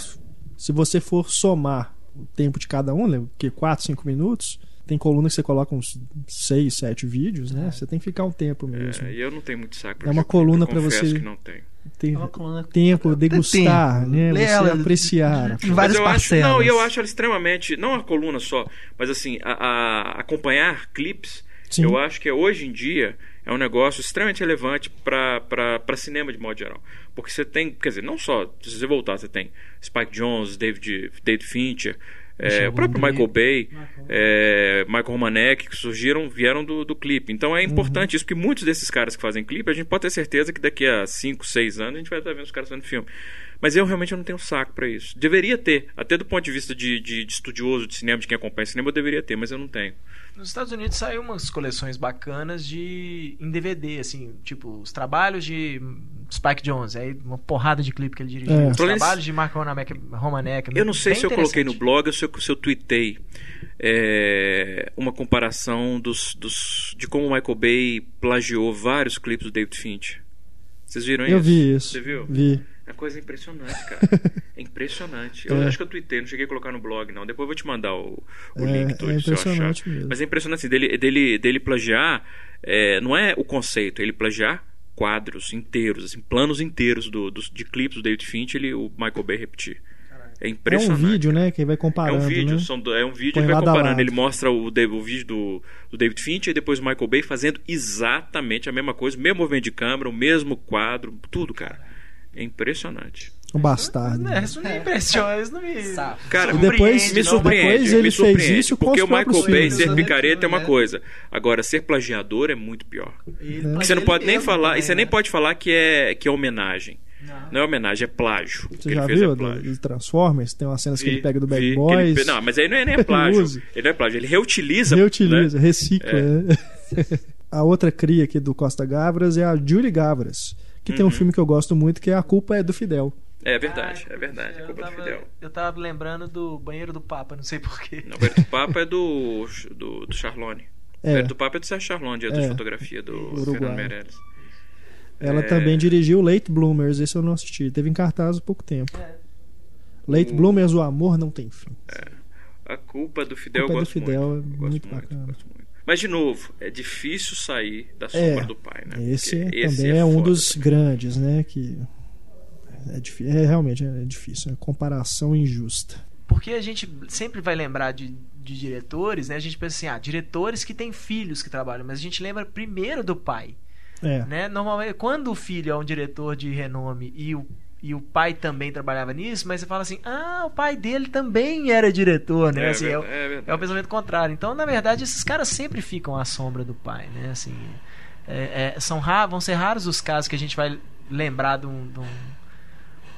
[SPEAKER 1] se você for somar o tempo de cada um, né? que 4, 5 minutos, tem coluna que você coloca uns 6, 7 vídeos,
[SPEAKER 4] É.
[SPEAKER 1] né? Você tem que ficar um tempo mesmo.
[SPEAKER 2] É, e eu não tenho muito saco. pra
[SPEAKER 1] É uma
[SPEAKER 2] videoclipe,
[SPEAKER 1] coluna
[SPEAKER 2] eu
[SPEAKER 1] pra
[SPEAKER 2] confesso
[SPEAKER 1] você-
[SPEAKER 2] que não tem.
[SPEAKER 1] Tem
[SPEAKER 4] É uma coluna-
[SPEAKER 1] tempo,
[SPEAKER 4] Tem
[SPEAKER 1] degustar,
[SPEAKER 4] tempo.
[SPEAKER 1] né?
[SPEAKER 4] Lê
[SPEAKER 1] Você
[SPEAKER 4] ela
[SPEAKER 1] apreciar.
[SPEAKER 4] de várias
[SPEAKER 2] mas eu
[SPEAKER 4] parcelas.
[SPEAKER 2] Acho, não, e eu acho ela extremamente. Não a coluna só, mas assim, a, a- acompanhar clipes,
[SPEAKER 1] Sim.
[SPEAKER 2] eu acho que hoje em dia é um negócio extremamente relevante para cinema de modo geral. Porque você tem, quer dizer, não só, se você voltar, você tem Spike Jones, David, David Fincher. é,
[SPEAKER 4] Michel
[SPEAKER 2] o próprio
[SPEAKER 4] Gondry.
[SPEAKER 2] Michael Bay, é, Michael Romanek, que surgiram, vieram do, do clipe. Então é
[SPEAKER 4] Uhum.
[SPEAKER 2] importante isso, porque muitos desses caras que fazem clipe, a gente pode ter certeza que daqui a 5, 6 anos a gente vai estar vendo os caras fazendo filme. Mas eu realmente não tenho saco pra isso. Deveria ter, até do ponto de vista de, de, de estudioso de cinema, de quem acompanha cinema, eu deveria ter, mas eu não tenho.
[SPEAKER 3] Nos Estados Unidos saiu umas coleções bacanas de em DVD, assim, tipo, os trabalhos de Spike Jones, aí uma porrada de clipe que ele dirigiu,
[SPEAKER 1] É.
[SPEAKER 3] os
[SPEAKER 2] Então, eles-
[SPEAKER 3] trabalhos de Mark Romanek, Romanek
[SPEAKER 2] Eu não sei
[SPEAKER 3] É bem
[SPEAKER 2] se eu coloquei no
[SPEAKER 3] interessante.
[SPEAKER 2] blog ou se eu, se eu tuitei é, uma comparação dos, dos, de como o Michael Bay plagiou vários clipes do David Fincher. Vocês viram isso?
[SPEAKER 1] Eu vi isso.
[SPEAKER 2] Você viu?
[SPEAKER 1] Vi.
[SPEAKER 2] É coisa impressionante, cara. É impressionante. Eu
[SPEAKER 1] É.
[SPEAKER 2] acho que eu tuitei, não cheguei a colocar no blog, não. Depois eu vou te mandar o, o
[SPEAKER 1] É,
[SPEAKER 2] link, tudo,
[SPEAKER 1] é
[SPEAKER 2] se eu achar.
[SPEAKER 1] impressionante mesmo.
[SPEAKER 2] Mas é impressionante assim, dele, dele, dele plagiar, é, não é o conceito, ele plagiar quadros inteiros, assim, planos inteiros do, dos- de clipes do David Finch e o Michael Bay repetir. É
[SPEAKER 1] É um
[SPEAKER 2] impressionante.
[SPEAKER 1] vídeo, né? Que vai
[SPEAKER 2] É
[SPEAKER 1] comparando.
[SPEAKER 2] um vídeo,
[SPEAKER 1] né?
[SPEAKER 2] são do- é um vídeo
[SPEAKER 1] Põe
[SPEAKER 2] ele vai
[SPEAKER 1] lado a
[SPEAKER 2] comparando.
[SPEAKER 1] lado.
[SPEAKER 2] Ele mostra o, da- o vídeo do, do David Fincher e depois o Michael Bay fazendo exatamente a mesma coisa, o mesmo movimento de câmera, o mesmo quadro, tudo, cara. É impressionante.
[SPEAKER 1] Um bastardo.
[SPEAKER 2] né?
[SPEAKER 3] É, isso não me impressiona, isso não me...
[SPEAKER 2] Cara,
[SPEAKER 1] E depois-
[SPEAKER 2] me
[SPEAKER 1] depois
[SPEAKER 2] surpreende.
[SPEAKER 1] ele
[SPEAKER 2] me
[SPEAKER 1] fez
[SPEAKER 2] surpreende,
[SPEAKER 1] isso com
[SPEAKER 2] porque
[SPEAKER 1] os
[SPEAKER 2] o Michael
[SPEAKER 1] próprios
[SPEAKER 2] Bay
[SPEAKER 1] filmes,
[SPEAKER 2] ser
[SPEAKER 4] né?
[SPEAKER 2] picareta é uma
[SPEAKER 4] É.
[SPEAKER 2] coisa. Agora, ser plagiador é muito pior.
[SPEAKER 4] E-
[SPEAKER 1] Né?
[SPEAKER 4] mas
[SPEAKER 2] Você não
[SPEAKER 4] ele
[SPEAKER 2] pode nem
[SPEAKER 4] mesmo
[SPEAKER 2] falar,
[SPEAKER 4] também,
[SPEAKER 2] e você nem
[SPEAKER 4] né?
[SPEAKER 2] pode falar que é, que é homenagem. Não. é homenagem, é plágio. O
[SPEAKER 1] Você
[SPEAKER 2] que
[SPEAKER 1] já
[SPEAKER 2] ele fez
[SPEAKER 1] viu
[SPEAKER 2] é
[SPEAKER 1] do,
[SPEAKER 2] plágio.
[SPEAKER 1] do Transformers? Tem umas cenas que
[SPEAKER 2] Vi,
[SPEAKER 1] ele pega do
[SPEAKER 2] vi,
[SPEAKER 1] Bad
[SPEAKER 2] que
[SPEAKER 1] Boys.
[SPEAKER 2] ele- Não, mas aí não é nem é
[SPEAKER 1] Ele
[SPEAKER 2] plágio.
[SPEAKER 1] usa.
[SPEAKER 2] ele não é plágio, ele reutiliza.
[SPEAKER 1] Reutiliza,
[SPEAKER 2] né?
[SPEAKER 1] recicla. né? a outra cria aqui do Costa Gavras é a Julie Gavras, que
[SPEAKER 2] Uhum.
[SPEAKER 1] tem um filme que eu gosto muito que é A Culpa é do Fidel.
[SPEAKER 2] É verdade,
[SPEAKER 3] Ah,
[SPEAKER 2] é verdade. É
[SPEAKER 3] eu
[SPEAKER 2] culpa do
[SPEAKER 3] tava-
[SPEAKER 2] Fidel.
[SPEAKER 3] Eu tava lembrando do banheiro do Papa, não sei porquê.
[SPEAKER 2] Não, o Berto Papa é do, do, do Charlone.
[SPEAKER 1] É.
[SPEAKER 2] O Berto Papa é do Sérgio Charlone, diretor
[SPEAKER 1] É.
[SPEAKER 2] de fotografia do
[SPEAKER 1] Uruguai.
[SPEAKER 2] Fernando Meirelles.
[SPEAKER 1] Ela
[SPEAKER 2] É.
[SPEAKER 1] também dirigiu Late Bloomers, esse eu não assisti, teve em cartaz há pouco tempo.
[SPEAKER 3] É.
[SPEAKER 1] Late
[SPEAKER 2] O-
[SPEAKER 1] Bloomers, o amor não tem fim.
[SPEAKER 2] A culpa do Fidel
[SPEAKER 1] Culpa
[SPEAKER 2] eu
[SPEAKER 1] do
[SPEAKER 2] gosto
[SPEAKER 1] Fidel
[SPEAKER 2] muito.
[SPEAKER 1] é
[SPEAKER 2] Eu gosto
[SPEAKER 1] muito bacana.
[SPEAKER 2] gosto muito. Mas, de novo, é difícil sair da sombra do pai, né?
[SPEAKER 1] É. Esse
[SPEAKER 2] Porque
[SPEAKER 1] também é, um
[SPEAKER 2] foda.
[SPEAKER 1] dos grandes, né? Que é, difí- é, realmente é difícil, é comparação injusta.
[SPEAKER 3] Porque a gente sempre vai lembrar de, de diretores, né? A gente pensa assim, ah, diretores que têm filhos que trabalham, mas a gente lembra primeiro do pai,
[SPEAKER 1] É.
[SPEAKER 3] né? Normalmente, quando o filho é um diretor de renome e o e o pai também trabalhava nisso, mas você fala assim: ah, o pai dele também era diretor, né?
[SPEAKER 2] É,
[SPEAKER 3] Assim, é, o-
[SPEAKER 2] verdade, é verdade.
[SPEAKER 3] é o pensamento contrário. Então, na verdade, esses caras sempre ficam à sombra do pai, né? Assim, é- é- são ra- vão ser raros os casos que a gente vai lembrar de um, de um,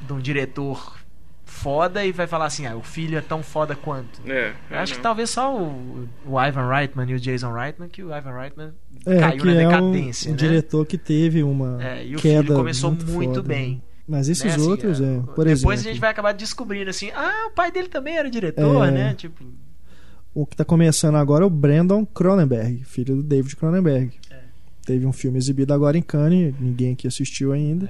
[SPEAKER 3] de um diretor foda e vai falar assim, ah, o filho é tão foda quanto.
[SPEAKER 2] É,
[SPEAKER 3] Eu acho que
[SPEAKER 2] não.
[SPEAKER 3] tá talvez só o, o Ivan Reitman e o Jason Reitman, que o Ivan Reitman
[SPEAKER 1] É,
[SPEAKER 3] caiu
[SPEAKER 1] que
[SPEAKER 3] na
[SPEAKER 1] é um-
[SPEAKER 3] decadência,
[SPEAKER 1] um,
[SPEAKER 3] né?
[SPEAKER 1] diretor que teve uma
[SPEAKER 3] É, e o
[SPEAKER 1] queda
[SPEAKER 3] filho começou muito,
[SPEAKER 1] foda, né?
[SPEAKER 3] bem.
[SPEAKER 1] Mas esses
[SPEAKER 3] né? Assim,
[SPEAKER 1] outros, é, por
[SPEAKER 3] Depois
[SPEAKER 1] exemplo.
[SPEAKER 3] a gente vai acabar descobrindo assim, ah, o pai dele também era diretor,
[SPEAKER 1] É.
[SPEAKER 3] né? Tipo,
[SPEAKER 1] O que tá começando agora é o Brandon Cronenberg, filho do David Cronenberg.
[SPEAKER 3] É.
[SPEAKER 1] Teve um filme exibido agora em Cannes, ninguém aqui assistiu ainda.
[SPEAKER 3] É.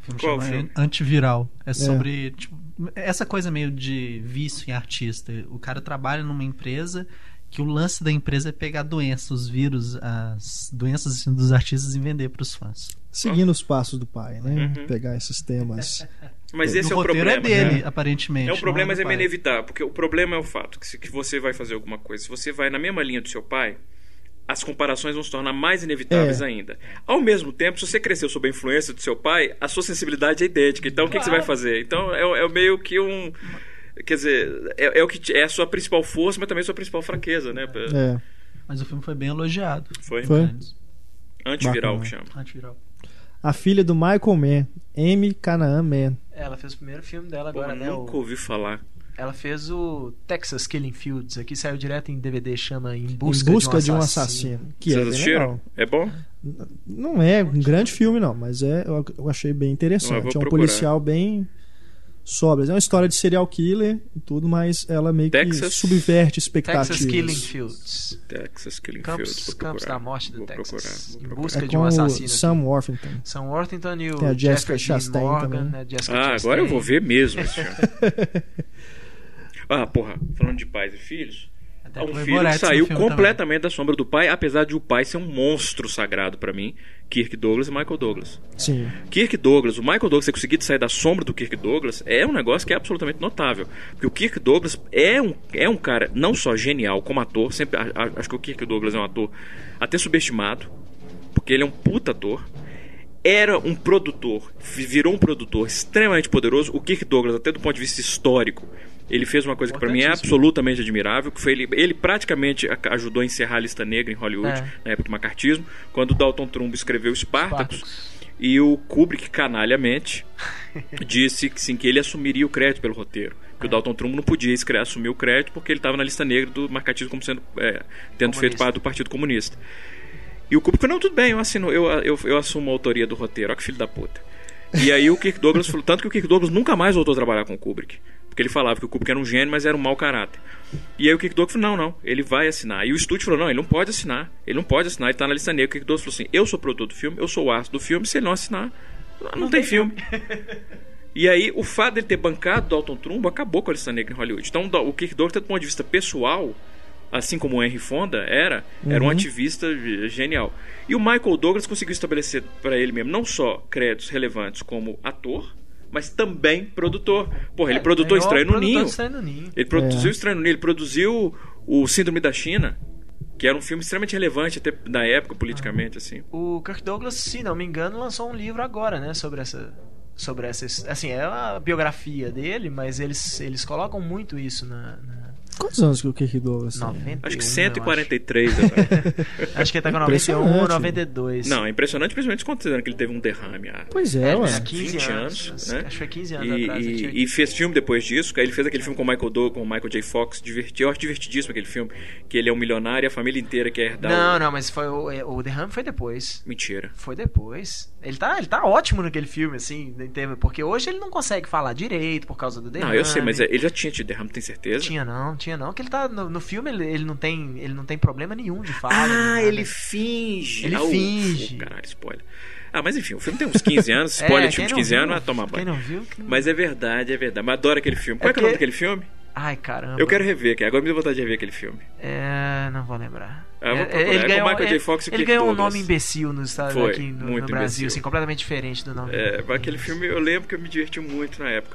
[SPEAKER 4] O filme
[SPEAKER 2] Qual
[SPEAKER 4] chama
[SPEAKER 2] filme?
[SPEAKER 4] Antiviral. É sobre. tipo, essa coisa meio de vício em artista. O cara trabalha numa empresa que o lance da empresa é pegar doenças, os vírus, as doenças dos artistas e vender para os fãs.
[SPEAKER 1] Seguindo os passos do pai, né?
[SPEAKER 3] Uhum.
[SPEAKER 1] Pegar esses temas.
[SPEAKER 2] Mas esse
[SPEAKER 4] o
[SPEAKER 2] é o
[SPEAKER 4] roteiro
[SPEAKER 2] problema.
[SPEAKER 4] é
[SPEAKER 2] né?
[SPEAKER 4] dele, aparentemente.
[SPEAKER 2] É o problema, mas
[SPEAKER 4] não
[SPEAKER 2] é
[SPEAKER 4] do pai.
[SPEAKER 2] inevitável, porque o problema é o fato que se que você vai fazer alguma coisa, se você vai na mesma linha do seu pai, as comparações vão se tornar mais inevitáveis
[SPEAKER 1] É.
[SPEAKER 2] ainda. Ao mesmo tempo, se você cresceu sob a influência do seu pai, a sua sensibilidade é idêntica. Então, o que, que você vai fazer? Então, é, é meio que um... Quer dizer, é, é o que te- é a sua principal força, mas também a sua principal fraqueza, né?
[SPEAKER 1] É.
[SPEAKER 4] Mas o filme foi bem elogiado. Né?
[SPEAKER 2] Foi.
[SPEAKER 1] Foi.
[SPEAKER 2] Antiviral que
[SPEAKER 1] Bacana.
[SPEAKER 2] chama.
[SPEAKER 4] Antiviral.
[SPEAKER 1] A filha do Michael Mann, Amy Canaan Mann.
[SPEAKER 3] Ela fez o primeiro filme dela
[SPEAKER 2] Pô,
[SPEAKER 3] agora, né? o-
[SPEAKER 2] nunca ouvi falar.
[SPEAKER 3] Ela fez o Texas Killing Fields, aqui saiu direto em DVD, chama Em
[SPEAKER 1] Busca
[SPEAKER 3] Busca,
[SPEAKER 1] em busca de um,
[SPEAKER 3] assassino.
[SPEAKER 1] assassino. Que é
[SPEAKER 2] Vocês
[SPEAKER 1] bem legal.
[SPEAKER 2] assistiram? É bom?
[SPEAKER 1] Não é um grande filme, não, mas é, eu eu achei bem
[SPEAKER 2] Não,
[SPEAKER 1] interessante.
[SPEAKER 2] Ah, eu vou
[SPEAKER 1] é um
[SPEAKER 2] procurar.
[SPEAKER 1] policial bem sóbrio. É uma história de serial killer e tudo, mas ela meio
[SPEAKER 2] Texas-
[SPEAKER 1] que subverte expectativas.
[SPEAKER 3] Texas Killing Fields.
[SPEAKER 2] Texas Killing Fields,
[SPEAKER 3] Campos,
[SPEAKER 2] vou
[SPEAKER 3] Campos
[SPEAKER 2] procurar.
[SPEAKER 3] da Morte do
[SPEAKER 2] Vou
[SPEAKER 3] Texas.
[SPEAKER 2] procurar, vou
[SPEAKER 3] em
[SPEAKER 2] procurar.
[SPEAKER 3] busca
[SPEAKER 1] É
[SPEAKER 3] de
[SPEAKER 1] com
[SPEAKER 3] um
[SPEAKER 1] o
[SPEAKER 3] assassino.
[SPEAKER 1] Sam Worthington.
[SPEAKER 3] São Worthington e o
[SPEAKER 1] Tem a Jessica
[SPEAKER 3] Jessica Chastain
[SPEAKER 1] Chastain
[SPEAKER 3] Morgan,
[SPEAKER 1] também.
[SPEAKER 3] né? Jessica
[SPEAKER 2] Ah,
[SPEAKER 3] Chastain.
[SPEAKER 2] agora eu vou ver mesmo esse filme. ah, porra, falando de pais e filhos.
[SPEAKER 4] Até
[SPEAKER 2] É um
[SPEAKER 4] Tá com o
[SPEAKER 2] filho que
[SPEAKER 4] Borat no
[SPEAKER 2] saiu
[SPEAKER 4] filme também.
[SPEAKER 2] completamente da sombra do pai, apesar de o pai ser um monstro sagrado pra mim, Kirk Douglas e Michael Douglas.
[SPEAKER 1] Sim.
[SPEAKER 2] Kirk Douglas, o Michael Douglas ter conseguido sair da sombra do Kirk Douglas é um negócio que é absolutamente notável. Porque o Kirk Douglas é um, é um cara não só genial como ator, sempre a- a- acho que o Kirk Douglas é um ator até subestimado, porque ele é um puta ator. Era um produtor, vi- virou um produtor extremamente poderoso. O Kirk Douglas, até do ponto de vista histórico, ele fez uma coisa que pra mim é
[SPEAKER 3] Importantíssimo.
[SPEAKER 2] absolutamente admirável, que foi ele, ele praticamente a- ajudou a encerrar a lista negra em Hollywood,
[SPEAKER 3] É.
[SPEAKER 2] na época do macartismo, quando o Dalton Trumbo escreveu Spartacus,
[SPEAKER 3] Spartacus.
[SPEAKER 2] e o Kubrick, canalhamente, disse que, sim, que ele assumiria o crédito pelo roteiro. Que o Dalton Trumbo não podia escre- assumir o crédito porque ele estava na lista negra do marcatismo como sendo, é, tendo
[SPEAKER 3] Comunista.
[SPEAKER 2] feito parte do Partido Comunista. E o Kubrick falou, não, tudo bem, eu, assino, eu, eu, eu assumo a autoria do roteiro. Olha que filho da puta. E aí o Kirk Douglas falou, tanto que o Kirk Douglas nunca mais voltou a trabalhar com o Kubrick. Porque ele falava que o Kubrick era um gênio, mas era um mau caráter. E aí o Kirk Douglas falou, não, não, ele vai assinar. E o estúdio falou, não, ele não pode assinar. Ele não pode assinar, ele tá na lista negra. O Kirk Douglas falou assim, eu sou produtor do filme, eu sou o astro do filme, se ele não assinar, não, tem filme. E aí, o fato dele ter bancado Dalton Trumbo acabou com a lista negra em Hollywood. Então, o Kirk Douglas, do ponto de vista pessoal, assim como o Henry Fonda era, era um
[SPEAKER 3] Uhum.
[SPEAKER 2] ativista genial. E o Michael Douglas conseguiu estabelecer para ele mesmo não só créditos relevantes como ator, mas também produtor. Porra, ele produtor
[SPEAKER 3] É, Ganhou
[SPEAKER 2] estranho no
[SPEAKER 3] Produtor
[SPEAKER 2] ninho.
[SPEAKER 3] Estranho É. no Ninho.
[SPEAKER 2] Ele produziu Estranho no Ninho, ele produziu o Síndrome da China, que era um filme extremamente relevante até na época politicamente assim.
[SPEAKER 3] O Kirk Douglas, se não me engano, lançou um livro agora, né? Sobre essa. Sobre essa. Assim, é a biografia dele, mas eles, eles colocam muito isso na. na
[SPEAKER 1] Quantos anos que o Kirk Douglas tem?
[SPEAKER 3] 91,
[SPEAKER 2] Acho que
[SPEAKER 3] eu
[SPEAKER 2] 143, né?
[SPEAKER 3] acho. Acho que ele tá com
[SPEAKER 1] Impressionante.
[SPEAKER 3] 91, 92.
[SPEAKER 2] Não, é impressionante, principalmente considerando que ele teve um derrame há
[SPEAKER 1] Pois
[SPEAKER 3] É,
[SPEAKER 1] é,
[SPEAKER 3] ele
[SPEAKER 1] ué.
[SPEAKER 3] fez 15
[SPEAKER 2] 20
[SPEAKER 3] anos.
[SPEAKER 2] anos, né?
[SPEAKER 3] Acho é que foi 15 anos
[SPEAKER 2] E,
[SPEAKER 3] atrás. ele tinha
[SPEAKER 2] e, e fez filme depois disso. que Aí ele fez aquele filme com o Michael Douglas, com o Michael J. Fox. Diverti, eu acho divertidíssimo aquele filme. Que ele é um milionário e a família inteira quer dar.
[SPEAKER 3] Não,
[SPEAKER 2] o...
[SPEAKER 3] não, mas foi o, é, o derrame foi depois.
[SPEAKER 2] Mentira.
[SPEAKER 3] Foi depois. Ele tá, ele tá ótimo naquele filme, assim, em termos- porque hoje ele não consegue falar direito por causa do derrame.
[SPEAKER 2] Não, eu sei, mas é- ele já tinha tido derrame, tem certeza?
[SPEAKER 3] Tinha não, tinha não, que ele tá no, no filme ele, ele não tem, ele não tem problema nenhum de fala. de
[SPEAKER 2] Ah,
[SPEAKER 3] né, nada.
[SPEAKER 2] ele finge.
[SPEAKER 3] Ele
[SPEAKER 2] Ah, o-
[SPEAKER 3] finge.
[SPEAKER 2] o caralho, spoiler. Ah, mas enfim, o filme tem uns 15 anos.
[SPEAKER 3] É,
[SPEAKER 2] Spoiler de
[SPEAKER 3] quem
[SPEAKER 2] filme de
[SPEAKER 3] não
[SPEAKER 2] 15
[SPEAKER 3] viu,
[SPEAKER 2] anos, vai tomar
[SPEAKER 3] Quem
[SPEAKER 2] banho.
[SPEAKER 3] não viu? que-
[SPEAKER 2] Mas é verdade, é verdade. Mas adoro aquele filme. Qual é,
[SPEAKER 3] É
[SPEAKER 2] que é o nome
[SPEAKER 3] porque-
[SPEAKER 2] daquele filme?
[SPEAKER 3] Ai, caramba.
[SPEAKER 2] Eu quero rever aqui. Agora me deu vontade de rever aquele filme.
[SPEAKER 3] É, não vou lembrar.
[SPEAKER 2] Ah, eu vou
[SPEAKER 3] É,
[SPEAKER 2] procurar. É com Michael J. Fox e
[SPEAKER 3] ele
[SPEAKER 2] Kirk
[SPEAKER 3] ganhou um
[SPEAKER 2] Douglas.
[SPEAKER 3] nome imbecil nos Estados
[SPEAKER 2] Foi,
[SPEAKER 3] aqui no, no
[SPEAKER 2] muito
[SPEAKER 3] Brasil,
[SPEAKER 2] imbecil.
[SPEAKER 3] assim, completamente diferente do nome.
[SPEAKER 2] É, mas aquele filme eu lembro que eu me diverti muito na época.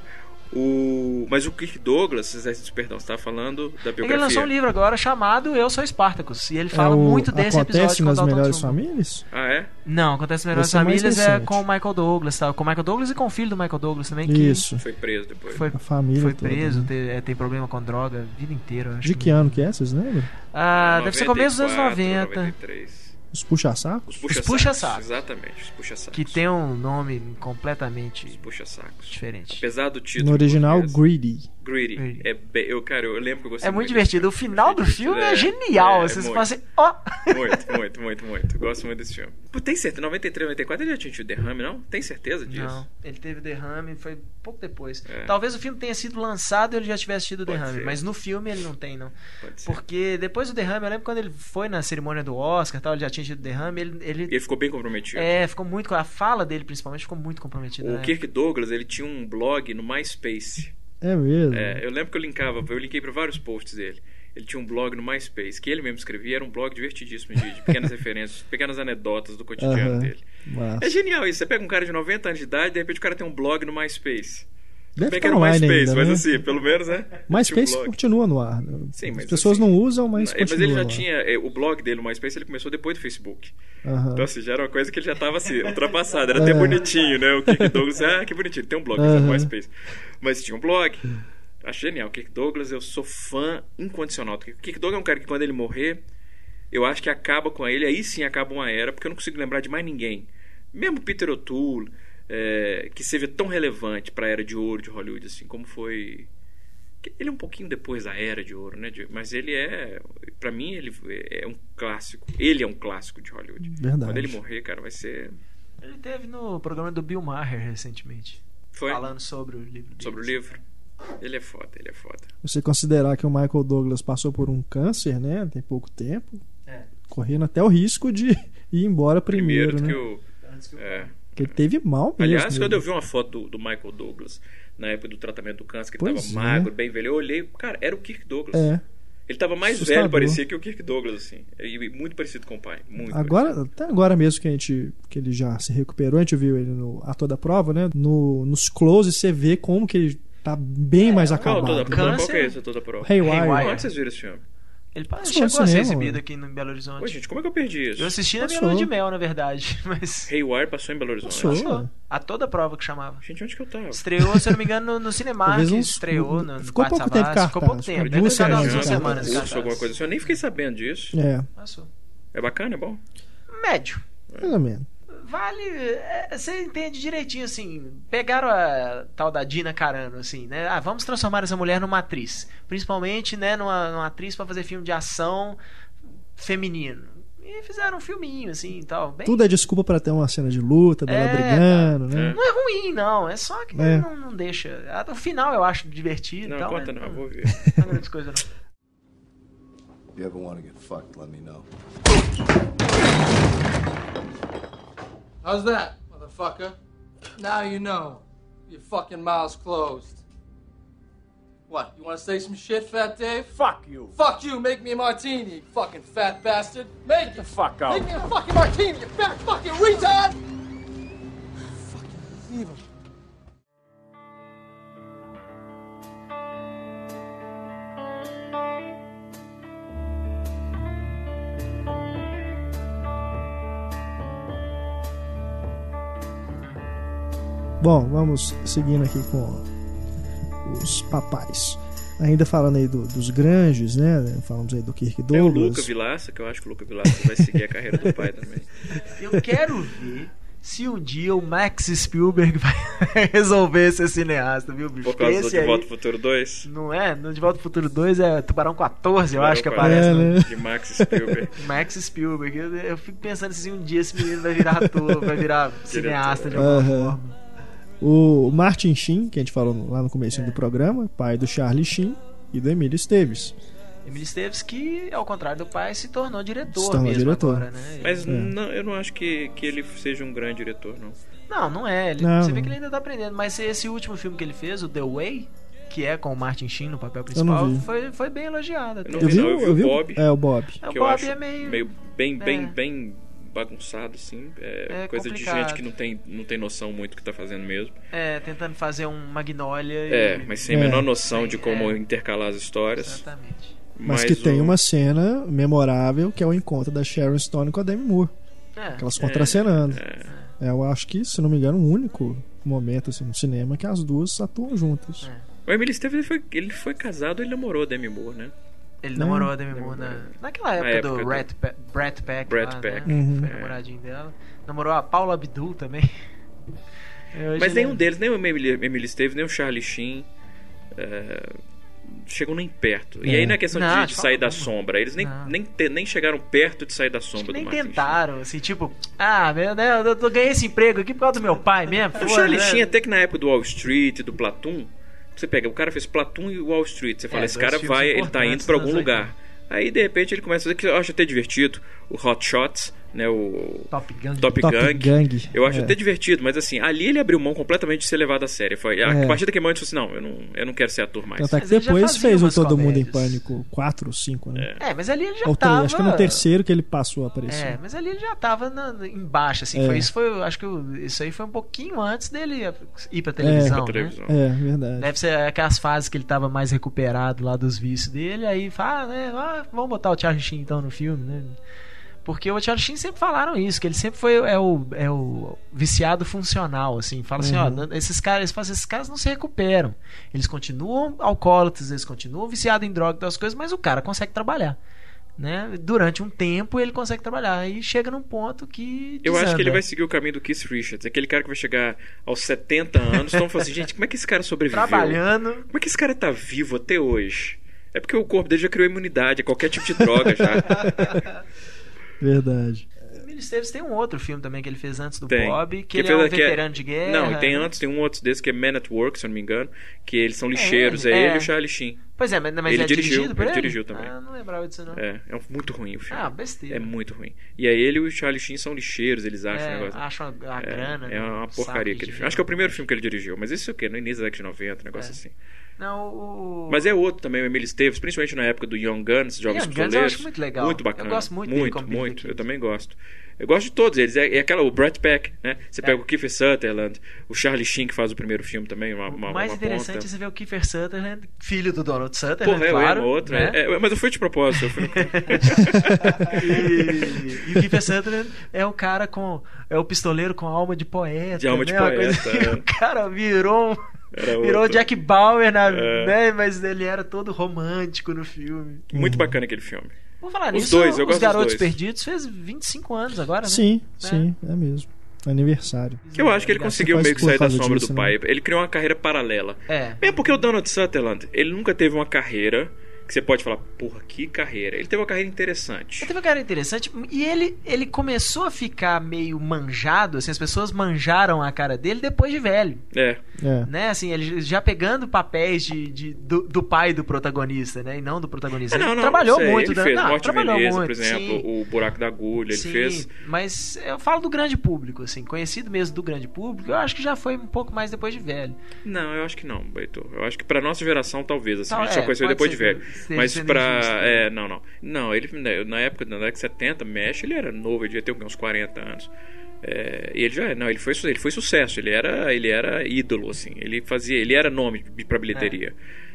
[SPEAKER 2] O... Mas o Kirk Douglas, vocês- perdão, você estava falando da
[SPEAKER 3] Ele
[SPEAKER 2] biografia.
[SPEAKER 3] lançou um livro agora chamado Eu Sou Spartacus. E ele fala
[SPEAKER 1] É o
[SPEAKER 3] muito desse
[SPEAKER 1] Acontece
[SPEAKER 3] episódio tá com o
[SPEAKER 1] nas
[SPEAKER 3] Dalton
[SPEAKER 1] melhores
[SPEAKER 3] Trumbo.
[SPEAKER 1] famílias?
[SPEAKER 2] Ah, é?
[SPEAKER 3] Não, acontece nas melhores
[SPEAKER 1] Esse é mais
[SPEAKER 3] famílias é
[SPEAKER 1] recente.
[SPEAKER 3] com o Michael Douglas, tá? Com o Michael Douglas e com o filho do Michael Douglas também, que
[SPEAKER 1] Isso.
[SPEAKER 2] Foi preso depois.
[SPEAKER 3] foi,
[SPEAKER 1] A família.
[SPEAKER 3] foi
[SPEAKER 1] toda. né?
[SPEAKER 3] preso, te- é, tem problema com droga a vida inteira, eu acho.
[SPEAKER 1] De que ano que é, vocês lembram?
[SPEAKER 3] Ah, deve ser começo dos anos 90.
[SPEAKER 2] 93.
[SPEAKER 1] Os puxa-sacos?
[SPEAKER 2] Os puxa-sacos.
[SPEAKER 3] puxa-sacos.
[SPEAKER 2] Exatamente, os puxa-sacos.
[SPEAKER 3] Que tem um nome
[SPEAKER 2] Os
[SPEAKER 3] completamente
[SPEAKER 2] puxa-sacos.
[SPEAKER 3] diferente.
[SPEAKER 2] Apesar do título.
[SPEAKER 1] No
[SPEAKER 2] em
[SPEAKER 1] original,
[SPEAKER 2] português,
[SPEAKER 1] Greedy.
[SPEAKER 2] Greedy.
[SPEAKER 3] Greedy.
[SPEAKER 2] É be- eu, cara, eu lembro que eu gostei
[SPEAKER 3] É muito
[SPEAKER 2] desse
[SPEAKER 3] divertido. O
[SPEAKER 2] filme.
[SPEAKER 3] final do filme é genial.
[SPEAKER 2] é
[SPEAKER 3] Vocês
[SPEAKER 2] muito.
[SPEAKER 3] falam assim, ó.
[SPEAKER 2] Muito, muito, muito, muito. Eu Gosto muito desse filme. Pô, tem certeza? 93, 94 ele já tinha tido derrame, não? Tem certeza disso?
[SPEAKER 3] Não, ele teve derrame, foi pouco depois.
[SPEAKER 2] É.
[SPEAKER 3] Talvez o filme tenha sido lançado e ele já tivesse tido
[SPEAKER 2] Pode
[SPEAKER 3] derrame,
[SPEAKER 2] ser.
[SPEAKER 3] mas no filme ele não tem, não.
[SPEAKER 2] Pode ser.
[SPEAKER 3] Porque depois do derrame, eu lembro quando ele foi na cerimônia do Oscar e tal, ele já tinha tido derrame, ele, ele
[SPEAKER 2] Ele ficou bem comprometido.
[SPEAKER 3] é, ficou muito. A fala dele, principalmente, ficou muito comprometida.
[SPEAKER 2] O
[SPEAKER 3] né?
[SPEAKER 2] Kirk Douglas, ele tinha um blog no MySpace.
[SPEAKER 1] É mesmo.
[SPEAKER 2] É, eu lembro que eu linkava, eu linkei pra vários posts dele. Ele tinha um blog no MySpace, que ele mesmo escrevia, era um blog divertidíssimo de, de pequenas referências, pequenas anedotas do cotidiano
[SPEAKER 1] Aham.
[SPEAKER 2] dele.
[SPEAKER 1] Mas...
[SPEAKER 2] É genial isso, você pega um cara de 90 anos de idade, de repente o cara tem um blog no MySpace.
[SPEAKER 1] Deve
[SPEAKER 2] Bem que
[SPEAKER 1] estar
[SPEAKER 2] era o
[SPEAKER 1] online
[SPEAKER 2] MySpace,
[SPEAKER 1] ainda,
[SPEAKER 2] mas
[SPEAKER 1] né?
[SPEAKER 2] assim, pelo menos, né? Tinha um
[SPEAKER 1] MySpace
[SPEAKER 2] blog.
[SPEAKER 1] continua no ar. né?
[SPEAKER 2] Sim, mas
[SPEAKER 1] As pessoas
[SPEAKER 2] assim-
[SPEAKER 1] não usam, mas
[SPEAKER 2] É,
[SPEAKER 1] continua
[SPEAKER 2] ele já
[SPEAKER 1] no ar.
[SPEAKER 2] tinha. é, O blog dele, o MySpace, ele começou depois do Facebook.
[SPEAKER 1] Aham.
[SPEAKER 2] Então, assim, já era uma coisa que ele já tava assim, ultrapassado. Era até
[SPEAKER 1] É.
[SPEAKER 2] bonitinho, né? O Kirk Douglas, ah, que bonitinho, ele tem um blog, mas é
[SPEAKER 1] Aham.
[SPEAKER 2] o MySpace. Mas tinha um blog. Acho genial. O Kirk Douglas, eu sou fã incondicional do Kirk. O Kirk Douglas é um cara que quando ele morrer, eu acho que acaba com ele, aí sim acaba uma era, porque eu não consigo lembrar de mais ninguém. Mesmo Peter O'Toole, é, que seja tão relevante pra era de ouro de Hollywood, assim, como foi. que Ele é um pouquinho depois da era de ouro, né? Diego? Mas ele é. Pra mim, ele é um clássico. Ele é um clássico de Hollywood.
[SPEAKER 1] Verdade.
[SPEAKER 2] Quando ele morrer, cara, vai ser.
[SPEAKER 3] Ele teve no programa do Bill Maher recentemente,
[SPEAKER 2] Foi
[SPEAKER 3] falando sobre o livro dele.
[SPEAKER 2] sobre o livro. Ele é foda, ele é foda.
[SPEAKER 1] Você considerar que o Michael Douglas passou por um câncer, né? Tem pouco tempo.
[SPEAKER 3] É.
[SPEAKER 1] Correndo até o risco de ir embora primeiro,
[SPEAKER 2] Primeiro do
[SPEAKER 1] né?
[SPEAKER 2] que o. é.
[SPEAKER 1] Porque ele teve mal mesmo.
[SPEAKER 2] Aliás, quando eu
[SPEAKER 1] ele.
[SPEAKER 2] vi uma foto do, do Michael Douglas na época do tratamento do câncer, que ele
[SPEAKER 1] Pois
[SPEAKER 2] tava
[SPEAKER 1] é.
[SPEAKER 2] magro, bem velho, eu olhei, cara, era o Kirk Douglas.
[SPEAKER 1] É.
[SPEAKER 2] Ele tava mais
[SPEAKER 1] Assustador.
[SPEAKER 2] velho, parecia que o Kirk Douglas, assim. E muito parecido com o pai. Muito
[SPEAKER 1] Agora, até agora mesmo que a gente que ele já se recuperou, a gente viu ele no ator da prova, né? No, nos closes você vê como que ele tá bem mais
[SPEAKER 2] parecido. Qual,
[SPEAKER 1] acabado.
[SPEAKER 2] toda a
[SPEAKER 1] né?
[SPEAKER 2] prova? Qual que é
[SPEAKER 3] Câncer.
[SPEAKER 2] essa toda a prova?
[SPEAKER 1] Haywire.
[SPEAKER 3] Haywire.
[SPEAKER 2] Onde vocês viram esse filme?
[SPEAKER 3] Ele pa-
[SPEAKER 1] Isso foi no
[SPEAKER 3] chegou a ser
[SPEAKER 1] cinema,
[SPEAKER 3] exibido
[SPEAKER 1] né?
[SPEAKER 3] aqui no Belo Horizonte.
[SPEAKER 2] Pô, gente, como é que eu perdi isso?
[SPEAKER 3] Eu assisti na minha
[SPEAKER 1] Passou.
[SPEAKER 3] lua de mel, na verdade, mas.
[SPEAKER 2] Haywire passou em Belo Horizonte.
[SPEAKER 1] Passou.
[SPEAKER 3] Passou. A toda prova que chamava.
[SPEAKER 2] Gente, onde que eu tava?
[SPEAKER 3] Estreou, se eu não me engano, no, no Cinemark.
[SPEAKER 1] Talvez uns- um,
[SPEAKER 3] estreou no, no
[SPEAKER 1] ficou
[SPEAKER 3] Parque
[SPEAKER 1] pouco tempo
[SPEAKER 3] Savassi,
[SPEAKER 1] cartaz,
[SPEAKER 3] Ficou pouco tempo.
[SPEAKER 1] ficou tá
[SPEAKER 3] Deve ter
[SPEAKER 1] duas
[SPEAKER 3] ficado umas
[SPEAKER 1] semanas
[SPEAKER 3] duas
[SPEAKER 1] em
[SPEAKER 3] semanas.
[SPEAKER 1] cartaz.
[SPEAKER 3] em
[SPEAKER 2] Curso, alguma
[SPEAKER 3] cartaz.
[SPEAKER 2] coisa assim. Eu nem fiquei sabendo disso.
[SPEAKER 1] É,
[SPEAKER 3] Passou.
[SPEAKER 2] É bacana, é bom?
[SPEAKER 3] Médio.
[SPEAKER 1] mais ou menos.
[SPEAKER 3] Vale. é, Você entende direitinho, assim. Pegaram a tal da Dina Carano, assim, né? Ah, vamos transformar essa mulher numa atriz. Principalmente, né, numa, numa atriz pra fazer filme de ação feminino. E fizeram um filminho, assim e tal. Bem
[SPEAKER 1] Tudo é desculpa pra ter uma cena de luta, dela
[SPEAKER 3] É,
[SPEAKER 1] brigando,
[SPEAKER 2] tá.
[SPEAKER 1] né?
[SPEAKER 3] Não é ruim, não. É só que
[SPEAKER 1] É.
[SPEAKER 3] Não, não deixa. Ah, O final eu acho divertido. e
[SPEAKER 2] Não,
[SPEAKER 3] tal,
[SPEAKER 2] conta
[SPEAKER 3] mas
[SPEAKER 2] não, eu vou ver.
[SPEAKER 3] Não é grande coisa, não.
[SPEAKER 5] If you ever want to get fucked, let me know.
[SPEAKER 6] How's that, motherfucker? Now you know. Your fucking mouth's closed. What? You want to say some shit, Fat Dave? Fuck you. Fuck you. Make me a martini, you fucking fat bastard. Make the fuck out. Make me a fucking martini, you fat fucking retard. Fucking evil.
[SPEAKER 1] Bom, vamos seguindo aqui com os papais. Ainda falando aí do- dos grandes, né? Falamos aí do Kirk
[SPEAKER 2] Tem É o
[SPEAKER 1] Douglas.
[SPEAKER 2] Luca Vilaça, que eu acho que o Luca Vilaça vai seguir a carreira do pai também.
[SPEAKER 3] Eu quero ver se um dia o Max Spielberg vai resolver ser cineasta, viu, bicho?
[SPEAKER 2] Por causa do
[SPEAKER 3] Esse
[SPEAKER 2] De
[SPEAKER 3] aí,
[SPEAKER 2] Volta ao Futuro 2.
[SPEAKER 3] Não é? No De Volta pro Futuro 2 é Tubarão 14, eu acho que
[SPEAKER 2] Agora,
[SPEAKER 3] aparece.
[SPEAKER 1] É,
[SPEAKER 3] no-
[SPEAKER 1] né?
[SPEAKER 2] um De Max Spielberg.
[SPEAKER 1] É.
[SPEAKER 3] Max Spielberg. Eu, eu fico pensando se um dia esse menino vai virar ator, vai virar cineasta de alguma
[SPEAKER 1] Aham.
[SPEAKER 3] forma.
[SPEAKER 1] O Martin Sheen, que a gente falou no- lá no começo
[SPEAKER 2] É.
[SPEAKER 1] do programa, pai do Charlie Sheen e do Emílio Esteves.
[SPEAKER 3] Emily Esteves, que, ao contrário do pai, se tornou diretor
[SPEAKER 1] Se tornou
[SPEAKER 3] mesmo
[SPEAKER 1] diretor.
[SPEAKER 3] agora, né?
[SPEAKER 2] Mas
[SPEAKER 1] É.
[SPEAKER 2] não, eu não acho que, que ele seja um grande diretor, não.
[SPEAKER 3] Não, não é. Ele,
[SPEAKER 1] Não,
[SPEAKER 3] você
[SPEAKER 1] não.
[SPEAKER 3] vê que ele ainda tá aprendendo. Mas esse último filme que ele fez, o The Way, que é com o Martin Sheen no papel
[SPEAKER 1] não
[SPEAKER 3] principal,
[SPEAKER 1] vi.
[SPEAKER 3] foi, foi bem elogiado. até.
[SPEAKER 2] Eu vi não, eu vi o
[SPEAKER 1] o-
[SPEAKER 2] Bob.
[SPEAKER 1] É, o Bob.
[SPEAKER 3] É, O
[SPEAKER 2] que
[SPEAKER 3] Bob
[SPEAKER 2] eu acho
[SPEAKER 3] é meio.
[SPEAKER 2] bem, bem,
[SPEAKER 3] é.
[SPEAKER 2] bem bagunçado, assim. É,
[SPEAKER 3] É
[SPEAKER 2] coisa de
[SPEAKER 3] complicado.
[SPEAKER 2] gente que não tem, não tem noção muito do que tá fazendo mesmo.
[SPEAKER 3] É, tentando fazer um Magnolia.
[SPEAKER 2] É,
[SPEAKER 3] e...
[SPEAKER 2] mas sem
[SPEAKER 1] É.
[SPEAKER 2] a menor noção de como
[SPEAKER 3] É.
[SPEAKER 2] intercalar as histórias.
[SPEAKER 3] Exatamente.
[SPEAKER 1] Mas que
[SPEAKER 2] o-
[SPEAKER 1] tem uma cena memorável que é o encontro da Sharon Stone com a Demi Moore.
[SPEAKER 3] É.
[SPEAKER 1] Que elas contracenando.
[SPEAKER 2] É,
[SPEAKER 1] É, eu acho que, se não me engano, o único momento assim, no cinema que as duas atuam juntas.
[SPEAKER 2] O Emily Stevens ele foi, ele foi casado, ele namorou a Demi Moore, né?
[SPEAKER 3] Ele
[SPEAKER 1] Não.
[SPEAKER 3] namorou a Demi Moore na, naquela época,
[SPEAKER 2] época
[SPEAKER 3] do
[SPEAKER 2] do-
[SPEAKER 3] Rat Pa- Brat Pack.
[SPEAKER 2] Brat
[SPEAKER 3] lá,
[SPEAKER 2] Pack,
[SPEAKER 3] Né?
[SPEAKER 1] Uhum.
[SPEAKER 3] Foi
[SPEAKER 2] é.
[SPEAKER 3] namoradinho dela. Namorou a Paula Abdul também. É, hoje
[SPEAKER 2] Mas um
[SPEAKER 3] ele-
[SPEAKER 2] nenhum deles, nem o Emily, Emily Esteves, nem o Charlie Sheen. é, chegam nem perto. E
[SPEAKER 1] É.
[SPEAKER 2] aí não é questão
[SPEAKER 3] Não,
[SPEAKER 2] de,
[SPEAKER 3] de
[SPEAKER 2] de
[SPEAKER 3] forma
[SPEAKER 2] sair da
[SPEAKER 3] alguma.
[SPEAKER 2] sombra. Eles nem,
[SPEAKER 3] Não.
[SPEAKER 2] nem, te- nem chegaram perto de sair da
[SPEAKER 3] Acho
[SPEAKER 2] sombra
[SPEAKER 3] que
[SPEAKER 2] do
[SPEAKER 3] nem
[SPEAKER 2] Martin Sheen.
[SPEAKER 3] tentaram, assim, tipo, ah, meu, né, eu, eu ganhei esse emprego aqui por causa do meu pai mesmo.
[SPEAKER 2] O
[SPEAKER 3] foda,
[SPEAKER 2] Charlie
[SPEAKER 3] né?
[SPEAKER 2] Sheen, é até que na época do Wall Street, do Platoon, você pega, o cara fez Platoon e Wall Street. Você fala,
[SPEAKER 3] É,
[SPEAKER 2] esse
[SPEAKER 3] dois
[SPEAKER 2] cara
[SPEAKER 3] filmes
[SPEAKER 2] vai, ele tá indo
[SPEAKER 3] importantes né,
[SPEAKER 2] pra algum
[SPEAKER 3] nos
[SPEAKER 2] lugar. Aí, de repente, ele começa a fazer que eu acho até divertido. O Hot Shots, né? O
[SPEAKER 3] Top Gun.
[SPEAKER 2] Top,
[SPEAKER 1] Top
[SPEAKER 2] Gang.
[SPEAKER 1] Gang,
[SPEAKER 2] Eu acho
[SPEAKER 1] é.
[SPEAKER 2] até divertido, mas assim, ali ele abriu mão completamente de ser levado a sério. Foi, a
[SPEAKER 1] É.
[SPEAKER 2] partir da queimante, ele disse, não eu, não, eu não quero ser ator mais.
[SPEAKER 1] Tanto é que
[SPEAKER 3] Mas ele já
[SPEAKER 1] depois
[SPEAKER 3] fazia
[SPEAKER 1] fez o
[SPEAKER 3] umas
[SPEAKER 1] Todo Mundo em
[SPEAKER 3] comédias.
[SPEAKER 1] Pânico 4 ou 5, né?
[SPEAKER 3] É, mas ali ele já
[SPEAKER 1] Ou três,
[SPEAKER 3] tava...
[SPEAKER 1] acho que é no terceiro que ele passou a aparecer.
[SPEAKER 3] É, mas ali ele já tava na, embaixo, assim.
[SPEAKER 1] É.
[SPEAKER 3] Foi, isso foi, acho que o- isso aí foi um pouquinho antes dele ir pra televisão,
[SPEAKER 2] Pra
[SPEAKER 3] né?
[SPEAKER 2] televisão.
[SPEAKER 1] É, verdade.
[SPEAKER 3] Deve ser aquelas fases que ele tava mais recuperado lá dos vícios dele, aí fala, ah, né, ah, vamos botar o Charlie Sheen então no filme, né? Porque o Charlie Sheen sempre falaram isso, que ele sempre foi é o, é o viciado funcional, assim. Fala assim, ó,
[SPEAKER 1] Uhum.
[SPEAKER 3] esses caras, eles falam, assim, esses caras não se recuperam. Eles continuam alcoólatras, eles continuam viciados em droga e das coisas, mas o cara consegue trabalhar. Né? Durante um tempo ele consegue trabalhar e chega num ponto que.
[SPEAKER 2] Eu acho que ele
[SPEAKER 3] desanda.
[SPEAKER 2] vai seguir o caminho do Keith Richards, aquele cara que vai chegar aos 70 anos. Então, falar assim, gente, como é que esse cara sobreviveu?
[SPEAKER 3] trabalhando.
[SPEAKER 2] Como é que esse cara tá vivo até hoje? É porque o corpo dele já criou imunidade a qualquer tipo de droga já.
[SPEAKER 1] Verdade.
[SPEAKER 3] O Emílio Esteves tem um outro filme também que ele fez antes do
[SPEAKER 2] Tem.
[SPEAKER 3] Bob, que,
[SPEAKER 2] Que
[SPEAKER 3] ele é
[SPEAKER 2] fez
[SPEAKER 3] um
[SPEAKER 2] aquele-
[SPEAKER 3] veterano de guerra.
[SPEAKER 2] não, e tem antes, tem um outro desse que é Man at Work, se eu não me engano, que eles são lixeiros, é,
[SPEAKER 3] ele?
[SPEAKER 2] ele
[SPEAKER 3] É.
[SPEAKER 2] e o Charlie Sheen.
[SPEAKER 3] Pois é, mas, mas
[SPEAKER 2] Ele
[SPEAKER 3] é
[SPEAKER 2] dirigiu,
[SPEAKER 3] dirigido por
[SPEAKER 2] ele
[SPEAKER 3] ele?
[SPEAKER 2] dirigiu também.
[SPEAKER 3] Ah, não lembrava disso não.
[SPEAKER 2] É, é um- muito ruim o filme.
[SPEAKER 3] Ah, besteira.
[SPEAKER 2] é muito ruim. E aí ele e o Charlie Sheen são lixeiros, eles acham o
[SPEAKER 3] É,
[SPEAKER 2] negócio.
[SPEAKER 3] acham a, a
[SPEAKER 2] É,
[SPEAKER 3] grana.
[SPEAKER 2] é,
[SPEAKER 3] né,
[SPEAKER 2] uma
[SPEAKER 3] um
[SPEAKER 2] porcaria
[SPEAKER 3] saco de
[SPEAKER 2] aquele filme.
[SPEAKER 3] dinheiro.
[SPEAKER 2] Acho que é o primeiro filme que ele dirigiu, mas isso é o quê? No início da década de 90, um negócio
[SPEAKER 3] É.
[SPEAKER 2] assim.
[SPEAKER 3] Não, o...
[SPEAKER 2] Mas é outro também, o Emílio Esteves, principalmente na época do Young Guns, Jogos
[SPEAKER 3] Young Guns eu
[SPEAKER 2] Pistoleiros.
[SPEAKER 3] acho muito legal.
[SPEAKER 2] Muito bacana.
[SPEAKER 3] Eu gosto muito dele
[SPEAKER 2] Muito,
[SPEAKER 3] como Billy
[SPEAKER 2] muito.
[SPEAKER 3] Kid.
[SPEAKER 2] Eu também gosto. Eu gosto de todos eles. É, é aquela, o Brad Pack, né?
[SPEAKER 3] É.
[SPEAKER 2] Você pega o Kiefer Sutherland, o Charlie Sheen, que faz o primeiro filme também, uma, uma,
[SPEAKER 3] o mais
[SPEAKER 2] uma
[SPEAKER 3] interessante
[SPEAKER 2] ponta.
[SPEAKER 3] é você ver o Kiefer Sutherland, filho do Donald Sutherland,
[SPEAKER 2] Porra, é
[SPEAKER 3] claro.
[SPEAKER 2] uma outra.
[SPEAKER 3] né?
[SPEAKER 2] é- é, mas eu fui de propósito. Eu fui no...
[SPEAKER 3] e, e o Kiefer Sutherland é o cara com. É o pistoleiro com alma de poeta.
[SPEAKER 2] De alma de
[SPEAKER 3] né? Uma coisa
[SPEAKER 2] poeta,
[SPEAKER 3] que
[SPEAKER 2] é.
[SPEAKER 3] O cara virou um.
[SPEAKER 2] Era
[SPEAKER 3] Virou
[SPEAKER 2] outro.
[SPEAKER 3] Jack Bauer, na-
[SPEAKER 2] É.
[SPEAKER 3] né? Mas ele era todo romântico no filme.
[SPEAKER 2] Muito bacana aquele filme.
[SPEAKER 3] Vou falar
[SPEAKER 2] Os
[SPEAKER 3] nisso,
[SPEAKER 2] dois, eu gosto
[SPEAKER 3] Os
[SPEAKER 2] dos
[SPEAKER 3] Garotos
[SPEAKER 2] dois.
[SPEAKER 3] Perdidos fez 25 anos agora, né?
[SPEAKER 1] Sim,
[SPEAKER 3] É.
[SPEAKER 1] sim, é mesmo. Aniversário.
[SPEAKER 2] Eu acho que ele
[SPEAKER 3] Obrigado.
[SPEAKER 2] conseguiu
[SPEAKER 1] Quase
[SPEAKER 2] meio que
[SPEAKER 1] por
[SPEAKER 2] sair da
[SPEAKER 1] causa
[SPEAKER 2] sombra
[SPEAKER 1] disso,
[SPEAKER 2] do
[SPEAKER 1] né?
[SPEAKER 2] pai. Ele criou uma carreira paralela.
[SPEAKER 3] É.
[SPEAKER 2] Mesmo porque o Donald Sutherland, ele nunca teve uma carreira que você pode falar, porra, que carreira. Ele teve uma carreira interessante.
[SPEAKER 3] Ele teve uma cara interessante e ele, ele começou a ficar meio manjado, assim, as pessoas manjaram a cara dele depois de velho,
[SPEAKER 2] É.
[SPEAKER 1] É.
[SPEAKER 3] né? Assim, ele já pegando papéis de, de- do, do pai do protagonista, né? E não do protagonista.
[SPEAKER 2] Ah,
[SPEAKER 3] ele trabalhou
[SPEAKER 2] sei.
[SPEAKER 3] muito,
[SPEAKER 2] Ele
[SPEAKER 3] né?
[SPEAKER 2] fez
[SPEAKER 3] Não,
[SPEAKER 2] Morte e
[SPEAKER 3] trabalhou
[SPEAKER 2] Beleza,
[SPEAKER 3] muito,
[SPEAKER 2] por exemplo,
[SPEAKER 3] sim.
[SPEAKER 2] o Buraco da Agulha, ele
[SPEAKER 3] Sim,
[SPEAKER 2] fez.
[SPEAKER 3] mas eu falo do grande público, assim, conhecido mesmo do grande público, eu acho que já foi um pouco mais depois de velho.
[SPEAKER 2] Não, eu acho que não, Beitor. Eu acho que pra nossa geração, talvez, assim,
[SPEAKER 3] Tal-
[SPEAKER 2] a gente só
[SPEAKER 3] é,
[SPEAKER 2] conheceu
[SPEAKER 3] pode
[SPEAKER 2] depois
[SPEAKER 3] ser
[SPEAKER 2] de velho.
[SPEAKER 3] que esteja
[SPEAKER 2] Mas
[SPEAKER 3] sendo
[SPEAKER 2] pra.
[SPEAKER 3] injusto, né?
[SPEAKER 2] É, não, não. Não, ele né, na época, na década de 70, mexe, ele era novo, ele devia ter uns 40 anos. É, e ele já, não, ele foi, su- ele foi sucesso, ele era, ele era ídolo, assim, ele fazia, ele era nome bi- pra bilheteria.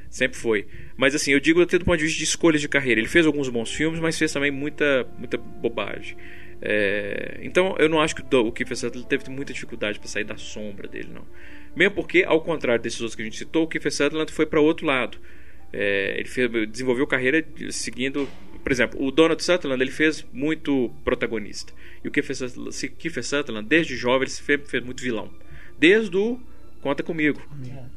[SPEAKER 2] Sempre foi. Mas assim, eu digo até do ponto de vista de escolhas de carreira. Ele fez alguns bons filmes, mas fez também muita, muita bobagem. É, então eu não acho que o Do- o Kiefer Sutherland teve muita dificuldade para sair da sombra dele, não. Mesmo porque, ao contrário desses outros que a gente citou, o Kiefer Sutherland foi para outro lado. É, ele fez- desenvolveu carreira de- seguindo. Por exemplo, o Donald Sutherland ele fez muito protagonista. E o Kiefer Sutherland, se- Kiefer Sutherland, desde jovem, ele se fe- fez, muito vilão. Desde o Conta Comigo.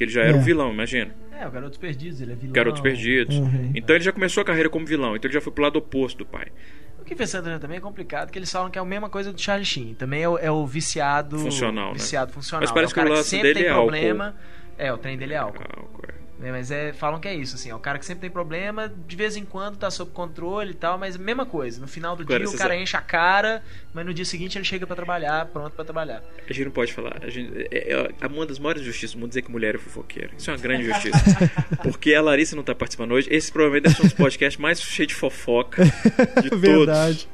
[SPEAKER 2] Ele já era
[SPEAKER 1] É.
[SPEAKER 2] um vilão, imagina.
[SPEAKER 3] É, o Garotos Perdidos, ele é vilão.
[SPEAKER 2] Garotos Perdidos.
[SPEAKER 1] Uhum.
[SPEAKER 2] Então ele já começou a carreira como vilão. Então ele já foi pro lado oposto do pai.
[SPEAKER 3] O que fez Sandra também é complicado, que eles falam que é a mesma coisa do Charlie Sheen. Também é o, é o viciado.
[SPEAKER 2] Funcional, né?
[SPEAKER 3] Viciado funcional.
[SPEAKER 2] Mas parece
[SPEAKER 3] é o
[SPEAKER 2] que o
[SPEAKER 3] cara
[SPEAKER 2] lance
[SPEAKER 3] sempre
[SPEAKER 2] dele
[SPEAKER 3] tem
[SPEAKER 2] é álcool.
[SPEAKER 3] problema. É, o trem dele é álcool.
[SPEAKER 2] Ah, ok.
[SPEAKER 3] né? Mas é, falam que é isso, assim. É o cara que sempre tem problema, de vez em quando tá sob controle e tal, mas mesma coisa. No final do
[SPEAKER 2] Agora,
[SPEAKER 3] dia o
[SPEAKER 2] vocês
[SPEAKER 3] cara
[SPEAKER 2] sabem-
[SPEAKER 3] enche a cara, mas no dia seguinte ele chega pra trabalhar, pronto pra trabalhar.
[SPEAKER 2] A gente não pode falar. A gente, é, é- é uma das maiores injustiças do mundo dizer que mulher é fofoqueira. Isso é uma grande injustiça. Porque a Larissa não tá participando hoje. Esse provavelmente deve ser um dos podcasts mais cheio de fofoca de todos.
[SPEAKER 1] Verdade.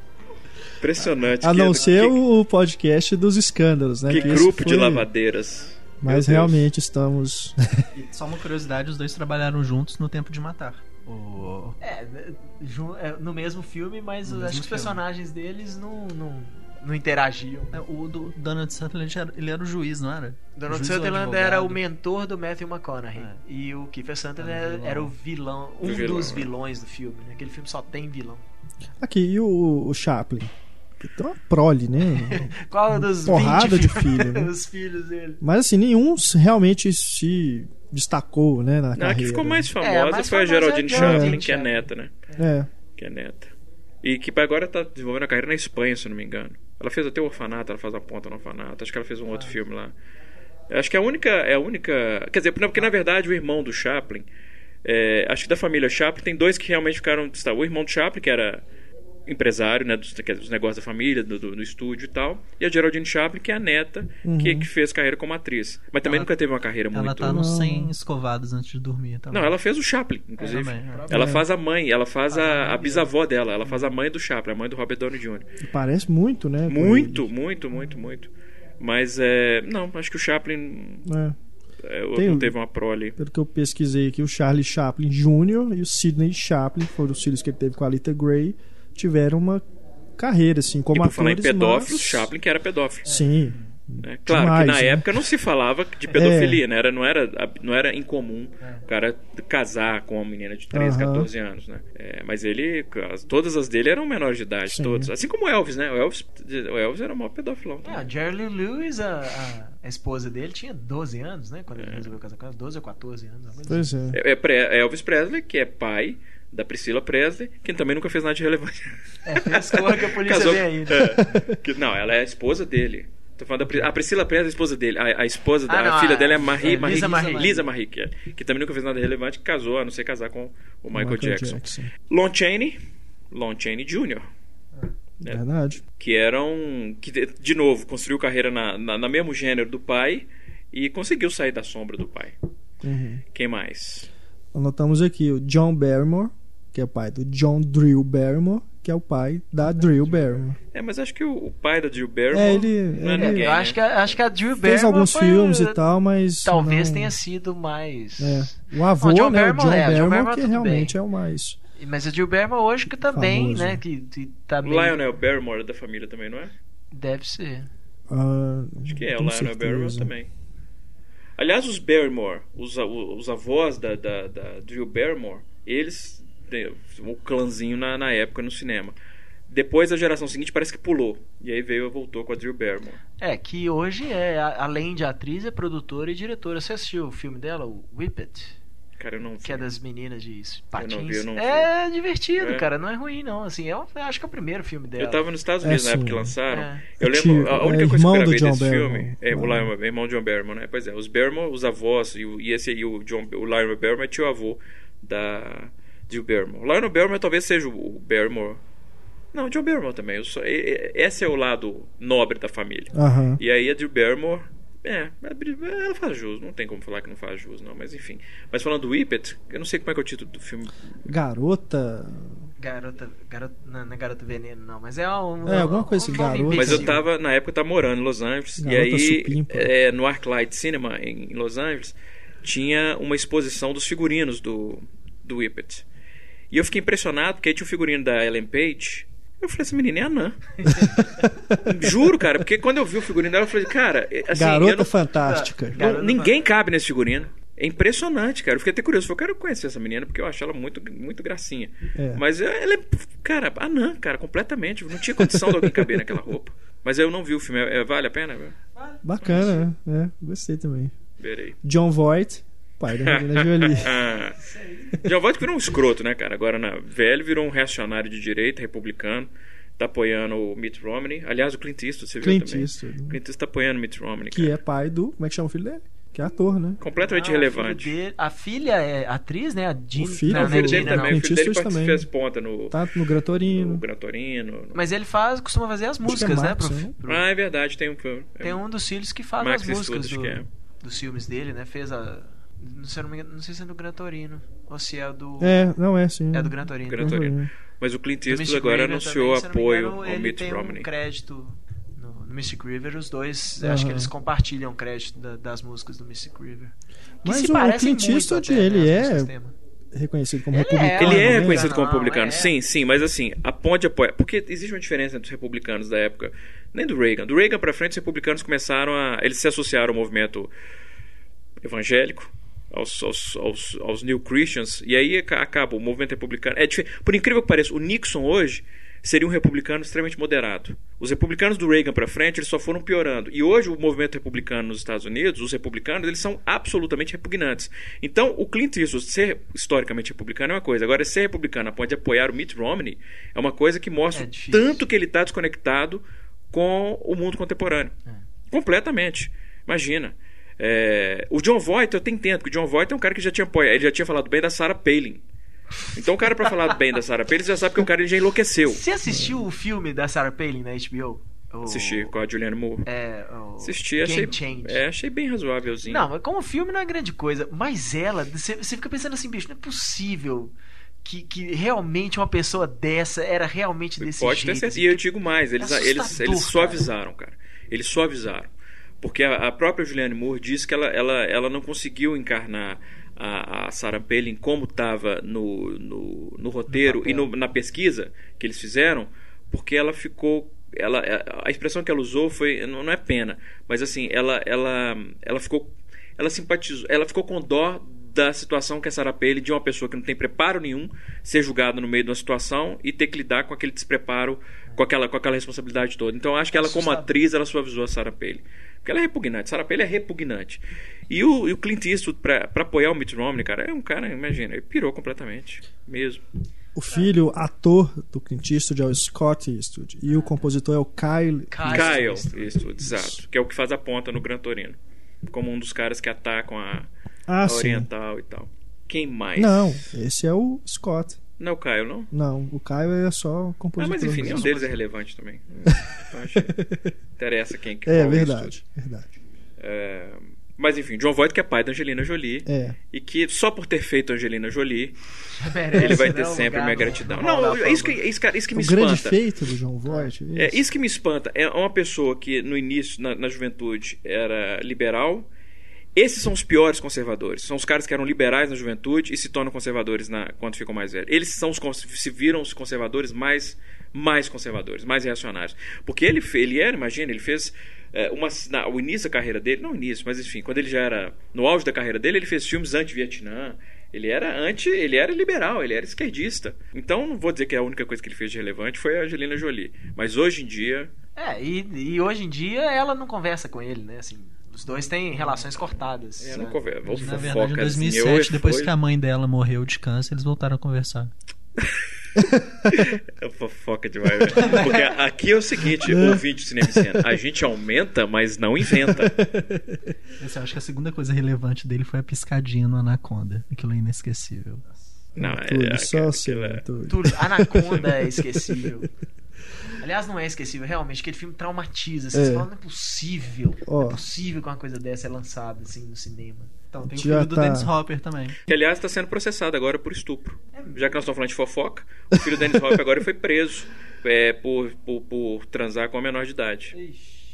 [SPEAKER 2] Impressionante.
[SPEAKER 1] A
[SPEAKER 2] que-
[SPEAKER 1] não
[SPEAKER 2] que-
[SPEAKER 1] ser o podcast dos escândalos, né?
[SPEAKER 2] Que
[SPEAKER 1] esse
[SPEAKER 2] grupo de
[SPEAKER 1] foi-
[SPEAKER 2] lavadeiras.
[SPEAKER 1] Mas
[SPEAKER 2] Meu Deus.
[SPEAKER 1] realmente estamos.
[SPEAKER 4] E só uma curiosidade, os dois trabalharam juntos no Tempo de Matar. O...
[SPEAKER 3] É, ju- é, no mesmo filme, mas
[SPEAKER 4] No
[SPEAKER 3] eu acho que
[SPEAKER 4] mesmo
[SPEAKER 3] os
[SPEAKER 4] filme.
[SPEAKER 3] personagens deles não. não não interagiam.
[SPEAKER 4] É, O do Donald Sutherland, era- ele era o juiz, não era?
[SPEAKER 3] Donald
[SPEAKER 4] Juiz ou
[SPEAKER 3] Sutherland
[SPEAKER 4] advogado?
[SPEAKER 3] era o mentor do Matthew McConaughey.
[SPEAKER 4] É.
[SPEAKER 3] E o Kiefer Sutherland
[SPEAKER 4] Era o
[SPEAKER 3] era,
[SPEAKER 4] vilão.
[SPEAKER 3] era o vilão, um
[SPEAKER 2] O vilão,
[SPEAKER 3] dos
[SPEAKER 2] né?
[SPEAKER 3] vilões do filme. Né? Aquele filme só tem vilão.
[SPEAKER 1] Aqui, e o, o Chaplin? Que tem uma prole, né?
[SPEAKER 3] Qual dos
[SPEAKER 1] Porrada
[SPEAKER 3] 20
[SPEAKER 1] de
[SPEAKER 3] filhos-
[SPEAKER 1] filho, né?
[SPEAKER 3] os filhos dele?
[SPEAKER 1] Mas assim, nenhum realmente se destacou, né, na
[SPEAKER 2] Não, a
[SPEAKER 1] carreira.
[SPEAKER 2] Ah, que ficou mais famosa
[SPEAKER 3] É, a mais
[SPEAKER 2] foi a
[SPEAKER 3] famosa é a
[SPEAKER 2] Geraldine Chaplin,
[SPEAKER 3] Geraldine
[SPEAKER 2] que é
[SPEAKER 3] Chaplin.
[SPEAKER 2] neta, né?
[SPEAKER 1] É.
[SPEAKER 2] Que é neta. E que agora tá desenvolvendo a carreira na Espanha, se eu não me engano. Ela fez até o orfanato, ela faz a ponta no orfanato. Acho que ela fez um
[SPEAKER 4] Ah.
[SPEAKER 2] outro filme lá. Eu Acho que é a única. É a única. Quer dizer, não, porque na verdade o irmão do Chaplin. é, acho que da família Chaplin tem dois que realmente ficaram. Está, o irmão do Chaplin, que era empresário, né? Dos, quer dizer, dos negócios da família, do, do- do estúdio e tal. E a Geraldine Chaplin, que é a neta, que, que fez carreira como atriz. Mas também
[SPEAKER 4] Uhum. Ela-
[SPEAKER 2] nunca teve uma carreira
[SPEAKER 4] Ela
[SPEAKER 2] muito.
[SPEAKER 4] tá nos 100 escovados antes de dormir. Tá
[SPEAKER 2] Não, ela fez o Chaplin, inclusive.
[SPEAKER 4] também, é.
[SPEAKER 2] Ela faz a mãe, ela faz a, a bisavó dela, ela faz a mãe do Chaplin, a mãe do Robert Downey Jr.
[SPEAKER 1] E Parece muito, né? com
[SPEAKER 2] Muito, muito, muito, muito. Mas é. Não, acho que o Chaplin
[SPEAKER 1] ele. É.
[SPEAKER 2] é, eu-
[SPEAKER 1] Tem
[SPEAKER 2] não
[SPEAKER 1] um-
[SPEAKER 2] teve uma prole.
[SPEAKER 1] Pelo que eu pesquisei aqui, o Charlie Chaplin Jr. e o Sidney Chaplin, que foram os filhos que ele teve com a Lita Gray, tiveram uma carreira, assim,
[SPEAKER 2] E
[SPEAKER 1] como
[SPEAKER 2] por
[SPEAKER 1] atores,
[SPEAKER 2] falar em
[SPEAKER 1] mas-
[SPEAKER 2] pedófilos, Chaplin que era pedófilo.
[SPEAKER 1] Sim.
[SPEAKER 2] né? Claro
[SPEAKER 1] demais,
[SPEAKER 2] que na
[SPEAKER 1] né? É.
[SPEAKER 2] época não se falava de pedofilia, né? Era, não, era, não era incomum o cara casar com uma menina de 13,
[SPEAKER 1] Aham.
[SPEAKER 2] 14 anos, né? É, mas ele. as- todas as dele eram menores de idade,
[SPEAKER 1] Sim.
[SPEAKER 2] todas. Assim como o Elvis, né? O Elvis, o Elvis era o maior pedófilo.
[SPEAKER 3] É, a Jerry Lee Lewis, a, a esposa dele, tinha 12 anos, né? Quando ele resolveu casar com ela, 12 ou 14 anos. alguma coisa assim.
[SPEAKER 1] Pois é.
[SPEAKER 2] É, é Pre- é Elvis Presley, que é pai da Priscila Presley, que também nunca fez nada de relevante.
[SPEAKER 3] É, foi a escola que a polícia
[SPEAKER 2] Casou-
[SPEAKER 3] vem aí. né?
[SPEAKER 2] É, que- não, ela é a esposa dele. Tô falando da Pri- a Priscila Presley é a esposa dele. A, a esposa da
[SPEAKER 3] Ah, não,
[SPEAKER 2] a filha
[SPEAKER 3] a-
[SPEAKER 2] dela é Marie,
[SPEAKER 3] é,
[SPEAKER 2] Marie-
[SPEAKER 3] Lisa Marie.
[SPEAKER 2] Lisa Marie, que, é- que também nunca fez nada de relevante, que casou, a não ser casar com o Michael, Jackson.
[SPEAKER 1] Jackson.
[SPEAKER 2] Lon Chaney, Lon Chaney Jr., É.
[SPEAKER 1] Verdade.
[SPEAKER 2] que eram. que de- de novo construiu carreira na, na, na mesmo gênero do pai e conseguiu sair da sombra do pai.
[SPEAKER 1] Uhum.
[SPEAKER 2] Quem mais?
[SPEAKER 1] Anotamos aqui o John Barrymore, que é pai do John Drill Barrymore, que é o pai da Drill Barrymore.
[SPEAKER 2] É, mas acho que o, o pai da Jill Barrymore.
[SPEAKER 1] É, ele-
[SPEAKER 2] não é
[SPEAKER 1] ele-
[SPEAKER 2] ninguém,
[SPEAKER 3] Eu
[SPEAKER 2] né?
[SPEAKER 3] acho que, a- acho que a Drew Barrymore
[SPEAKER 1] Fez alguns
[SPEAKER 3] foi-
[SPEAKER 1] filmes e tal, mas.
[SPEAKER 3] Talvez
[SPEAKER 1] não-
[SPEAKER 3] tenha sido mais...
[SPEAKER 1] É. O avô,
[SPEAKER 3] Não, John
[SPEAKER 1] né?
[SPEAKER 3] Barrymore,
[SPEAKER 1] o John
[SPEAKER 3] é, John
[SPEAKER 1] Barrymore,
[SPEAKER 3] Barrymore,
[SPEAKER 1] que
[SPEAKER 3] tudo
[SPEAKER 1] realmente
[SPEAKER 3] bem.
[SPEAKER 1] é o mais.
[SPEAKER 3] Mas a Drew Barrymore hoje que também,
[SPEAKER 1] Famoso.
[SPEAKER 3] né? Que, que tá bem...
[SPEAKER 2] Lionel Barrymore é da família também, não é?
[SPEAKER 3] Deve ser.
[SPEAKER 1] ah,
[SPEAKER 2] Acho que é,
[SPEAKER 1] não tenho
[SPEAKER 2] o Lionel
[SPEAKER 1] certeza.
[SPEAKER 2] Barrymore também. Aliás, os Barrymore, os, a- os avós da, da, da Drew Barrymore, eles têm o clãzinho na, na época no cinema. Depois a geração seguinte parece que pulou. E aí veio voltou com a Drew Barrymore.
[SPEAKER 3] É, que hoje é, a- além de atriz, é produtora e diretora. Você assistiu o filme dela, o Whippet?
[SPEAKER 2] Cara, eu não
[SPEAKER 3] Que é das meninas de patins.
[SPEAKER 2] não vi, eu não vi.
[SPEAKER 3] É divertido,
[SPEAKER 2] É.
[SPEAKER 3] cara. Não é ruim, não. Assim, eu acho que é o primeiro filme dela.
[SPEAKER 2] Eu tava nos Estados
[SPEAKER 1] É,
[SPEAKER 2] Unidos na época
[SPEAKER 1] sim.
[SPEAKER 2] que lançaram.
[SPEAKER 3] É.
[SPEAKER 2] Eu
[SPEAKER 1] O tio,
[SPEAKER 2] lembro, a
[SPEAKER 1] é
[SPEAKER 2] única coisa
[SPEAKER 1] irmão
[SPEAKER 2] que eu
[SPEAKER 1] do
[SPEAKER 2] gravei
[SPEAKER 1] John
[SPEAKER 2] desse
[SPEAKER 1] Barrymore.
[SPEAKER 2] filme é o
[SPEAKER 1] Ah.
[SPEAKER 2] Lion, irmão de John Barrymore, né? Pois é, os Barrymore, os avós e, o- e esse aí, o, John, o Lionel Barrymore é tio avô da de Barrymore. Lionel Barrymore talvez seja o Barrymore. Não, John Barrymore também. eu só- e- e- esse é o lado nobre da família.
[SPEAKER 1] Aham.
[SPEAKER 2] E aí a Drew Barrymore, é, ela faz jus, não tem como falar que não faz jus, não, mas enfim. Mas falando do Whippet, eu não sei como é que é o título do filme.
[SPEAKER 1] Garota.
[SPEAKER 3] Garota. garota não, não é Garota Veneno, não, mas é um.
[SPEAKER 1] É,
[SPEAKER 3] um-
[SPEAKER 1] alguma coisa
[SPEAKER 3] um
[SPEAKER 1] assim,
[SPEAKER 3] nome
[SPEAKER 1] garota.
[SPEAKER 3] imbecil.
[SPEAKER 2] Mas eu tava, na época, eu tava morando em Los Angeles.
[SPEAKER 1] Garota
[SPEAKER 2] e aí,
[SPEAKER 1] supimpa.
[SPEAKER 2] é, no Arclight Cinema, em em Los Angeles, tinha uma exposição dos figurinos do, do Whippet. E eu fiquei impressionado, porque aí tinha um figurino da Ellen Page. Eu falei, essa menina é anã. Juro, cara, porque quando eu vi o figurino dela, eu falei, cara, é, assim, eu
[SPEAKER 1] Garota
[SPEAKER 2] não,
[SPEAKER 1] Fantástica.
[SPEAKER 2] não-
[SPEAKER 3] Garota
[SPEAKER 2] ninguém cabe nesse figurino. É impressionante, cara. Eu fiquei até curioso. Eu falei, eu quero conhecer essa menina, porque eu acho ela muito, muito gracinha.
[SPEAKER 1] É.
[SPEAKER 2] Mas eu- ela é, cara, anã, cara, completamente. Não tinha condição de alguém caber naquela roupa. Mas eu não vi o filme. É- é- vale a pena?
[SPEAKER 1] Bacana, né? É, gostei também.
[SPEAKER 2] Verei.
[SPEAKER 1] John Voight, pai da Angelina Jolie.
[SPEAKER 2] Ah, já volto que virou um escroto, né, cara? Agora, na, velho, virou um reacionário de direita, republicano. Tá apoiando o Mitt Romney. Aliás, o Clint Eastwood, você viu
[SPEAKER 1] Clint
[SPEAKER 2] também.
[SPEAKER 1] Eastwood, né?
[SPEAKER 2] Clint Eastwood tá apoiando o Mitt Romney,
[SPEAKER 1] Que
[SPEAKER 2] cara.
[SPEAKER 1] é pai do. Como é que chama o filho dele? Que é ator, né?
[SPEAKER 2] Completamente
[SPEAKER 3] Ah, o
[SPEAKER 2] relevante.
[SPEAKER 3] filho dele- a filha é atriz, né? A Jean,
[SPEAKER 1] O filho
[SPEAKER 3] não,
[SPEAKER 2] Não, o
[SPEAKER 3] não é
[SPEAKER 2] filho dele
[SPEAKER 3] Gina, não.
[SPEAKER 2] também. O
[SPEAKER 1] Clint
[SPEAKER 2] filho dele
[SPEAKER 1] Eastwood
[SPEAKER 2] participa-
[SPEAKER 1] também.
[SPEAKER 2] fez ponta no,
[SPEAKER 1] Tá no Gran
[SPEAKER 2] no
[SPEAKER 1] Torino.
[SPEAKER 2] Gran Torino. no-
[SPEAKER 3] Mas ele faz, costuma fazer as
[SPEAKER 1] que é
[SPEAKER 3] músicas, né?
[SPEAKER 1] Max,
[SPEAKER 3] pro-
[SPEAKER 1] né?
[SPEAKER 3] pro-
[SPEAKER 2] Ah, é verdade, tem um filme. É
[SPEAKER 3] Tem um dos filhos que faz
[SPEAKER 2] Max
[SPEAKER 3] as músicas
[SPEAKER 2] Studios, que
[SPEAKER 3] do-
[SPEAKER 2] é.
[SPEAKER 3] dos filmes dele, né? Fez a. Não sei, se eu não me engano- não sei se é do Gran Torino. Ou se é do.
[SPEAKER 1] É, não é sim.
[SPEAKER 3] é do Gran Torino.
[SPEAKER 2] Gran Torino. Mas o Clint
[SPEAKER 3] Do
[SPEAKER 2] Eastwood
[SPEAKER 3] Mystic
[SPEAKER 2] agora
[SPEAKER 3] River
[SPEAKER 2] anunciou
[SPEAKER 3] também, se eu não me
[SPEAKER 2] apoio
[SPEAKER 3] engano,
[SPEAKER 2] ao
[SPEAKER 3] ele
[SPEAKER 2] Mitt
[SPEAKER 3] tem
[SPEAKER 2] Romney.
[SPEAKER 3] um crédito no, no Mystic River, os dois,
[SPEAKER 1] Aham.
[SPEAKER 3] acho que eles compartilham crédito da- das músicas do Mystic River. Que
[SPEAKER 1] Mas
[SPEAKER 3] se
[SPEAKER 1] o
[SPEAKER 3] parecem
[SPEAKER 1] Clint
[SPEAKER 3] muito
[SPEAKER 1] Eastwood,
[SPEAKER 3] até, né,
[SPEAKER 1] ele
[SPEAKER 3] as
[SPEAKER 1] é-
[SPEAKER 3] músicas tema.
[SPEAKER 1] Reconhecido como
[SPEAKER 3] Ele é,
[SPEAKER 1] republicano.
[SPEAKER 2] Ele
[SPEAKER 3] Não,
[SPEAKER 2] é
[SPEAKER 1] né?
[SPEAKER 2] reconhecido
[SPEAKER 3] não,
[SPEAKER 2] como
[SPEAKER 3] não,
[SPEAKER 2] republicano,
[SPEAKER 3] é.
[SPEAKER 2] sim, sim, mas assim, a ponte apoia. Porque existe uma diferença entre os republicanos da época Nem do Reagan. Do Reagan pra frente, os republicanos começaram a. Eles se associaram ao movimento evangélico, aos, aos, aos, aos New Christians, e aí aca- acaba o movimento republicano. É difí- Por incrível que pareça, o Nixon hoje seria um republicano extremamente moderado. Os republicanos do Reagan para frente, eles só foram piorando. E hoje o movimento republicano nos Estados Unidos, os republicanos, eles são absolutamente repugnantes. Então, o Clint Eastwood ser historicamente republicano é uma coisa. Agora, ser republicano a ponto de apoiar o Mitt Romney é uma coisa que mostra
[SPEAKER 3] É
[SPEAKER 2] o
[SPEAKER 3] difícil.
[SPEAKER 2] tanto que ele está desconectado com o mundo contemporâneo. Completamente. Imagina. É, o John Voight, eu até entendo, porque o John Voight é um cara que já tinha apoiado, ele já tinha falado bem da Sarah Palin. Então o cara, pra falar bem da Sarah Palin, já sabe que o cara ele já enlouqueceu.
[SPEAKER 3] Você assistiu o filme da Sarah Palin na HBO? O-
[SPEAKER 2] Assistir com a Julianne Moore.
[SPEAKER 3] É, o...
[SPEAKER 2] Assisti,
[SPEAKER 3] Game
[SPEAKER 2] achei,
[SPEAKER 3] Change.
[SPEAKER 2] é, achei bem razoávelzinho.
[SPEAKER 3] Não, mas como filme não é grande coisa. Mas ela, você você fica pensando assim, bicho, não é possível que, que realmente uma pessoa dessa era realmente desse
[SPEAKER 2] Pode
[SPEAKER 3] jeito.
[SPEAKER 2] ter certeza. né? E eu digo mais, eles,
[SPEAKER 3] É
[SPEAKER 2] eles,
[SPEAKER 3] assustador,
[SPEAKER 2] eles
[SPEAKER 3] cara.
[SPEAKER 2] suavizaram, cara. Eles suavizaram. Porque a, a própria Julianne Moore disse que ela, ela, ela não conseguiu encarnar a, a Sarah Palin como estava no, no, no roteiro e no- na pesquisa que eles fizeram, porque ela ficou. Ela, a- a expressão que ela usou foi. Não não é pena, mas assim, ela, ela, ela ficou. Ela simpatizou. Ela ficou com dó da situação que é Sarah Palin, de uma pessoa que não tem preparo nenhum, ser julgada no meio de uma situação e ter que lidar com aquele despreparo, com aquela, com aquela responsabilidade toda. Então, eu acho que ela, como atriz, ela suavizou a Sarah Palin. Porque ela é repugnante. Sarah Palin é repugnante. E o, e o Clint Eastwood, pra, pra apoiar o Mitt Romney, cara, é um cara, imagina, ele pirou completamente. Mesmo.
[SPEAKER 1] O filho, ator do Clint Eastwood é o Scott Eastwood. E o compositor é o Kyle.
[SPEAKER 3] Cara,
[SPEAKER 2] Kyle
[SPEAKER 1] é
[SPEAKER 2] Eastwood, exato. Que é o que faz a ponta no Gran Torino. Como um dos caras que atacam a,
[SPEAKER 1] Ah,
[SPEAKER 2] a
[SPEAKER 1] sim.
[SPEAKER 2] Oriental e tal. Quem mais?
[SPEAKER 1] Não, esse é o Scott.
[SPEAKER 2] Não é o Kyle, não?
[SPEAKER 1] Não, o Kyle é só o compositor.
[SPEAKER 2] Ah, mas enfim, nenhum
[SPEAKER 1] mesmo.
[SPEAKER 2] deles é relevante também. Então, acho que interessa quem que
[SPEAKER 1] É
[SPEAKER 2] qual
[SPEAKER 1] verdade,
[SPEAKER 2] estudo.
[SPEAKER 1] verdade.
[SPEAKER 2] É, Mas enfim, John Voight que é pai da Angelina Jolie.
[SPEAKER 1] É.
[SPEAKER 2] E que só por ter feito Angelina Jolie,
[SPEAKER 3] merece,
[SPEAKER 2] ele vai
[SPEAKER 3] né,
[SPEAKER 2] ter
[SPEAKER 3] um
[SPEAKER 2] sempre
[SPEAKER 3] lugar
[SPEAKER 2] minha
[SPEAKER 3] no-
[SPEAKER 2] gratidão.
[SPEAKER 3] no Hall da
[SPEAKER 2] Não,
[SPEAKER 3] Fama.
[SPEAKER 2] é isso que, é isso, cara, isso que
[SPEAKER 1] O
[SPEAKER 2] me
[SPEAKER 1] grande
[SPEAKER 2] espanta.
[SPEAKER 1] feito do João Voight.
[SPEAKER 2] É, isso que me espanta. É uma pessoa que no início, na, na juventude, era liberal. Esses são os piores conservadores. São os caras que eram liberais na juventude e se tornam conservadores na, quando ficam mais velhos. Eles são os, cons- se viram os conservadores mais, mais conservadores, mais reacionários. Porque ele, fe- ele era, imagina, ele fez eh, uma, na, o início da carreira dele, não o início, mas enfim, quando ele já era no auge da carreira dele, ele fez filmes anti-Vietnã. Ele era anti, ele era liberal, ele era esquerdista. Então não vou dizer que a única coisa que ele fez de relevante foi a Angelina Jolie. Mas hoje em dia,
[SPEAKER 3] É, e, e hoje em dia ela não conversa com ele, né? Assim, os dois têm relações cortadas.
[SPEAKER 2] é,
[SPEAKER 3] né?
[SPEAKER 2] não conversa. ou
[SPEAKER 4] Na
[SPEAKER 2] fofocas,
[SPEAKER 4] verdade, em
[SPEAKER 2] né?
[SPEAKER 4] 2007,
[SPEAKER 2] Ou
[SPEAKER 4] depois
[SPEAKER 2] foi-
[SPEAKER 4] que a mãe dela morreu de câncer, eles voltaram a conversar.
[SPEAKER 2] É fofoca demais, velho. Porque aqui é o seguinte,
[SPEAKER 1] Né?
[SPEAKER 2] ouvinte do Cinema e Cena, a gente aumenta, mas não inventa.
[SPEAKER 4] Esse, eu acho que a segunda coisa relevante dele foi a piscadinha no Anaconda. Aquilo é inesquecível.
[SPEAKER 2] Não, é,
[SPEAKER 1] Tudo,
[SPEAKER 2] é,
[SPEAKER 1] só
[SPEAKER 2] aquela-
[SPEAKER 1] assim, tudo.
[SPEAKER 3] Tudo. Anaconda é esquecível. Aliás, não é esquecível, realmente. Aquele filme traumatiza. Assim,
[SPEAKER 1] É.
[SPEAKER 3] Você fala, não é possível. Não
[SPEAKER 1] Ó.
[SPEAKER 3] é possível que uma coisa dessa é lançada assim no cinema.
[SPEAKER 4] Então, tem o
[SPEAKER 1] Já
[SPEAKER 4] filme do
[SPEAKER 1] tá.
[SPEAKER 4] Dennis Hopper também.
[SPEAKER 2] Que, aliás, está sendo processado agora por estupro. Já que nós estamos falando de fofoca, o filho do Dennis Hopper agora foi preso é, por, por, por transar com a menor de idade.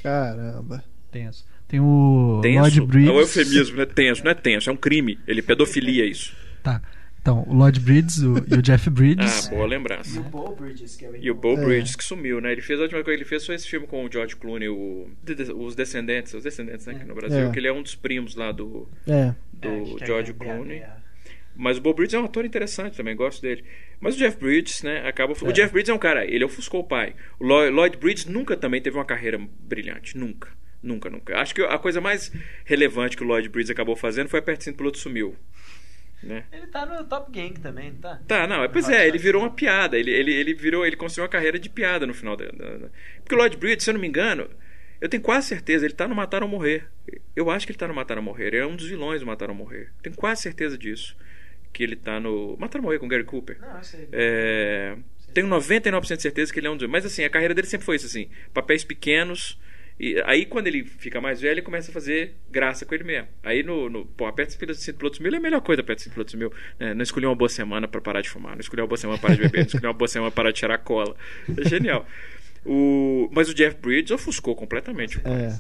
[SPEAKER 1] Caramba.
[SPEAKER 4] Tenso. Tem o Lloyd
[SPEAKER 2] Tenso? É
[SPEAKER 4] Bridges.
[SPEAKER 2] um eufemismo, não é tenso, não é tenso, é um crime. Ele pedofilia isso.
[SPEAKER 4] Tá. Então, o Lloyd Bridges o- e o Jeff
[SPEAKER 2] Ah,
[SPEAKER 4] Bridges.
[SPEAKER 2] boa lembrança.
[SPEAKER 3] Bo Bridges, que é
[SPEAKER 2] E o Bo Bridges que sumiu, né? Ele fez a última coisa, ele fez foi esse filme com o George Clooney, o, os Descendentes, os Descendentes né, aqui no Brasil,
[SPEAKER 1] É.
[SPEAKER 2] que ele é um dos primos lá do,
[SPEAKER 1] É.
[SPEAKER 2] do
[SPEAKER 3] tá
[SPEAKER 2] George Clooney.
[SPEAKER 3] é.
[SPEAKER 2] Mas o Bo Bridges é um ator interessante também, gosto dele. Mas o Jeff Bridges, né, acaba... O Jeff Bridges é um cara, ele ofuscou o pai. O Lloyd, Lloyd Bridges nunca também teve uma carreira brilhante, nunca. Nunca, nunca. Acho que a coisa mais relevante que o Lloyd Bridges acabou fazendo foi Aperto Cinto Piloto Sumiu. Né?
[SPEAKER 3] Ele tá no Top Gang também, não tá?
[SPEAKER 2] Tá, não, é, pois é, ele virou uma piada. Ele, ele, ele virou, ele construiu uma carreira de piada no final da, da- da- Porque o Lloyd Bridges, se eu não me engano, eu tenho quase certeza, ele tá no Matar ou Morrer. Eu acho que ele tá no Matar ou Morrer. Ele é um dos vilões do Matar ou Morrer. Tenho quase certeza disso. Que ele tá no. Matar ou Morrer com o Gary Cooper.
[SPEAKER 3] Não, eu sei.
[SPEAKER 2] É, tenho 99% de certeza que ele é um dos. Mas assim, a carreira dele sempre foi isso, assim: papéis pequenos. E aí, quando ele fica mais velho, ele começa a fazer graça com ele mesmo. Aí, no. no pô, aperta esse cinto pilotos mil é a melhor coisa, aperta esse pilotos mil. né? não escolhi uma boa semana pra parar de fumar, não escolhi uma boa semana para parar de beber, não escolhi uma boa semana para parar de tirar cola. É genial. O, mas o Jeff Bridges ofuscou completamente.
[SPEAKER 1] É.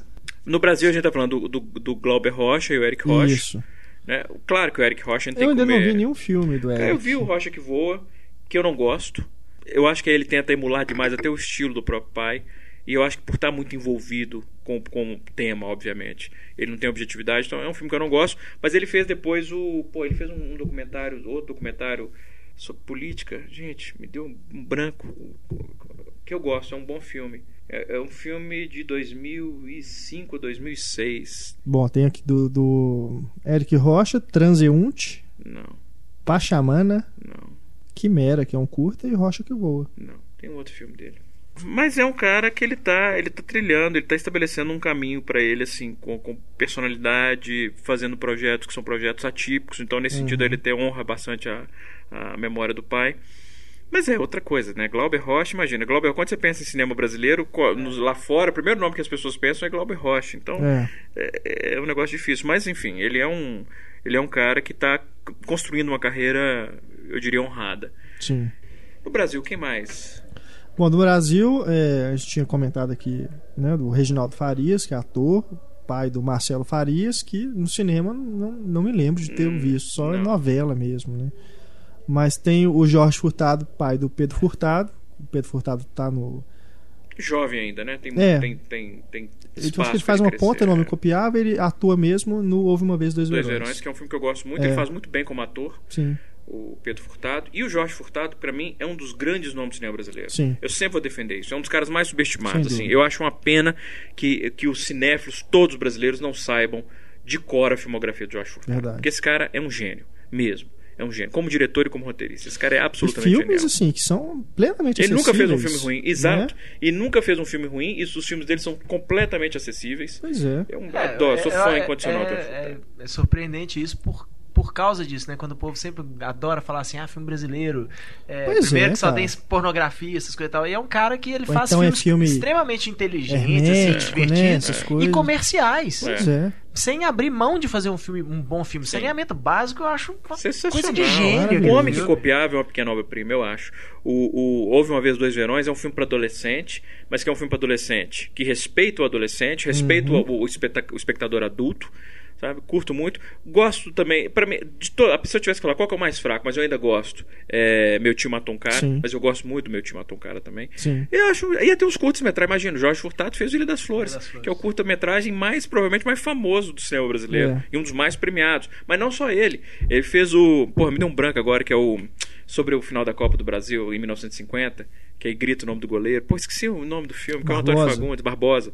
[SPEAKER 2] No Brasil, a gente tá falando do, do, do Glauber Rocha e o Eric Rocha.
[SPEAKER 1] Isso.
[SPEAKER 2] né? Claro que o Eric Rocha não tem
[SPEAKER 1] Eu ainda
[SPEAKER 2] como
[SPEAKER 1] não
[SPEAKER 2] é-
[SPEAKER 1] vi nenhum filme do Eric.
[SPEAKER 2] Cara, eu vi um. o Rocha que voa, que eu não gosto. Eu acho que ele tenta emular demais até o estilo do próprio pai. E eu acho que por estar muito envolvido com, com o tema, obviamente, ele não tem objetividade. Então é um filme que eu não gosto. Mas ele fez depois o. Pô, ele fez um, um documentário, outro documentário sobre política. Gente, me deu um branco. Que eu gosto, é um bom filme. É, é um filme de 2005, 2006.
[SPEAKER 1] Bom, tem aqui do, do Eric Rocha, Transeunte,
[SPEAKER 2] Não,
[SPEAKER 1] Pachamana,
[SPEAKER 2] não,
[SPEAKER 1] Quimera, que é um curta, e Rocha que voa.
[SPEAKER 2] não. Tem um outro filme dele. Mas é um cara que ele tá, ele tá trilhando, ele tá estabelecendo um caminho pra ele, assim, com, com personalidade, fazendo projetos que são projetos atípicos. Então, nesse sentido, ele tem, honra bastante a, a memória do pai. Mas é outra coisa, né? Glauber Rocha, imagina. Glauber, quando você pensa em cinema brasileiro, co- nos- lá fora, o primeiro nome que as pessoas pensam é Glauber Rocha. Então,
[SPEAKER 1] É.
[SPEAKER 2] é, é um negócio difícil. Mas, enfim, ele é um, ele é um cara que tá c- construindo uma carreira, eu diria, honrada.
[SPEAKER 1] Sim.
[SPEAKER 2] No Brasil, quem mais?
[SPEAKER 1] Bom, do Brasil, é, a gente tinha comentado aqui né, do Reginaldo Farias, que é ator, pai do Marcelo Farias, que no cinema não, não me lembro de ter
[SPEAKER 2] Hum,
[SPEAKER 1] visto, só em
[SPEAKER 2] não.
[SPEAKER 1] novela mesmo, né? Mas tem o Jorge Furtado, pai do Pedro Furtado. O Pedro Furtado tá no.
[SPEAKER 2] Jovem ainda, né? Tem,
[SPEAKER 1] É.
[SPEAKER 2] tem, tem, tem
[SPEAKER 1] Ele,
[SPEAKER 2] espaço
[SPEAKER 1] ele faz
[SPEAKER 2] pra
[SPEAKER 1] uma
[SPEAKER 2] crescer.
[SPEAKER 1] ponta, não me
[SPEAKER 2] É.
[SPEAKER 1] copiava, ele atua mesmo no Houve uma vez Dois,
[SPEAKER 2] Dois
[SPEAKER 1] Verões.
[SPEAKER 2] Verões, que é um filme que eu gosto muito.
[SPEAKER 1] É.
[SPEAKER 2] Ele faz muito bem como ator,
[SPEAKER 1] Sim.
[SPEAKER 2] o Pedro Furtado. E o Jorge Furtado, pra mim, é um dos grandes nomes do cinema brasileiro.
[SPEAKER 1] Sim.
[SPEAKER 2] Eu sempre vou defender isso. É um dos caras mais
[SPEAKER 1] Sem
[SPEAKER 2] subestimados. Assim.
[SPEAKER 1] dúvida.
[SPEAKER 2] Eu acho uma pena que, que os cinéfilos, todos os brasileiros, não saibam de cor a filmografia de Jorge Furtado.
[SPEAKER 1] Verdade.
[SPEAKER 2] Porque esse cara é um gênio, mesmo. É um gênio, como diretor e como roteirista. Esse cara é
[SPEAKER 1] E
[SPEAKER 2] absolutamente
[SPEAKER 1] filmes,
[SPEAKER 2] genial.
[SPEAKER 1] assim, que são plenamente
[SPEAKER 2] Ele nunca fez um filme
[SPEAKER 1] acessíveis,
[SPEAKER 2] ruim,
[SPEAKER 1] né?
[SPEAKER 2] exato. E nunca fez um filme ruim, e os filmes dele são completamente acessíveis.
[SPEAKER 1] Pois é.
[SPEAKER 2] Eu
[SPEAKER 3] É,
[SPEAKER 2] adoro, um sou
[SPEAKER 3] é,
[SPEAKER 2] fã
[SPEAKER 3] é,
[SPEAKER 2] incondicional do
[SPEAKER 3] é,
[SPEAKER 2] Jorge Furtado.
[SPEAKER 3] é, é surpreendente isso por, por causa disso, né? Quando o povo sempre adora falar assim, ah, filme brasileiro. é,
[SPEAKER 1] Pois
[SPEAKER 3] primeiro
[SPEAKER 1] é,
[SPEAKER 3] que só
[SPEAKER 1] cara.
[SPEAKER 3] tem pornografia, essas coisas e tal. E é um cara que ele
[SPEAKER 1] Ou
[SPEAKER 3] faz
[SPEAKER 1] então é
[SPEAKER 3] filmes
[SPEAKER 1] filme
[SPEAKER 3] extremamente inteligentes, assim,
[SPEAKER 1] Hermético, né?
[SPEAKER 3] divertidos.
[SPEAKER 1] Essas
[SPEAKER 3] E
[SPEAKER 1] coisas.
[SPEAKER 3] comerciais,
[SPEAKER 1] Pois é.
[SPEAKER 3] sem abrir mão de fazer um filme, um bom filme.
[SPEAKER 2] Sim.
[SPEAKER 3] Saneamento básico, eu acho uma coisa
[SPEAKER 2] Sensacional.
[SPEAKER 3] de gênio.
[SPEAKER 1] maravilhoso.
[SPEAKER 2] O Homem que
[SPEAKER 3] entendeu?
[SPEAKER 2] Copiava é uma pequena obra-prima, eu acho. O, o Houve uma vez Dois Verões é um filme para adolescente, mas que é um filme para adolescente que respeita o adolescente, respeita
[SPEAKER 3] Uhum.
[SPEAKER 2] o, o espeta- o espectador adulto. Sabe? Curto muito. Gosto também. para mim, de to... se eu tivesse que falar qual que é o mais fraco, mas eu ainda gosto. É, meu time matou um cara.
[SPEAKER 1] Sim.
[SPEAKER 2] Mas eu gosto muito do meu time matou um cara também.
[SPEAKER 1] Sim.
[SPEAKER 2] Eu acho. Ia ter uns curtos-metragens. Imagina, o Jorge Furtado fez o Ilha das Flores,
[SPEAKER 3] Ilha das Flores.
[SPEAKER 2] que é o curta-metragem mais, provavelmente, mais famoso do cinema brasileiro.
[SPEAKER 1] É.
[SPEAKER 2] E um dos mais premiados. Mas não só ele. Ele fez o. Porra, me deu um branco agora, que é o. Sobre o final da Copa do Brasil, em 1950, que aí grita o nome do goleiro. Pô, esqueci o nome do filme, que é o Antônio
[SPEAKER 1] Barbosa.
[SPEAKER 2] Fagundes, Barbosa.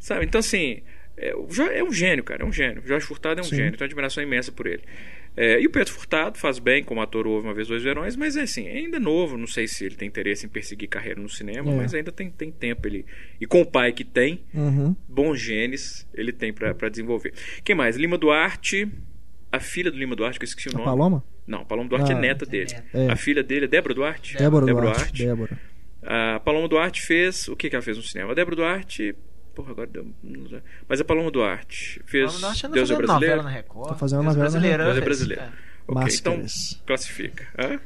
[SPEAKER 2] Sabe? Então, assim. É, o Jo- é um gênio, cara, é um gênio. Jorge Furtado é um
[SPEAKER 1] Sim.
[SPEAKER 2] gênio, tenho uma admiração imensa por ele. É, e o Pedro Furtado faz bem como ator, houve uma vez dois verões, mas é assim, ainda novo. Não sei se ele tem interesse em perseguir carreira no cinema,
[SPEAKER 1] É.
[SPEAKER 2] mas ainda tem, tem tempo ele. E com o pai que tem,
[SPEAKER 1] Uhum.
[SPEAKER 2] bons genes ele tem pra pra desenvolver. Quem mais? Lima Duarte. A filha do Lima Duarte, que eu esqueci o
[SPEAKER 1] A
[SPEAKER 2] nome.
[SPEAKER 1] Paloma?
[SPEAKER 2] Não, a Paloma Duarte
[SPEAKER 1] Ah,
[SPEAKER 2] é neta dele.
[SPEAKER 1] É.
[SPEAKER 2] A filha dele é Débora Duarte?
[SPEAKER 1] Débora Duarte. Débora.
[SPEAKER 2] A Paloma Duarte fez. O que, que ela fez no cinema? A Débora Duarte. Porra, agora deu. um Mas a Paloma Duarte fez.
[SPEAKER 3] Paloma Duarte anda
[SPEAKER 2] Deus é
[SPEAKER 3] fazendo
[SPEAKER 2] brasileiro.
[SPEAKER 3] novela na Record.
[SPEAKER 1] Tá fazendo
[SPEAKER 3] Deus é
[SPEAKER 1] novela na
[SPEAKER 3] brasileiro,
[SPEAKER 2] Deus é
[SPEAKER 3] ela fez,
[SPEAKER 2] brasileiro.
[SPEAKER 3] é.
[SPEAKER 2] Ok, então
[SPEAKER 1] Máscaras.
[SPEAKER 2] classifica. Hã?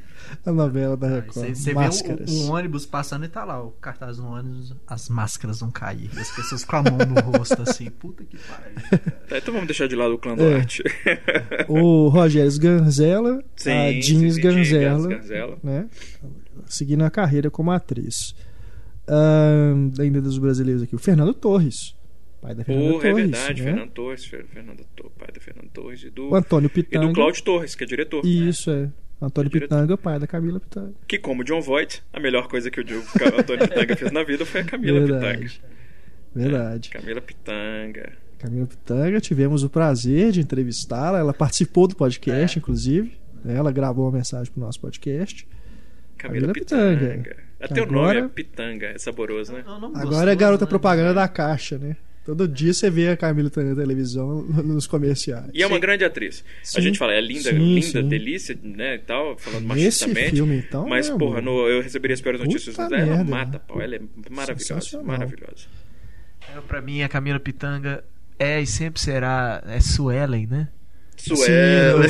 [SPEAKER 1] A novela da Record.
[SPEAKER 4] É, Você você vê
[SPEAKER 1] Máscaras.
[SPEAKER 4] um, um ônibus passando e tá lá o cartaz no ônibus, as máscaras vão cair. E as pessoas com a mão no rosto, assim, puta que pariu.
[SPEAKER 1] É.
[SPEAKER 2] Tá, então vamos deixar de lado o clã Duarte.
[SPEAKER 1] o Rogério Sganzella, a Jeans
[SPEAKER 2] Zizi, Jeans
[SPEAKER 1] Ganzella,
[SPEAKER 2] Ganzella.
[SPEAKER 1] né? Seguindo a carreira como atriz. Ahn, ainda dos brasileiros aqui, o Fernando Torres, pai da Fernanda
[SPEAKER 2] Porra, é
[SPEAKER 1] Torres,
[SPEAKER 2] verdade.
[SPEAKER 1] né?
[SPEAKER 2] Fernando Torres, Fer- Fernando Torres, pai do Fernando Torres e do.
[SPEAKER 1] O Antônio
[SPEAKER 2] E do
[SPEAKER 1] Pitanga.
[SPEAKER 2] Cláudio Torres, que é diretor.
[SPEAKER 1] Isso é. Antônio
[SPEAKER 2] Diretor.
[SPEAKER 1] Pitanga, pai da Camila Pitanga.
[SPEAKER 2] Que, como John Voight, a melhor coisa que o Diogo- o Antônio Pitanga fez na vida foi a Camila
[SPEAKER 1] Verdade. Verdade.
[SPEAKER 2] Pitanga. Camila Pitanga.
[SPEAKER 1] Camila Pitanga, tivemos o prazer de entrevistá-la. Ela participou do
[SPEAKER 2] É.
[SPEAKER 1] podcast, inclusive. né? Ela gravou uma mensagem pro nosso podcast.
[SPEAKER 2] Camila,
[SPEAKER 1] Camila
[SPEAKER 2] Pitanga.
[SPEAKER 1] Pitanga.
[SPEAKER 2] Até o
[SPEAKER 1] Agora-
[SPEAKER 2] nome é Pitanga, é saboroso, né?
[SPEAKER 4] É um nome
[SPEAKER 1] Agora é
[SPEAKER 4] gostoso,
[SPEAKER 1] garota
[SPEAKER 4] né?
[SPEAKER 1] propaganda da caixa, né? Todo dia você vê a Camila Pitanga na televisão, nos comerciais.
[SPEAKER 2] E é uma grande atriz.
[SPEAKER 1] Sim.
[SPEAKER 2] A gente fala, é linda,
[SPEAKER 1] Sim,
[SPEAKER 2] linda,
[SPEAKER 1] sim.
[SPEAKER 2] delícia, né, e tal, falando
[SPEAKER 1] Nesse
[SPEAKER 2] machistamente.
[SPEAKER 1] filme, então,
[SPEAKER 2] mas,
[SPEAKER 1] né,
[SPEAKER 2] porra,
[SPEAKER 1] amor?
[SPEAKER 2] no- eu receberia as piores notícias.
[SPEAKER 1] Puta
[SPEAKER 2] dela, ela
[SPEAKER 1] merda.
[SPEAKER 2] mata, pau. Ela é maravilhosa,
[SPEAKER 1] Sensacional.
[SPEAKER 2] maravilhosa.
[SPEAKER 3] É, Pra mim, a Camila Pitanga é e sempre será. É Suelen, né?
[SPEAKER 2] Suela,
[SPEAKER 1] eu-
[SPEAKER 3] O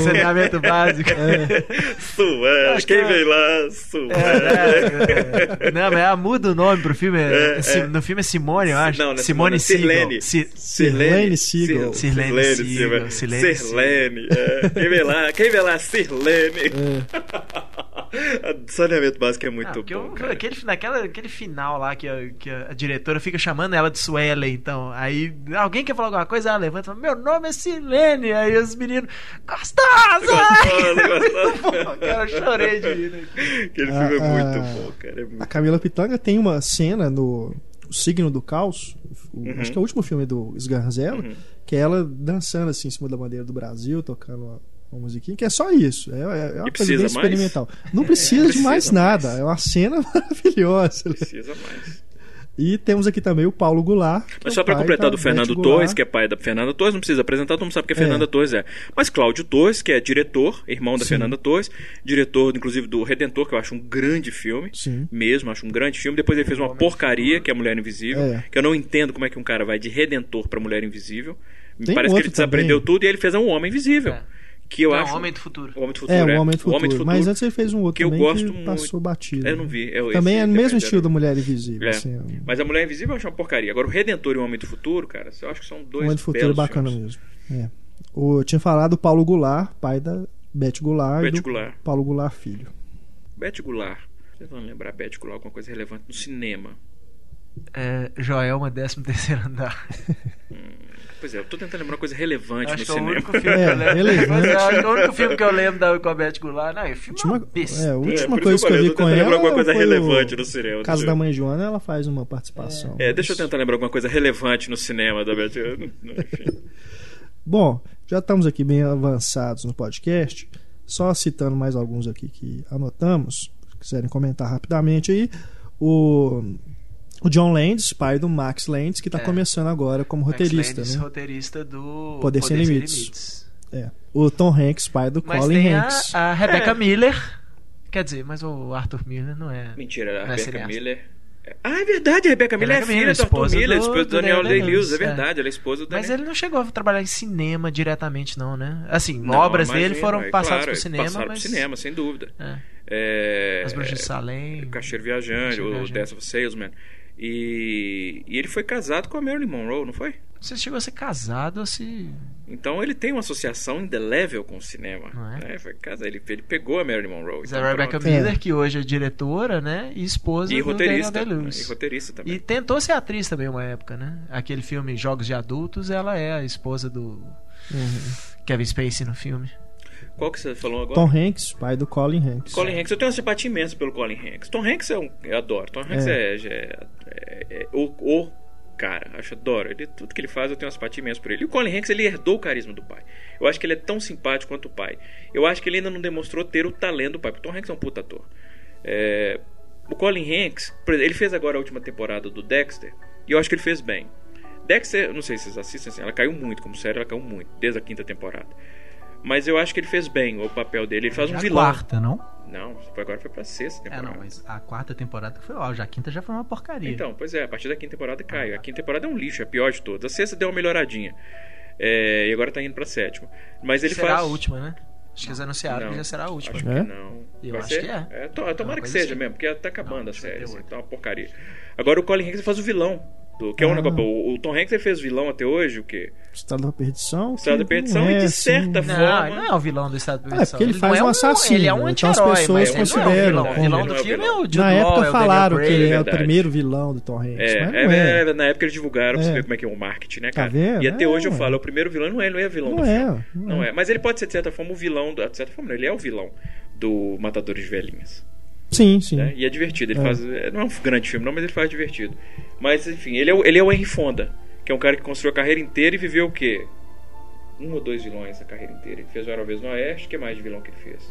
[SPEAKER 3] saneamento básico.
[SPEAKER 1] É.
[SPEAKER 2] Suela,
[SPEAKER 3] Acho que
[SPEAKER 2] quem
[SPEAKER 3] é-
[SPEAKER 2] vem lá? Suela.
[SPEAKER 3] É, é, é. Não, mas ela muda o nome pro filme. é-
[SPEAKER 2] É,
[SPEAKER 3] Si-
[SPEAKER 2] é.
[SPEAKER 3] No filme é Simone, eu acho.
[SPEAKER 2] Não, não é
[SPEAKER 3] Simone
[SPEAKER 2] Simone, é
[SPEAKER 3] Siegel.
[SPEAKER 2] Sirlene.
[SPEAKER 3] Si-
[SPEAKER 1] Sirlene Siegel.
[SPEAKER 3] Sirlene
[SPEAKER 2] Sirlene.
[SPEAKER 3] Siegel, Sirlene
[SPEAKER 2] Sirlene. é. Quem vê lá? Quem vê lá? Sirlene.
[SPEAKER 1] É.
[SPEAKER 2] Saneamento básico é muito
[SPEAKER 3] Não, Ah, porque
[SPEAKER 2] bom.
[SPEAKER 3] eu-
[SPEAKER 2] cara.
[SPEAKER 3] aquele, naquela- aquele final lá que a, que a diretora fica chamando ela de Suelen, então. Aí alguém quer falar alguma coisa, ela levanta e fala: Meu nome é Silene. Aí os meninos,
[SPEAKER 2] Gostosa,
[SPEAKER 3] gostosa! Muito
[SPEAKER 2] gostosa.
[SPEAKER 3] bom, cara, eu chorei de rir. né?
[SPEAKER 2] Aquele
[SPEAKER 1] Ah,
[SPEAKER 2] filme é muito
[SPEAKER 1] ah.
[SPEAKER 2] bom, cara. É
[SPEAKER 1] A
[SPEAKER 2] muito...
[SPEAKER 1] Camila Pitanga tem uma cena no O Signo do Caos, o-
[SPEAKER 2] Uhum.
[SPEAKER 1] acho que é o último filme do Sganzella, que é ela dançando assim em cima da bandeira do Brasil, tocando uma, uma musiquinha, que é só isso. É, é- é uma coisa
[SPEAKER 2] precisa
[SPEAKER 1] bem
[SPEAKER 2] mais?
[SPEAKER 1] experimental. Não precisa de
[SPEAKER 2] precisa
[SPEAKER 1] mais nada, é uma cena maravilhosa. né?
[SPEAKER 2] Precisa mais.
[SPEAKER 1] E temos aqui também o Paulo Goulart. que
[SPEAKER 2] Mas
[SPEAKER 1] é
[SPEAKER 2] só
[SPEAKER 1] o
[SPEAKER 2] pra
[SPEAKER 1] pai
[SPEAKER 2] completar
[SPEAKER 1] da
[SPEAKER 2] do
[SPEAKER 1] Beth
[SPEAKER 2] Fernando
[SPEAKER 1] Goulart.
[SPEAKER 2] Torres, que é pai da Fernanda Torres, não precisa apresentar, todo mundo sabe que a Fernanda Torres é. Mas Cláudio Torres, que é diretor, irmão da Fernanda Torres, diretor, inclusive, do Redentor, que eu acho um grande filme.
[SPEAKER 1] Sim.
[SPEAKER 2] Mesmo, acho um grande filme. Depois ele fez uma porcaria, que é a Mulher Invisível,
[SPEAKER 1] É.
[SPEAKER 2] que eu não entendo como é que um cara vai de Redentor pra Mulher Invisível. Me
[SPEAKER 1] Tem
[SPEAKER 2] parece que
[SPEAKER 1] outro
[SPEAKER 2] ele desaprendeu
[SPEAKER 1] também.
[SPEAKER 2] tudo e ele fez um Homem Invisível.
[SPEAKER 3] É.
[SPEAKER 2] Que eu
[SPEAKER 3] Não,
[SPEAKER 2] acho.
[SPEAKER 3] Homem do Futuro.
[SPEAKER 2] né? O Homem do Futuro.
[SPEAKER 1] É, o Homem do Futuro. Mas antes ele fez um outro
[SPEAKER 2] que eu
[SPEAKER 1] também
[SPEAKER 2] gosto
[SPEAKER 1] que
[SPEAKER 2] muito. É,
[SPEAKER 1] passou batido.
[SPEAKER 2] Eu não vi. Eu-
[SPEAKER 1] também
[SPEAKER 2] esse
[SPEAKER 1] é no mesmo
[SPEAKER 2] interpreto-
[SPEAKER 1] estilo da Mulher Invisível.
[SPEAKER 2] É.
[SPEAKER 1] assim, é um-
[SPEAKER 2] Mas a Mulher Invisível eu acho uma porcaria. Agora, o Redentor e o Homem do Futuro, cara, eu acho que são
[SPEAKER 1] O
[SPEAKER 2] dois.
[SPEAKER 1] Homem do Futuro é
[SPEAKER 2] belos
[SPEAKER 1] bacana
[SPEAKER 2] filmes.
[SPEAKER 1] mesmo. É. O, eu tinha falado do Paulo Goulart, pai da Beth Goulart. e
[SPEAKER 2] Beth
[SPEAKER 1] do
[SPEAKER 2] Goulart.
[SPEAKER 1] Paulo Goulart filho.
[SPEAKER 2] Bete Goulart. Vocês vão lembrar Bete Goulart, alguma coisa relevante no cinema.
[SPEAKER 3] É, Joelma, 13 terceiro andar.
[SPEAKER 2] Pois é, eu tô tentando lembrar uma coisa relevante
[SPEAKER 3] Acho que
[SPEAKER 2] no
[SPEAKER 3] é o
[SPEAKER 2] cinema.
[SPEAKER 3] único filme que
[SPEAKER 1] É,
[SPEAKER 3] eu lembro.
[SPEAKER 1] relevante.
[SPEAKER 3] Mas é, acho que é o único filme que eu lembro da Icobete Goulart. Não, o filme é
[SPEAKER 1] Última-
[SPEAKER 3] uma
[SPEAKER 1] é,
[SPEAKER 3] besta.
[SPEAKER 1] a
[SPEAKER 2] É,
[SPEAKER 1] última
[SPEAKER 2] por
[SPEAKER 1] coisa
[SPEAKER 2] isso
[SPEAKER 1] que eu vi
[SPEAKER 2] tô
[SPEAKER 1] com
[SPEAKER 2] tentando
[SPEAKER 1] ela.
[SPEAKER 2] lembrar alguma coisa
[SPEAKER 1] foi
[SPEAKER 2] relevante
[SPEAKER 1] o
[SPEAKER 2] no cinema.
[SPEAKER 1] Casa
[SPEAKER 2] deixa
[SPEAKER 1] da
[SPEAKER 2] eu-
[SPEAKER 1] Mãe Joana, ela faz uma participação.
[SPEAKER 2] É, deixa eu
[SPEAKER 1] mas-
[SPEAKER 2] tentar lembrar alguma coisa relevante no cinema da Beth. eu não- não- Enfim.
[SPEAKER 1] Bom, já estamos aqui bem avançados no podcast. Só citando mais alguns aqui que anotamos, se quiserem comentar rapidamente aí. O, o John Landis, pai do Max Landis, que está
[SPEAKER 3] É.
[SPEAKER 1] começando agora como roteirista.
[SPEAKER 3] Max Landis,
[SPEAKER 1] né?
[SPEAKER 3] Roteirista do
[SPEAKER 1] Poder Sem Limites. É. O Tom Hanks, pai do
[SPEAKER 3] Mas
[SPEAKER 1] Colin
[SPEAKER 3] tem a,
[SPEAKER 1] Hanks.
[SPEAKER 3] a Rebecca
[SPEAKER 2] É.
[SPEAKER 3] Miller. Quer dizer, mas o Arthur Miller não é.
[SPEAKER 2] Mentira, a
[SPEAKER 3] Não é
[SPEAKER 2] Rebecca
[SPEAKER 3] cineasta.
[SPEAKER 2] Miller. Ah, é verdade, a Rebecca Miller é
[SPEAKER 3] Rebecca
[SPEAKER 2] filha
[SPEAKER 3] Miller,
[SPEAKER 2] do Arthur
[SPEAKER 3] esposa
[SPEAKER 2] Miller,
[SPEAKER 3] do-
[SPEAKER 2] esposa do
[SPEAKER 3] do
[SPEAKER 2] Daniel
[SPEAKER 3] Daniel
[SPEAKER 2] Day-Lewis, é
[SPEAKER 3] Day-Lewis, é.
[SPEAKER 2] verdade, ela é esposa do
[SPEAKER 3] Mas
[SPEAKER 2] Daniel.
[SPEAKER 3] ele não chegou a trabalhar em cinema diretamente, não, né? Assim,
[SPEAKER 2] Não,
[SPEAKER 3] obras
[SPEAKER 2] mas
[SPEAKER 3] dele
[SPEAKER 2] é,
[SPEAKER 3] foram
[SPEAKER 2] é,
[SPEAKER 3] passadas
[SPEAKER 2] claro,
[SPEAKER 3] pro cinema,
[SPEAKER 2] passaram
[SPEAKER 3] mas.
[SPEAKER 2] pro cinema, sem dúvida.
[SPEAKER 3] É.
[SPEAKER 2] É,
[SPEAKER 3] As Bruxas de Salem.
[SPEAKER 2] O Cacheiro Viajante,
[SPEAKER 3] Cacheiro
[SPEAKER 2] o
[SPEAKER 3] Viajante.
[SPEAKER 2] Death of a Salesman. E, e ele foi casado com a Marilyn Monroe, não foi?
[SPEAKER 3] Você chegou a ser casado ou se.
[SPEAKER 2] Então ele tem uma associação indelével com o cinema.
[SPEAKER 3] Não é?
[SPEAKER 2] né? Foi casa, ele, ele pegou a Marilyn Monroe.
[SPEAKER 3] Mas a
[SPEAKER 2] então
[SPEAKER 3] Rebecca
[SPEAKER 2] pronto.
[SPEAKER 3] Miller, que hoje é diretora, né? E esposa
[SPEAKER 2] e
[SPEAKER 3] do Daniel
[SPEAKER 2] roteirista. né? E
[SPEAKER 3] Day-Lewis.
[SPEAKER 2] roteirista também.
[SPEAKER 3] E tentou ser atriz também uma época, né? Aquele filme Jogos de Adultos, ela é a esposa do Kevin Spacey no filme.
[SPEAKER 2] Qual que você falou agora?
[SPEAKER 1] Uhum. Tom Hanks, pai do Colin Hanks.
[SPEAKER 2] Colin Hanks, eu tenho uma simpatia imensa pelo Colin Hanks. Tom Hanks é um. Eu adoro. Tom Hanks é, é- é- é o, o cara. Acho adoro. Ele, tudo que ele faz, eu tenho uma simpatia imensa por ele. E o Colin Hanks, ele herdou o carisma do pai. Eu acho que ele é tão simpático quanto o pai. Eu acho que ele ainda não demonstrou ter o talento do pai. Porque o Tom Hanks é um puta ator. É, o Colin Hanks, por exemplo, ele fez agora a última temporada do Dexter. E eu acho que ele fez bem. Dexter, eu não sei se vocês assistem, assim, ela caiu muito, como série, ela caiu muito, desde a quinta temporada. Mas eu acho que ele fez bem o papel dele. Ele faz um
[SPEAKER 4] Já
[SPEAKER 2] vilão.
[SPEAKER 4] quarta, não?
[SPEAKER 2] Não, foi- agora foi pra sexta
[SPEAKER 4] É,
[SPEAKER 2] temporada.
[SPEAKER 4] não, mas a quarta temporada que foi ó, já a quinta já foi uma porcaria.
[SPEAKER 2] Então, pois é, a partir da quinta temporada cai. A quinta temporada é um lixo, é a pior de todas. A sexta deu uma melhoradinha. É, e agora tá indo pra sétima. Mas ele
[SPEAKER 3] será
[SPEAKER 2] faz.
[SPEAKER 3] a última, né? Acho que eles anunciaram
[SPEAKER 2] Não.
[SPEAKER 3] que já será a última.
[SPEAKER 2] Acho
[SPEAKER 1] É?
[SPEAKER 2] que não.
[SPEAKER 3] Eu
[SPEAKER 2] Vai
[SPEAKER 3] acho
[SPEAKER 2] ser?
[SPEAKER 3] que é.
[SPEAKER 2] to- tomara
[SPEAKER 3] Uma
[SPEAKER 2] que
[SPEAKER 3] coisa
[SPEAKER 2] seja
[SPEAKER 3] assim.
[SPEAKER 2] mesmo, porque tá acabando
[SPEAKER 3] Não, é
[SPEAKER 2] a
[SPEAKER 3] acho que vai
[SPEAKER 2] série.
[SPEAKER 3] ter
[SPEAKER 2] Assim,
[SPEAKER 3] outra.
[SPEAKER 2] tá uma porcaria. Agora o Colin Hanks faz o vilão. Do, que é um
[SPEAKER 1] Ah.
[SPEAKER 2] negócio. O, o Tom Hanks ele fez vilão até hoje, o quê?
[SPEAKER 1] Estado da Perdição.
[SPEAKER 2] Estrada da
[SPEAKER 1] que
[SPEAKER 2] Perdição,
[SPEAKER 1] não
[SPEAKER 2] e de
[SPEAKER 1] assim,
[SPEAKER 2] certa
[SPEAKER 3] Não,
[SPEAKER 2] forma.
[SPEAKER 3] ele não é o vilão do Estado de
[SPEAKER 1] É, porque ele faz
[SPEAKER 3] não
[SPEAKER 1] um
[SPEAKER 3] é
[SPEAKER 1] assassino,
[SPEAKER 3] Ele é um
[SPEAKER 1] então as
[SPEAKER 3] anti-herói,
[SPEAKER 1] pessoas
[SPEAKER 3] mas ele não é o
[SPEAKER 2] consideram
[SPEAKER 3] vilão. O
[SPEAKER 2] como-
[SPEAKER 3] vilão
[SPEAKER 2] Ele
[SPEAKER 3] do
[SPEAKER 2] não é o
[SPEAKER 3] filme é
[SPEAKER 2] vilão.
[SPEAKER 3] o Jude
[SPEAKER 1] Na
[SPEAKER 3] Law, é
[SPEAKER 1] época
[SPEAKER 3] o
[SPEAKER 1] falaram que
[SPEAKER 3] Daniel
[SPEAKER 1] ele
[SPEAKER 3] Craig.
[SPEAKER 1] era o
[SPEAKER 2] verdade.
[SPEAKER 1] primeiro vilão do Tom Hanks.
[SPEAKER 2] É,
[SPEAKER 1] mas não
[SPEAKER 2] é,
[SPEAKER 1] é.
[SPEAKER 2] é, na época eles divulgaram, pra você
[SPEAKER 1] É.
[SPEAKER 2] ver como é que é o marketing, né, cara?
[SPEAKER 1] vendo?
[SPEAKER 2] E até
[SPEAKER 1] É,
[SPEAKER 2] hoje eu
[SPEAKER 1] ué.
[SPEAKER 2] falo, é o primeiro vilão, não é, ele não é vilão
[SPEAKER 1] Não
[SPEAKER 2] do
[SPEAKER 1] é,
[SPEAKER 2] filme.
[SPEAKER 1] não
[SPEAKER 2] Não é. Mas ele pode ser, de certa forma, o vilão. do- De certa forma, não, ele é o vilão do Matadores de Velhinhas.
[SPEAKER 1] Sim, sim.
[SPEAKER 2] né? E é divertido. Ele
[SPEAKER 1] É.
[SPEAKER 2] faz. é, Não é um grande filme, não, mas ele faz divertido. Mas, enfim, ele é, o- ele é o Henry Fonda, que é um cara que construiu a carreira inteira e viveu o quê? Um ou dois vilões a carreira inteira. Ele fez o Era Uma Vez no Oeste, que mais de vilão que ele fez?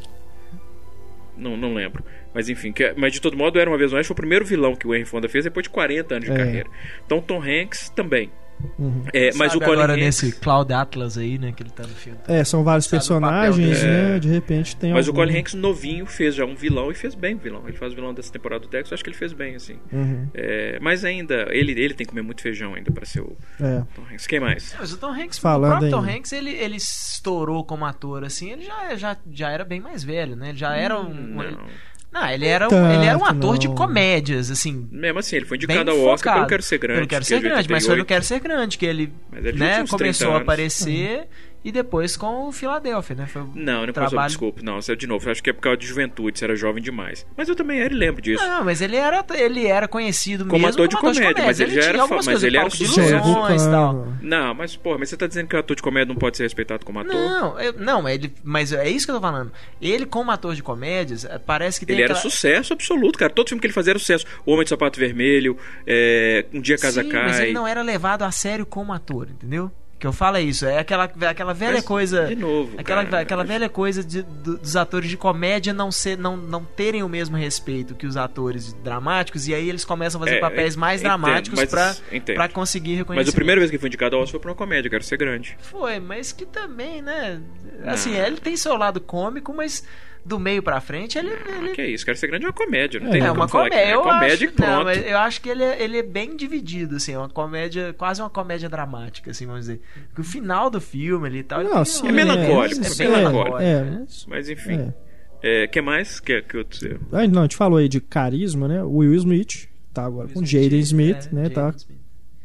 [SPEAKER 2] Não, não lembro. Mas enfim, que- é, mas de todo modo, Era Uma Vez no Oeste foi o primeiro vilão que o Henry Fonda fez depois de 40 anos de
[SPEAKER 1] É.
[SPEAKER 2] carreira. Então Tom Hanks também.
[SPEAKER 1] Uhum.
[SPEAKER 2] É, mas o
[SPEAKER 3] Sabe
[SPEAKER 2] Colin
[SPEAKER 3] agora
[SPEAKER 2] Hanks-
[SPEAKER 3] nesse Cloud Atlas aí, né, que ele tá no filme.
[SPEAKER 1] É, são vários
[SPEAKER 3] Sabe o papel
[SPEAKER 1] personagens,
[SPEAKER 2] dele.
[SPEAKER 1] né?
[SPEAKER 2] É.
[SPEAKER 1] De repente tem
[SPEAKER 2] Mas o
[SPEAKER 1] algum...
[SPEAKER 2] Colin Hanks novinho fez já um vilão e fez bem o vilão. Ele faz o vilão dessa temporada do Texas, acho que ele fez bem, assim.
[SPEAKER 1] Uhum.
[SPEAKER 2] É, mas ainda, ele, ele tem que comer muito feijão ainda pra ser o
[SPEAKER 1] É.
[SPEAKER 2] Tom Hanks. Quem mais?
[SPEAKER 3] Mas o Tom Hanks,
[SPEAKER 1] Falando
[SPEAKER 3] o próprio Tom
[SPEAKER 1] em-
[SPEAKER 3] Hanks, ele, ele estourou como ator, assim, ele já, já, já era bem mais velho, né? Ele já era um. um-
[SPEAKER 2] Hum, Não.
[SPEAKER 3] Não, ele era, um-
[SPEAKER 1] Tanto,
[SPEAKER 3] ele era um ator de
[SPEAKER 1] não.
[SPEAKER 3] comédias, assim.
[SPEAKER 2] Mesmo assim, ele foi
[SPEAKER 3] Bem
[SPEAKER 2] indicado ao Oscar pelo
[SPEAKER 3] focado.
[SPEAKER 2] Quero Ser Grande.
[SPEAKER 3] Pelo Quero
[SPEAKER 2] que
[SPEAKER 3] Ser
[SPEAKER 2] ele veio em
[SPEAKER 3] Grande, mas foi no
[SPEAKER 2] 88.
[SPEAKER 3] Quero Ser Grande que ele,
[SPEAKER 2] Mas ele já
[SPEAKER 3] né,
[SPEAKER 2] tinha uns 30
[SPEAKER 3] começou a
[SPEAKER 2] anos.
[SPEAKER 3] aparecer e depois com o Philadelphia, né? Foi o
[SPEAKER 2] Não, não passou, desculpa. Não, isso é de novo. Eu Acho que é por causa de juventude, você era jovem demais. Mas eu também era e lembro disso.
[SPEAKER 3] Não, mas ele era, ele era conhecido
[SPEAKER 2] Como
[SPEAKER 3] mesmo
[SPEAKER 2] ator de comédia, mas ele já
[SPEAKER 3] tinha
[SPEAKER 2] era
[SPEAKER 3] algumas
[SPEAKER 2] fa- mas
[SPEAKER 3] coisas,
[SPEAKER 2] ele era
[SPEAKER 3] palco de
[SPEAKER 2] sucesso.
[SPEAKER 1] é
[SPEAKER 3] ilusões e tal.
[SPEAKER 1] Vulcano.
[SPEAKER 2] Não, mas, porra, mas você tá dizendo que o ator de comédia não pode ser respeitado como ator?
[SPEAKER 3] Não, eu- não, ele, mas é isso que eu tô falando. Ele, como ator de comédias, eh, parece que tem
[SPEAKER 2] Ele era
[SPEAKER 3] aquela-
[SPEAKER 2] sucesso absoluto, cara. Todo filme que ele fazia era sucesso. O Homem de Sapato Vermelho, é, Um Dia a Casa
[SPEAKER 3] Sim,
[SPEAKER 2] Cai.
[SPEAKER 3] mas ele não era levado a sério como ator, entendeu? Que eu falo é isso, é aquela, aquela velha
[SPEAKER 2] Mas,
[SPEAKER 3] coisa.
[SPEAKER 2] de novo,
[SPEAKER 3] Aquela,
[SPEAKER 2] cara,
[SPEAKER 3] aquela
[SPEAKER 2] mas-
[SPEAKER 3] velha coisa de- do- dos atores de comédia não, ser, não, não terem o mesmo respeito que os atores dramáticos, e aí eles começam a fazer
[SPEAKER 2] É,
[SPEAKER 3] papéis mais
[SPEAKER 2] entendo,
[SPEAKER 3] dramáticos
[SPEAKER 2] mas-
[SPEAKER 3] pra,
[SPEAKER 2] entendo.
[SPEAKER 3] pra conseguir reconhecer.
[SPEAKER 2] Mas a primeira vez que ele foi indicado ao Oscar foi pra uma comédia, Quero Ser Grande.
[SPEAKER 3] Foi, mas que também, né? Assim,
[SPEAKER 2] Ah.
[SPEAKER 3] ele tem seu lado cômico, mas do meio pra frente ele. ele-
[SPEAKER 2] Que isso, Quero Ser Grande é uma comédia. Não tem
[SPEAKER 3] é
[SPEAKER 2] nem
[SPEAKER 3] uma
[SPEAKER 2] como falar que não
[SPEAKER 3] comédia.
[SPEAKER 2] É
[SPEAKER 3] Eu
[SPEAKER 2] comédia
[SPEAKER 3] acho,
[SPEAKER 2] e pronto.
[SPEAKER 3] Não, mas eu acho que ele é, ele é bem dividido, assim, é uma comédia, quase uma comédia dramática, assim, vamos dizer. Porque O final do filme ali e tal. ele
[SPEAKER 1] Não,
[SPEAKER 3] tem
[SPEAKER 1] sim,
[SPEAKER 3] um-
[SPEAKER 2] É melancólico,
[SPEAKER 3] é
[SPEAKER 2] é melancólico.
[SPEAKER 1] É,
[SPEAKER 3] né?
[SPEAKER 1] mas-
[SPEAKER 2] Mas enfim. É, que mais que, que outro seu?
[SPEAKER 1] Ah, não, a gente falou aí de carisma, né? O Will Smith tá agora com Jaden Smith,
[SPEAKER 3] É,
[SPEAKER 1] né?
[SPEAKER 3] Jaden
[SPEAKER 1] tá
[SPEAKER 3] Smith.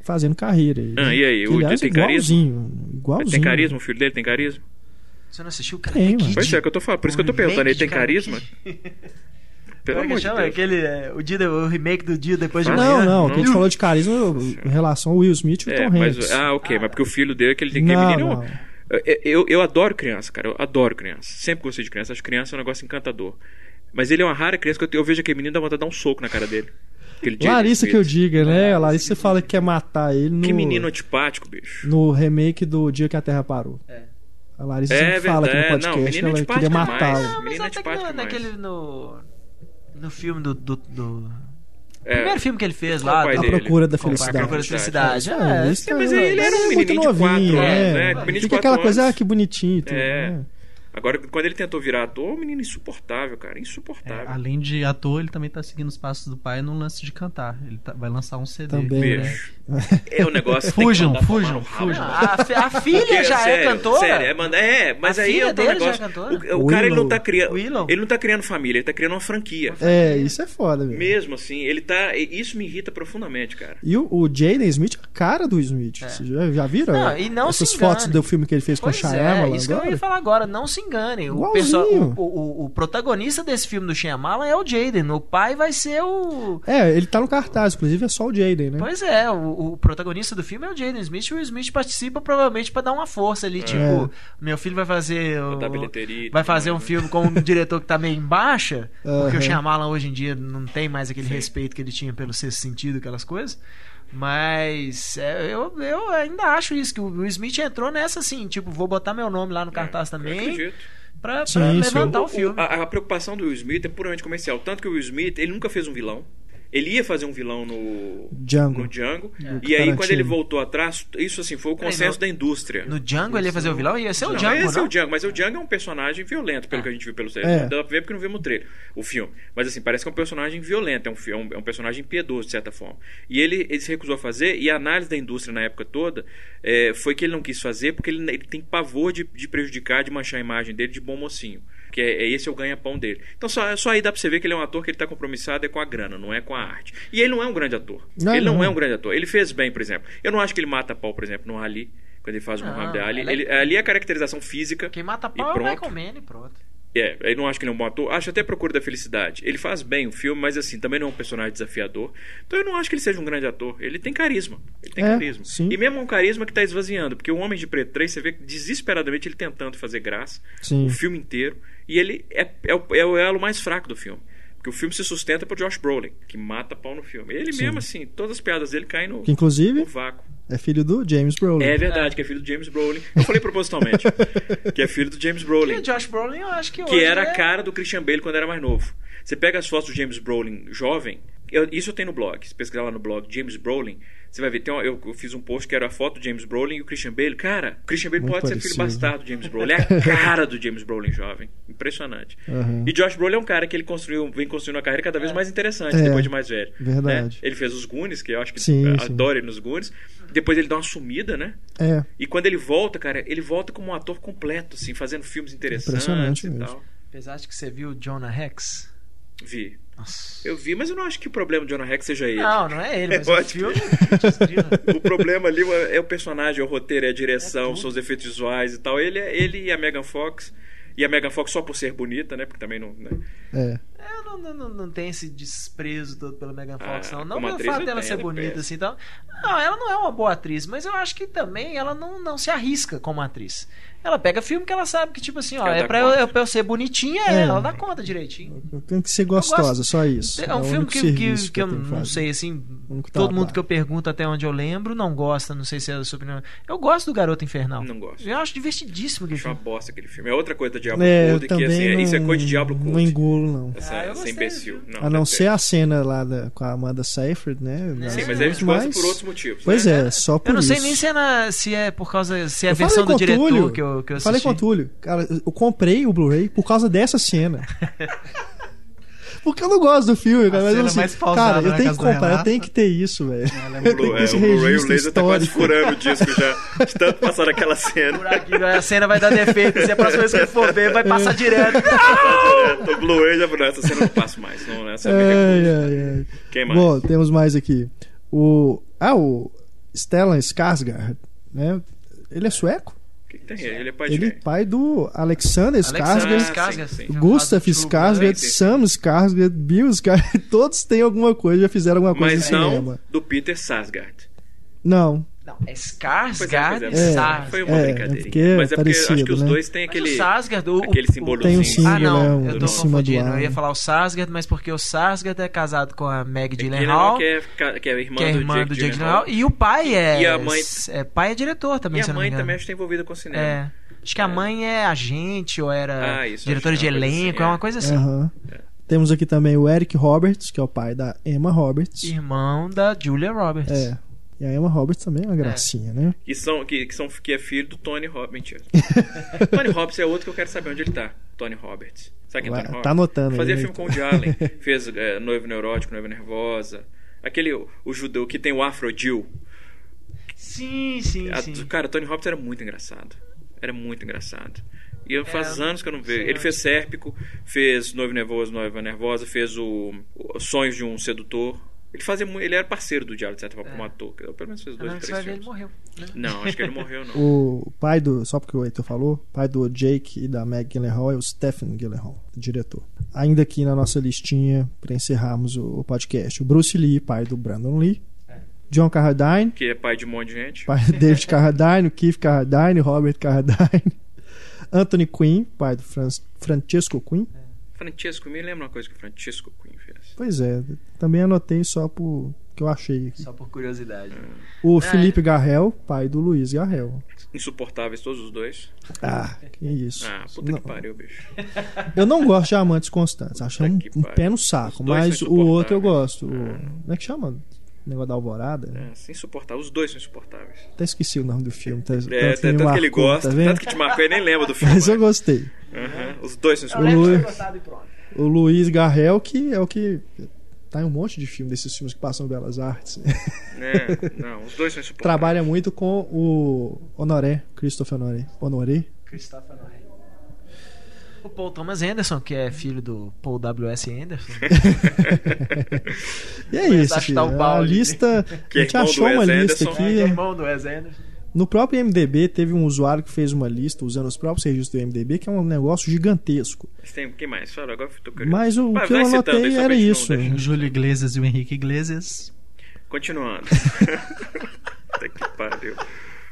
[SPEAKER 1] fazendo carreira aí.
[SPEAKER 2] Ah, e aí,
[SPEAKER 1] Que,
[SPEAKER 2] o
[SPEAKER 1] aliás,
[SPEAKER 2] tem carisma?
[SPEAKER 1] igualzinho, Igualzinho.
[SPEAKER 2] Tem carisma, o filho dele tem carisma?
[SPEAKER 3] Você não assistiu o cara?
[SPEAKER 1] Tem,
[SPEAKER 3] Kid?
[SPEAKER 1] mano.
[SPEAKER 2] Pois é, que eu tô falando. Por isso que eu tô
[SPEAKER 3] Um
[SPEAKER 2] perguntando, ele
[SPEAKER 3] remake
[SPEAKER 2] tem
[SPEAKER 3] de cara-
[SPEAKER 2] carisma? Pelo
[SPEAKER 3] Como é
[SPEAKER 2] amor
[SPEAKER 3] que
[SPEAKER 2] de
[SPEAKER 3] chama?
[SPEAKER 2] Deus.
[SPEAKER 3] Aquele, é, o, dia, o remake do dia depois de
[SPEAKER 2] Não,
[SPEAKER 1] Não,
[SPEAKER 3] amanhã.
[SPEAKER 1] não, o que a gente
[SPEAKER 2] Não.
[SPEAKER 1] falou de carisma em relação ao Will Smith e o
[SPEAKER 2] É,
[SPEAKER 1] Tom
[SPEAKER 2] mas.
[SPEAKER 1] Hanks.
[SPEAKER 2] Ah, ok, mas porque o filho dele, aquele, aquele
[SPEAKER 1] Não,
[SPEAKER 2] menino.
[SPEAKER 1] não.
[SPEAKER 2] Eu, eu, eu adoro criança, cara. Eu adoro criança. Sempre gostei de criança. Acho criança um negócio encantador. Mas ele é uma rara criança que eu, eu vejo aquele menino dá vontade de dar um soco na cara dele. Aquele Jaden
[SPEAKER 1] Larissa
[SPEAKER 2] Smith.
[SPEAKER 1] que eu diga, né? A Larissa você fala que quer matar ele no,
[SPEAKER 2] Que menino antipático, bicho.
[SPEAKER 1] no remake do Dia que a Terra Parou. A Larissa
[SPEAKER 2] É
[SPEAKER 1] sempre fala aqui no
[SPEAKER 2] verdade, não,
[SPEAKER 1] podcast
[SPEAKER 2] menino
[SPEAKER 1] que ela queria
[SPEAKER 2] antipático demais.
[SPEAKER 1] matá-lo.
[SPEAKER 3] Não, mas
[SPEAKER 2] Menino
[SPEAKER 3] até que
[SPEAKER 2] antipático
[SPEAKER 3] no,
[SPEAKER 2] demais.
[SPEAKER 3] naquele no. No filme do. do, do-
[SPEAKER 2] É.
[SPEAKER 3] Primeiro filme que ele fez
[SPEAKER 2] Qual
[SPEAKER 3] lá.
[SPEAKER 2] pai
[SPEAKER 1] A
[SPEAKER 3] do-
[SPEAKER 2] dele?
[SPEAKER 1] procura da
[SPEAKER 3] com- A
[SPEAKER 1] felicidade.
[SPEAKER 3] Procura da Felicidade.
[SPEAKER 1] Ah,
[SPEAKER 3] é.
[SPEAKER 1] esse
[SPEAKER 2] É, mas
[SPEAKER 1] cara
[SPEAKER 2] ele era um
[SPEAKER 1] muito
[SPEAKER 2] menino de
[SPEAKER 1] novinho,
[SPEAKER 2] quatro
[SPEAKER 1] é.
[SPEAKER 2] anos, né? Menino de
[SPEAKER 1] Fica
[SPEAKER 2] quatro
[SPEAKER 1] aquela coisa,
[SPEAKER 2] anos.
[SPEAKER 1] ah, que bonitinho e tudo.
[SPEAKER 2] É.
[SPEAKER 1] né?
[SPEAKER 2] Agora, quando ele tentou virar ator, um menino insuportável, cara.
[SPEAKER 4] É,
[SPEAKER 2] Insuportável.
[SPEAKER 4] além de ator, ele também tá seguindo os passos do pai no lance de cantar. Ele tá- vai lançar um CD.
[SPEAKER 1] Também,
[SPEAKER 4] em
[SPEAKER 1] né?
[SPEAKER 4] breve.
[SPEAKER 2] bicho. É o negócio. tem que
[SPEAKER 4] Fujam,
[SPEAKER 2] mandar tomar
[SPEAKER 4] fujam,
[SPEAKER 2] no rabo.
[SPEAKER 4] fujam.
[SPEAKER 3] A, fi- a
[SPEAKER 2] Porque,
[SPEAKER 3] filha já é
[SPEAKER 2] sério,
[SPEAKER 3] cantora?
[SPEAKER 2] Sério, é, manda- é, mas
[SPEAKER 3] A
[SPEAKER 2] aí
[SPEAKER 3] filha
[SPEAKER 2] é o
[SPEAKER 3] dele já é
[SPEAKER 2] negócio.
[SPEAKER 3] cantora?
[SPEAKER 2] o, o cara ele não
[SPEAKER 1] Willow.
[SPEAKER 2] tá criando.
[SPEAKER 3] Willow.
[SPEAKER 2] Ele não tá criando família, ele tá criando uma franquia.
[SPEAKER 1] É, isso é foda, velho.
[SPEAKER 2] Mesmo assim, ele tá. e- Isso me irrita profundamente, cara.
[SPEAKER 1] E o, o Jaden Smith, é a cara do Smith. Vocês já, já viram?
[SPEAKER 3] É. Não, e não se
[SPEAKER 1] Essas fotos
[SPEAKER 3] engane.
[SPEAKER 1] do filme que ele fez
[SPEAKER 3] Pois
[SPEAKER 1] com a
[SPEAKER 3] é,
[SPEAKER 1] Shyamalan
[SPEAKER 3] isso que eu
[SPEAKER 1] agora?
[SPEAKER 3] ia falar agora. Não se enganem. O,
[SPEAKER 1] Igualzinho.
[SPEAKER 3] perso- o, o- o protagonista desse filme do Shyamalan é o Jaden. O pai vai ser o...
[SPEAKER 1] É, ele tá no cartaz, inclusive é só o Jaden, né?
[SPEAKER 3] Pois é, o, o protagonista do filme é o Jaden Smith e o Smith participa provavelmente pra dar uma força
[SPEAKER 1] É.
[SPEAKER 3] ali, tipo, meu filho vai fazer o-
[SPEAKER 2] Botar bilheteria e
[SPEAKER 3] vai
[SPEAKER 2] tudo
[SPEAKER 3] fazer um
[SPEAKER 2] mais, né?
[SPEAKER 3] filme com um diretor que tá meio em baixa, porque
[SPEAKER 1] Aham.
[SPEAKER 3] o Shyamalan hoje em dia não tem mais aquele respeito que ele tinha pelo sexto sentido, aquelas coisas. Mas é, eu, eu ainda acho isso, que o Will Smith entrou nessa assim, tipo, vou botar meu nome lá no cartaz
[SPEAKER 2] É, Eu
[SPEAKER 3] também
[SPEAKER 2] acredito.
[SPEAKER 3] pra, pra
[SPEAKER 1] Sim, sim.
[SPEAKER 3] levantar o
[SPEAKER 2] O- ah,
[SPEAKER 3] filme.
[SPEAKER 2] A, a preocupação do Will Smith é puramente comercial. Tanto que o Will Smith, ele nunca fez um vilão. Ele ia fazer um vilão no
[SPEAKER 1] Django.
[SPEAKER 2] No Django.
[SPEAKER 1] Do
[SPEAKER 2] E aí, quando
[SPEAKER 1] Tarantino.
[SPEAKER 2] ele voltou atrás, isso assim, foi o
[SPEAKER 3] Peraí,
[SPEAKER 2] consenso
[SPEAKER 3] no-
[SPEAKER 2] da indústria.
[SPEAKER 3] No Django ele ia fazer o vilão? Ia ser o
[SPEAKER 2] Não,
[SPEAKER 3] Django,
[SPEAKER 2] esse
[SPEAKER 3] não? Ah.
[SPEAKER 2] é o é Django, mas o Django é um personagem violento, pelo que a gente viu pelo trailer.
[SPEAKER 1] É.
[SPEAKER 2] Não dá pra ver porque não vimos o trailer, o filme. Mas assim, parece que é um personagem violento, é um, fi- é um, é um personagem piedoso, de certa forma. E ele, ele se recusou a fazer, e a análise da indústria na época toda é, foi que ele não quis fazer porque ele, ele tem pavor de, de prejudicar, de manchar a imagem dele de bom mocinho. Que é, é esse é o ganha-pão dele. Então só, só aí dá pra você ver que ele é um ator que ele tá compromissado é com a grana, não é com a arte. E ele não é um grande ator.
[SPEAKER 1] Não,
[SPEAKER 2] ele não,
[SPEAKER 1] não.
[SPEAKER 2] é um grande ator. Ele fez bem, por exemplo. Eu não acho que ele mata pau, por exemplo, no Ali. Quando ele faz o
[SPEAKER 3] Não,
[SPEAKER 2] Muhammad Ali,
[SPEAKER 3] ela é-
[SPEAKER 2] ele, ali é a caracterização física.
[SPEAKER 3] Quem mata
[SPEAKER 2] e
[SPEAKER 3] pau é o
[SPEAKER 2] pronto.
[SPEAKER 3] Michael Mann e pronto.
[SPEAKER 2] É, eu não acho que ele é um bom ator. Acho até Procura da Felicidade. Ele faz bem o filme, mas assim, também não é um personagem desafiador. Então eu não acho que ele seja um grande ator. Ele tem carisma. Ele tem
[SPEAKER 1] É,
[SPEAKER 2] carisma.
[SPEAKER 1] sim.
[SPEAKER 2] E mesmo é um carisma que tá esvaziando, porque o Homem de Preto 3, você vê que desesperadamente ele tentando fazer graça
[SPEAKER 1] Sim.
[SPEAKER 2] o filme inteiro. E ele é, é, o, é o elo mais fraco do filme. Porque o filme se sustenta por Josh Brolin, que mata pau no filme. Ele mesmo, assim, todas as piadas dele caem no,
[SPEAKER 1] Que
[SPEAKER 2] no
[SPEAKER 1] inclusive
[SPEAKER 2] vácuo.
[SPEAKER 1] é filho do James Brolin.
[SPEAKER 2] É verdade, que é filho do James Brolin. Eu falei propositalmente. que é filho do James
[SPEAKER 3] E
[SPEAKER 2] Brolin.
[SPEAKER 3] o Josh Brolin eu acho que hoje
[SPEAKER 2] Que era
[SPEAKER 3] é-
[SPEAKER 2] a cara do Christian Bale quando era mais novo. Você pega as fotos do James Brolin jovem, eu- isso eu tenho no blog. Se pesquisar lá no blog James Brolin, você vai ver. Tem uma- eu, eu fiz um post que era a foto do James Brolin e o Christian Bale. Cara, o Christian Bale
[SPEAKER 1] Muito
[SPEAKER 2] pode ser filho
[SPEAKER 1] parecido.
[SPEAKER 2] bastardo do James Brolin. É a cara do James Brolin jovem. Impressionante.
[SPEAKER 1] Uhum.
[SPEAKER 2] E Josh Brolin é um cara que ele construiu, vem construindo uma carreira cada vez mais interessante
[SPEAKER 1] É.
[SPEAKER 2] depois de mais velho.
[SPEAKER 1] Verdade.
[SPEAKER 2] né? Ele fez os Goonies, que eu acho que
[SPEAKER 1] Sim,
[SPEAKER 2] eh,
[SPEAKER 1] sim.
[SPEAKER 2] adoro ele nos Goonies. Depois ele dá uma sumida, né?
[SPEAKER 1] É.
[SPEAKER 2] E quando ele volta, cara, ele volta como um ator completo, assim, fazendo filmes interessantes
[SPEAKER 1] Impressionante
[SPEAKER 2] e
[SPEAKER 1] mesmo.
[SPEAKER 2] tal.
[SPEAKER 3] Apesar de que você viu o Jonah Rex,
[SPEAKER 2] Vi.
[SPEAKER 3] Nossa.
[SPEAKER 2] Eu vi, mas eu não acho que o problema de Jonah Rex seja ele.
[SPEAKER 3] Não, não é ele, mas
[SPEAKER 2] Eu
[SPEAKER 3] o
[SPEAKER 2] acho que-
[SPEAKER 3] filme. desgrila.
[SPEAKER 2] O problema ali é o personagem, é o roteiro, é a direção,
[SPEAKER 3] tudo.
[SPEAKER 2] são os efeitos visuais e tal. Ele, é- ele e a Megan Fox. E a Megan Fox só por ser bonita, né? Porque também não. né?
[SPEAKER 1] É.
[SPEAKER 3] Eu não, não, não, não tenho esse desprezo todo pela Megan Fox,
[SPEAKER 2] Ah,
[SPEAKER 3] não. Não
[SPEAKER 2] como
[SPEAKER 3] pelo
[SPEAKER 2] atriz
[SPEAKER 3] fato
[SPEAKER 2] eu
[SPEAKER 3] dela
[SPEAKER 2] tenho,
[SPEAKER 3] ser
[SPEAKER 2] ela é
[SPEAKER 3] bonita
[SPEAKER 2] péssima.
[SPEAKER 3] assim e tal. Não, ela não é uma boa atriz, mas eu acho que também ela não, não se arrisca como atriz. Ela pega filme que ela sabe que, tipo assim, ó,
[SPEAKER 2] Ela
[SPEAKER 3] é
[SPEAKER 2] dá
[SPEAKER 3] pra eu,
[SPEAKER 2] conta.
[SPEAKER 3] é pra eu ser bonitinha,
[SPEAKER 1] É.
[SPEAKER 3] ela dá conta direitinho.
[SPEAKER 1] Tem que ser gostosa,
[SPEAKER 3] gosto-
[SPEAKER 1] só isso.
[SPEAKER 3] É um
[SPEAKER 1] o
[SPEAKER 3] filme
[SPEAKER 1] único
[SPEAKER 3] que,
[SPEAKER 1] serviço
[SPEAKER 3] que, que eu
[SPEAKER 1] tenho que
[SPEAKER 3] não
[SPEAKER 1] fazer.
[SPEAKER 3] sei, assim.
[SPEAKER 1] único tá
[SPEAKER 3] Todo
[SPEAKER 1] trabalho.
[SPEAKER 3] mundo que eu pergunto, até onde eu lembro, não gosta, não sei se é a sua opinião. Eu gosto do Garoto Infernal.
[SPEAKER 2] Não gosto.
[SPEAKER 3] Eu acho divertidíssimo aquele
[SPEAKER 2] Acho uma
[SPEAKER 3] filme.
[SPEAKER 2] bosta aquele filme. É outra coisa da Diablo
[SPEAKER 1] É, eu
[SPEAKER 2] Code, que
[SPEAKER 1] também
[SPEAKER 2] assim, é-
[SPEAKER 1] não,
[SPEAKER 2] isso é coisa de Diablo
[SPEAKER 1] não
[SPEAKER 2] Code.
[SPEAKER 1] engulo, não.
[SPEAKER 2] Essa,
[SPEAKER 3] Ah, eu
[SPEAKER 2] essa
[SPEAKER 3] gostei
[SPEAKER 2] imbecil.
[SPEAKER 3] desse
[SPEAKER 1] a não
[SPEAKER 2] deve
[SPEAKER 1] ser a cena lá da- com a Amanda Seyfried, né?
[SPEAKER 2] Sim,
[SPEAKER 3] É,
[SPEAKER 2] mas eles gostam
[SPEAKER 1] Mas-
[SPEAKER 2] por outros motivos.
[SPEAKER 1] Pois
[SPEAKER 2] né?
[SPEAKER 1] é, só por
[SPEAKER 3] Eu não
[SPEAKER 1] isso.
[SPEAKER 3] sei nem se é, na- se é por causa. se é a
[SPEAKER 1] Eu falei
[SPEAKER 3] versão
[SPEAKER 1] com
[SPEAKER 3] do
[SPEAKER 1] o
[SPEAKER 3] diretor
[SPEAKER 1] Túlio,
[SPEAKER 3] que eu, que eu assisti.
[SPEAKER 1] Falei com o Túlio. Cara, eu comprei o Blu-ray por causa dessa cena. Porque eu não gosto do filme, cara. Mas
[SPEAKER 4] cena
[SPEAKER 1] assim,
[SPEAKER 4] mais pausada
[SPEAKER 1] cara, eu
[SPEAKER 4] na
[SPEAKER 1] tenho que
[SPEAKER 4] casa da
[SPEAKER 1] comprar, eu
[SPEAKER 4] Renata.
[SPEAKER 1] tenho que ter isso, velho.
[SPEAKER 2] O
[SPEAKER 1] Eu tenho que
[SPEAKER 2] Blu-
[SPEAKER 1] ter
[SPEAKER 2] é,
[SPEAKER 1] esse
[SPEAKER 2] o Blu-ray, o
[SPEAKER 1] registro
[SPEAKER 2] laser tá quase
[SPEAKER 1] histórico.
[SPEAKER 2] furando o disco já. De tanto passar aquela cena.
[SPEAKER 3] buraquinho, né? a cena vai dar defeito. Se a próxima vez que ele for ver, vai
[SPEAKER 1] É.
[SPEAKER 3] passar direto.
[SPEAKER 2] Direto, O É, Blu-ray já falou, "Não, essa cena eu não passo mais. Não, essa é,
[SPEAKER 1] Ai, ai, ai.
[SPEAKER 2] Quem mais?
[SPEAKER 1] Bom, temos mais aqui. O. Ah, o Stellan Skarsgård, né? Ele é sueco?
[SPEAKER 2] O que que tem? Ele é pai de
[SPEAKER 1] Ele é
[SPEAKER 2] quem?
[SPEAKER 1] pai do Alexander
[SPEAKER 3] Alexander
[SPEAKER 1] Skarsgård,
[SPEAKER 3] é Skarsgård.
[SPEAKER 2] sim, sim.
[SPEAKER 1] Gustav Skarsgård,
[SPEAKER 2] sim, sim.
[SPEAKER 1] Sam Skarsgård, Bill Skarsgård, todos têm alguma coisa, já fizeram alguma coisa
[SPEAKER 2] Mas
[SPEAKER 1] no
[SPEAKER 2] não
[SPEAKER 1] cinema.
[SPEAKER 2] do Peter Sarsgaard.
[SPEAKER 1] Não.
[SPEAKER 3] Não, é Skarsgård
[SPEAKER 2] Pois
[SPEAKER 3] e
[SPEAKER 2] é,
[SPEAKER 3] Sarsgaard.
[SPEAKER 2] Foi uma
[SPEAKER 1] É,
[SPEAKER 2] brincadeirinha.
[SPEAKER 1] é porque
[SPEAKER 2] Mas é porque acho que
[SPEAKER 1] parecido,
[SPEAKER 2] os
[SPEAKER 1] né?
[SPEAKER 2] dois têm
[SPEAKER 3] Mas é o
[SPEAKER 2] aquele.
[SPEAKER 3] Sarsgaard, o,
[SPEAKER 2] aquele
[SPEAKER 3] o-
[SPEAKER 2] simbolozinho.
[SPEAKER 1] Tem um símbolo,
[SPEAKER 3] Ah, não,
[SPEAKER 1] né,
[SPEAKER 3] eu
[SPEAKER 1] em
[SPEAKER 3] tô
[SPEAKER 1] cima do
[SPEAKER 3] confundindo.
[SPEAKER 1] ar.
[SPEAKER 3] Eu ia falar o Sarsgaard, mas porque o Sarsgaard é casado com a Meg
[SPEAKER 2] Jake
[SPEAKER 3] Gyllenhaal,
[SPEAKER 2] Gyllenhaal, que é, ca- que é irmã,
[SPEAKER 3] né? que é irmã do Jake Gyllenhaal, e o pai é,
[SPEAKER 2] E a mãe-
[SPEAKER 3] é pai é diretor também,
[SPEAKER 2] E a
[SPEAKER 3] se eu não me
[SPEAKER 2] mãe
[SPEAKER 3] engano.
[SPEAKER 2] também acho que tá envolvida com o cinema.
[SPEAKER 3] É. Acho que a mãe é agente ou era
[SPEAKER 2] Ah, isso,
[SPEAKER 3] diretora
[SPEAKER 2] acho que
[SPEAKER 3] de
[SPEAKER 2] é uma coisa
[SPEAKER 3] elenco,
[SPEAKER 2] assim,
[SPEAKER 3] é
[SPEAKER 2] é.
[SPEAKER 3] uma coisa assim.
[SPEAKER 1] Aham. Temos aqui também o Eric Roberts, que é o pai da Emma Roberts.
[SPEAKER 3] Irmão da Julia Roberts.
[SPEAKER 1] É. E a Emma Roberts também é uma gracinha, né?
[SPEAKER 2] Que, são, que, que, são, que é filho do Tony Robbins. Mentira. Tony Robbins é outro que eu quero saber onde ele tá. Tony Roberts. Sabe quem é
[SPEAKER 1] Vai-
[SPEAKER 2] Tony Roberts?
[SPEAKER 1] tá anotando aí,
[SPEAKER 2] Fazia
[SPEAKER 1] né,
[SPEAKER 2] filme com o
[SPEAKER 1] então.
[SPEAKER 2] Woody Allen. Fez é, Noivo Neurótico, Noiva Nervosa. Aquele, o, o judeu que tem o Afro Jill.
[SPEAKER 3] Sim, sim,
[SPEAKER 2] A-
[SPEAKER 3] sim.
[SPEAKER 2] Cara, Tony Robbins era muito engraçado. Era muito engraçado. E eu- faz
[SPEAKER 3] É,
[SPEAKER 2] anos que eu não vejo.
[SPEAKER 3] sim,
[SPEAKER 2] Ele
[SPEAKER 3] eu-
[SPEAKER 2] fez Sérpico, fez Noivo Nervoso, Noiva Nervosa, fez o, o Sonhos de um Sedutor. Ele fazia mu- ele era parceiro do Diário, de certa
[SPEAKER 1] É.
[SPEAKER 2] forma, como ator. Pelo menos fez
[SPEAKER 3] Ah,
[SPEAKER 2] dois,
[SPEAKER 3] não, que você
[SPEAKER 2] três
[SPEAKER 3] vai ver, ele
[SPEAKER 2] filmes.
[SPEAKER 3] morreu. né?
[SPEAKER 2] Não, acho que ele morreu, não.
[SPEAKER 1] O pai do. Só porque o Heitor falou, pai do Jake e da Meg Gyllenhaal é o Stephen Gyllenhaal, o diretor. Ainda aqui na nossa listinha, pra encerrarmos o o podcast, o Bruce Lee, pai do Brandon Lee. John Carradine,
[SPEAKER 2] Que é pai de um monte de gente.
[SPEAKER 1] pai do David Carradine, o Keith Carradine, o Robert Carradine. Anthony Quinn, pai do Fran- Francesco Quinn.
[SPEAKER 2] Francesco, me lembra uma coisa que o Francesco Quinn fez.
[SPEAKER 1] Pois é, também anotei só por que eu achei aqui.
[SPEAKER 3] Só por curiosidade.
[SPEAKER 1] O
[SPEAKER 2] Ah, é.
[SPEAKER 1] Felipe Garrel, pai do Luiz Garrel.
[SPEAKER 2] Insuportáveis todos os dois.
[SPEAKER 1] Ah, que isso.
[SPEAKER 2] Ah, puta
[SPEAKER 1] Não-
[SPEAKER 2] que pariu, bicho.
[SPEAKER 1] Eu não gosto de amantes constantes. Acho um,
[SPEAKER 2] que
[SPEAKER 1] um
[SPEAKER 2] pariu.
[SPEAKER 1] pé no
[SPEAKER 2] Os
[SPEAKER 1] saco.
[SPEAKER 2] dois
[SPEAKER 1] Mas
[SPEAKER 2] são
[SPEAKER 1] o outro eu
[SPEAKER 2] insuportáveis.
[SPEAKER 1] gosto. O- Como é que chama? O negócio da Alvorada?
[SPEAKER 2] É, assim, insuportável. Os dois são insuportáveis.
[SPEAKER 1] Até esqueci o nome do filme. Tá,
[SPEAKER 2] É,
[SPEAKER 1] tanto que me
[SPEAKER 2] tanto que ele
[SPEAKER 1] marcou, tá
[SPEAKER 2] gosta, tanto
[SPEAKER 1] vendo?
[SPEAKER 2] que te marcou, ele nem lembra do filme.
[SPEAKER 1] Mas eu gostei.
[SPEAKER 2] Aham, Os dois são
[SPEAKER 1] O,
[SPEAKER 2] insuportáveis.
[SPEAKER 1] Lu-
[SPEAKER 3] Sabe, pronto.
[SPEAKER 1] o Luiz Garrel, que é o que. Tá em um monte de filme desses filmes que passam em Belas Artes.
[SPEAKER 2] É, não, os dois são insuportáveis.
[SPEAKER 1] Trabalha muito com o Honoré, Christopher Honoré. Honoré.
[SPEAKER 3] Christopher Nolan. O Paul Thomas Anderson, que é filho do Paul W.S. Anderson.
[SPEAKER 1] E é
[SPEAKER 3] Mas
[SPEAKER 1] isso.
[SPEAKER 3] acho que tá
[SPEAKER 1] filho.
[SPEAKER 3] o
[SPEAKER 1] a
[SPEAKER 3] balde.
[SPEAKER 1] lista.
[SPEAKER 2] Que
[SPEAKER 1] a
[SPEAKER 2] é
[SPEAKER 1] gente
[SPEAKER 2] irmão do
[SPEAKER 1] achou uma
[SPEAKER 2] Wes
[SPEAKER 1] lista
[SPEAKER 2] Anderson.
[SPEAKER 1] aqui.
[SPEAKER 2] É,
[SPEAKER 3] irmão do Wes Anderson.
[SPEAKER 1] No próprio MDB teve um usuário que fez uma lista usando os próprios registros do MDB, que é um negócio gigantesco.
[SPEAKER 2] Mas tem quem mais? Fala, agora eu tô curioso.
[SPEAKER 1] Mas o
[SPEAKER 2] Vai-
[SPEAKER 1] que eu
[SPEAKER 2] vai citando aí,
[SPEAKER 1] anotei
[SPEAKER 2] só pra
[SPEAKER 1] era
[SPEAKER 2] gente não
[SPEAKER 1] isso.
[SPEAKER 2] deixar.
[SPEAKER 4] O Júlio Iglesias e o Henrique Iglesias.
[SPEAKER 2] Continuando. Puta que pariu.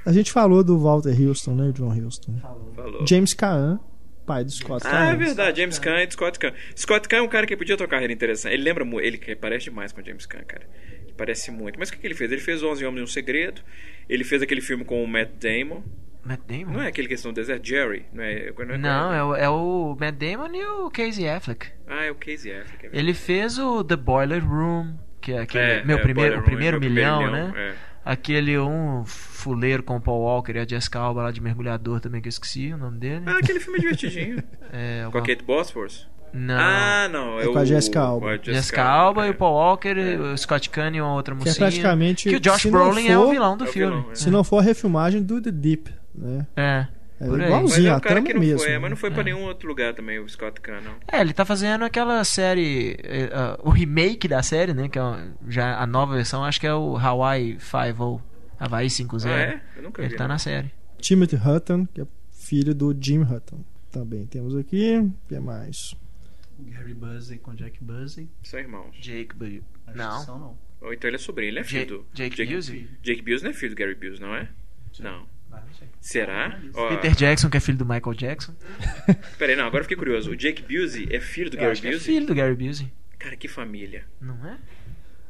[SPEAKER 1] A gente falou do Walter Houston, né? O John Houston.
[SPEAKER 2] Falou.
[SPEAKER 1] James Caan, pai do Scott
[SPEAKER 2] Ah,
[SPEAKER 1] Caan.
[SPEAKER 2] é verdade, James Caan e Scott Caan. Scott Caan é um cara que podia ter uma carreira interessante. Ele lembra muito, ele que parece demais com o James Caan, cara. Ele parece muito. Mas o que, que ele fez? Ele fez 11 Homens e um Segredo. Ele fez aquele filme com o Matt Damon.
[SPEAKER 3] Matt Damon?
[SPEAKER 2] Não é aquele questão do deserto, Jerry? Não é, não é,
[SPEAKER 3] Não, é o, é o Matt Damon e o Casey Affleck.
[SPEAKER 2] Ah, é o Casey Affleck. é verdade.
[SPEAKER 3] Ele fez o The Boiler Room, que é aquele
[SPEAKER 2] É,
[SPEAKER 3] meu
[SPEAKER 2] é,
[SPEAKER 3] primeiro,
[SPEAKER 2] Boiler
[SPEAKER 3] o
[SPEAKER 2] Room,
[SPEAKER 3] primeiro
[SPEAKER 2] Meu
[SPEAKER 3] milhão,
[SPEAKER 2] Primeiro
[SPEAKER 3] né?
[SPEAKER 2] Milhão, é.
[SPEAKER 3] Aquele um fuleiro com o Paul Walker e a Jessica Alba lá de mergulhador também, que eu esqueci o nome dele.
[SPEAKER 2] é. Ah, aquele filme divertidinho.
[SPEAKER 3] É,
[SPEAKER 2] com a
[SPEAKER 3] alguma-
[SPEAKER 2] Kate Bosworth?
[SPEAKER 3] Não.
[SPEAKER 2] Ah, não. É,
[SPEAKER 1] É com a
[SPEAKER 2] o-
[SPEAKER 1] Jessica Alba.
[SPEAKER 2] com a
[SPEAKER 3] Jessica Alba
[SPEAKER 2] é.
[SPEAKER 3] e o Paul Walker,
[SPEAKER 2] É.
[SPEAKER 3] o Scott Cunningham e uma outra
[SPEAKER 1] é
[SPEAKER 3] mocinha.
[SPEAKER 1] praticamente-
[SPEAKER 3] Que o Josh
[SPEAKER 1] se não
[SPEAKER 3] Brolin é
[SPEAKER 1] for-
[SPEAKER 3] o vilão do
[SPEAKER 2] É o
[SPEAKER 3] filme.
[SPEAKER 2] vilão, é.
[SPEAKER 1] Se não for a refilmagem do The Deep, né?
[SPEAKER 3] É.
[SPEAKER 1] É
[SPEAKER 3] Por aí.
[SPEAKER 2] Mas
[SPEAKER 1] igualzinho,
[SPEAKER 2] é um
[SPEAKER 1] até
[SPEAKER 2] cara que não
[SPEAKER 1] mesmo.
[SPEAKER 2] foi, é, mas não foi pra nenhum outro lugar também, o Scott Kahn, não.
[SPEAKER 3] É, ele tá fazendo aquela série, eh, ah, o remake da série, né? Que é uma- já a nova versão, acho que é o Hawaii 5.0, Hawaii 5.0.
[SPEAKER 2] Ah, é? Eu nunca
[SPEAKER 3] Ele
[SPEAKER 2] vi.
[SPEAKER 3] tá
[SPEAKER 2] não.
[SPEAKER 3] na série.
[SPEAKER 1] Timothy Hutton, que é filho do Jim Hutton. Também temos aqui. O que é mais?
[SPEAKER 4] Gary Buzzy com Jack Buzzy.
[SPEAKER 2] São irmãos.
[SPEAKER 3] Jake Buzzy.
[SPEAKER 4] Acho
[SPEAKER 3] Não.
[SPEAKER 4] que são, não.
[SPEAKER 2] Ou então ele é sobrinho, ele é filho do.
[SPEAKER 3] Jake,
[SPEAKER 2] Jake-
[SPEAKER 3] Busey?
[SPEAKER 2] Jake Bills não é filho do Gary Bills, não é? Não.
[SPEAKER 4] Ah, não sei.
[SPEAKER 2] Será? Ó,
[SPEAKER 3] Peter Jackson, que é filho do Michael Jackson.
[SPEAKER 2] Peraí, não, agora eu fiquei curioso. O Jake Busey é filho do
[SPEAKER 3] Eu
[SPEAKER 2] Gary
[SPEAKER 3] acho que é
[SPEAKER 2] Busey?
[SPEAKER 3] filho do Gary Busey.
[SPEAKER 2] Cara, que família.
[SPEAKER 3] Não é?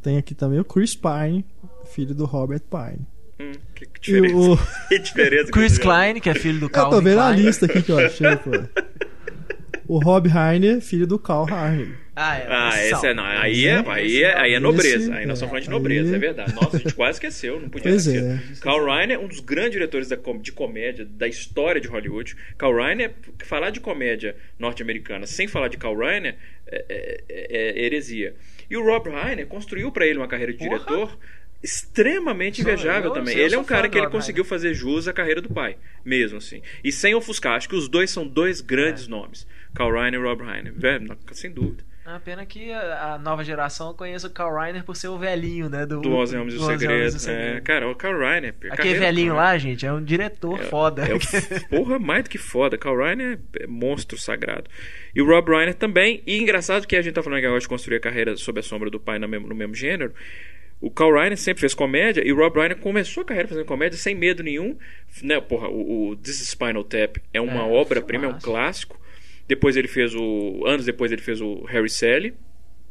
[SPEAKER 1] Tem aqui também o Chris Pine, filho do Robert Pine.
[SPEAKER 2] Hum, que, que
[SPEAKER 1] E
[SPEAKER 2] diferença.
[SPEAKER 1] o.
[SPEAKER 2] Que diferença.
[SPEAKER 3] Chris
[SPEAKER 2] que tem.
[SPEAKER 3] Klein, que é filho do
[SPEAKER 1] Eu
[SPEAKER 3] Calvin
[SPEAKER 1] tô vendo a
[SPEAKER 3] Klein.
[SPEAKER 1] lista aqui que eu achei, pô. O Rob Harney, filho do Carl Harney.
[SPEAKER 3] Ah, é.
[SPEAKER 2] Ah,
[SPEAKER 3] esse
[SPEAKER 2] esse é,
[SPEAKER 3] são.
[SPEAKER 2] não, aí é, aí é, aí é
[SPEAKER 1] Esse-
[SPEAKER 2] nobreza. Aí nós estamos
[SPEAKER 3] tipo,
[SPEAKER 2] falando de
[SPEAKER 1] é,
[SPEAKER 2] nobreza,
[SPEAKER 3] né?
[SPEAKER 1] aí-
[SPEAKER 2] é verdade. Nossa, a gente quase esqueceu, não podia
[SPEAKER 1] Pois
[SPEAKER 2] esquecer.
[SPEAKER 1] é.
[SPEAKER 2] Carl Reiner é um dos grandes diretores da com- de comédia da história de Hollywood. Carl Reiner, falar de comédia norte-americana sem falar de Carl Reiner é, é- é- é heresia. E o Rob Reiner construiu para ele uma carreira de
[SPEAKER 3] Porra.
[SPEAKER 2] diretor extremamente
[SPEAKER 3] Sou
[SPEAKER 2] invejável
[SPEAKER 3] eu,
[SPEAKER 2] também.
[SPEAKER 3] sou eu,
[SPEAKER 2] Ele é
[SPEAKER 3] sou
[SPEAKER 2] um
[SPEAKER 3] fã
[SPEAKER 2] cara
[SPEAKER 3] do
[SPEAKER 2] que ele
[SPEAKER 3] Rob Reiner.
[SPEAKER 2] conseguiu conseguiu fazer jus à carreira do pai, mesmo assim. E sem ofuscar, acho que os dois são dois grandes nomes. Carl Reiner e Rob Reiner. Vé, não, Sem dúvida.
[SPEAKER 3] É uma pena que a, a nova geração conheça o Carl Reiner por ser o velhinho, né? Do,
[SPEAKER 2] Do Onze Homens e o
[SPEAKER 3] do Onze
[SPEAKER 2] Segredo.
[SPEAKER 3] Homens e o
[SPEAKER 2] É,
[SPEAKER 3] Segredo.
[SPEAKER 2] cara, o Carl Reiner.
[SPEAKER 3] Aquele
[SPEAKER 2] carreira do
[SPEAKER 3] velhinho
[SPEAKER 2] Carl
[SPEAKER 3] lá, gente, é um diretor foda.
[SPEAKER 2] É, o- porra, mais do que foda. Carl Reiner é monstro sagrado. E o Rob Reiner também. E engraçado que a gente tá falando que agora de construir a carreira sob a sombra do pai no mesmo, no mesmo gênero. O Carl Reiner sempre fez comédia e o Rob Reiner começou a carreira fazendo comédia sem medo nenhum. Né, porra, o, o This is Spinal Tap é uma
[SPEAKER 3] É,
[SPEAKER 2] obra-prima, é um
[SPEAKER 3] filmaço.
[SPEAKER 2] clássico. Depois ele fez o. Anos depois ele fez o Harry Sally.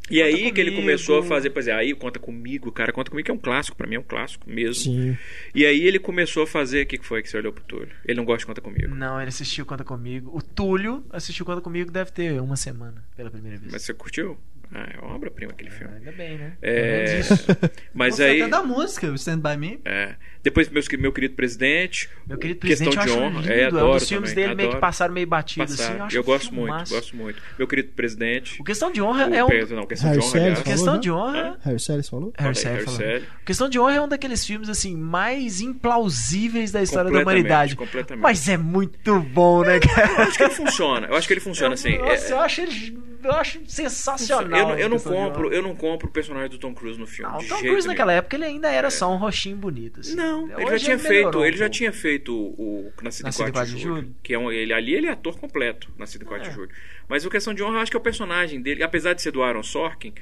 [SPEAKER 2] E
[SPEAKER 3] Conta
[SPEAKER 2] aí que ele
[SPEAKER 3] Comigo.
[SPEAKER 2] começou a fazer, pois é, aí conta comigo, cara, conta comigo que é um clássico, pra mim é um clássico mesmo.
[SPEAKER 1] Sim.
[SPEAKER 2] E aí ele começou a fazer. O que que foi que você olhou pro Túlio? Ele não gosta de conta comigo.
[SPEAKER 3] Não, ele assistiu Conta Comigo. O Túlio assistiu Conta Comigo deve ter uma semana pela primeira vez.
[SPEAKER 2] Mas você curtiu? Ah, é uma obra-prima aquele filme.
[SPEAKER 3] Ainda bem, né?
[SPEAKER 2] É.
[SPEAKER 3] Pelo menos isso.
[SPEAKER 2] Mas
[SPEAKER 4] Gostei
[SPEAKER 2] aí.
[SPEAKER 4] até da música, o Stand By Me.
[SPEAKER 2] é. Depois, meus, meu querido presidente.
[SPEAKER 3] Meu querido
[SPEAKER 2] Questão
[SPEAKER 3] presidente, eu acho
[SPEAKER 2] de honra.
[SPEAKER 3] lindo.
[SPEAKER 2] É,
[SPEAKER 3] É, um
[SPEAKER 2] adoro
[SPEAKER 3] dos filmes
[SPEAKER 2] também,
[SPEAKER 3] dele meio que
[SPEAKER 2] adoro.
[SPEAKER 3] passaram meio batido, assim. Eu,
[SPEAKER 2] Passar.
[SPEAKER 3] acho
[SPEAKER 2] Eu,
[SPEAKER 3] um
[SPEAKER 2] gosto
[SPEAKER 3] filmaço.
[SPEAKER 2] muito, gosto muito. Meu querido presidente.
[SPEAKER 3] O Questão de Honra
[SPEAKER 2] o
[SPEAKER 3] é um...
[SPEAKER 2] Pedro, não, questão
[SPEAKER 1] Harry
[SPEAKER 2] de honra,
[SPEAKER 1] Sally,
[SPEAKER 2] aliás.
[SPEAKER 1] falou,
[SPEAKER 3] Questão
[SPEAKER 1] né?
[SPEAKER 3] de Honra...
[SPEAKER 1] Harry Series falou?
[SPEAKER 3] Harry
[SPEAKER 2] Fala aí,
[SPEAKER 3] Sally falando.
[SPEAKER 2] Harry Sally.
[SPEAKER 3] Questão de Honra é um daqueles filmes, assim, mais implausíveis da história da
[SPEAKER 2] Completamente,
[SPEAKER 3] humanidade.
[SPEAKER 2] completamente.
[SPEAKER 3] Mas é muito bom, né, cara?
[SPEAKER 2] Eu acho que ele funciona. Eu acho
[SPEAKER 3] um
[SPEAKER 2] que ele funciona assim. é-
[SPEAKER 3] Nossa, eu acho ele... Eu acho sensacional.
[SPEAKER 2] eu, não- eu não
[SPEAKER 3] Questão de Honra.
[SPEAKER 2] compro, eu não compro o personagem do Tom Cruise no filme.
[SPEAKER 3] Não, é o
[SPEAKER 2] de
[SPEAKER 3] Tom
[SPEAKER 2] jeito
[SPEAKER 3] Cruise
[SPEAKER 2] nenhum. É.
[SPEAKER 3] naquela época ele ainda era só um roxinho bonito. assim.
[SPEAKER 2] Não,
[SPEAKER 3] Hoje
[SPEAKER 2] ele já tinha
[SPEAKER 3] melhorou
[SPEAKER 2] feito,
[SPEAKER 3] um
[SPEAKER 2] ele já
[SPEAKER 3] pouco.
[SPEAKER 2] tinha feito o o Nascido,
[SPEAKER 3] Nascido
[SPEAKER 2] em 4 de julho, É. que é um, ele ali ele é ator completo, Nascido em 4 de julho. Mas o questão de honra, eu acho que é o personagem dele, apesar de ser do Aaron Sorkin,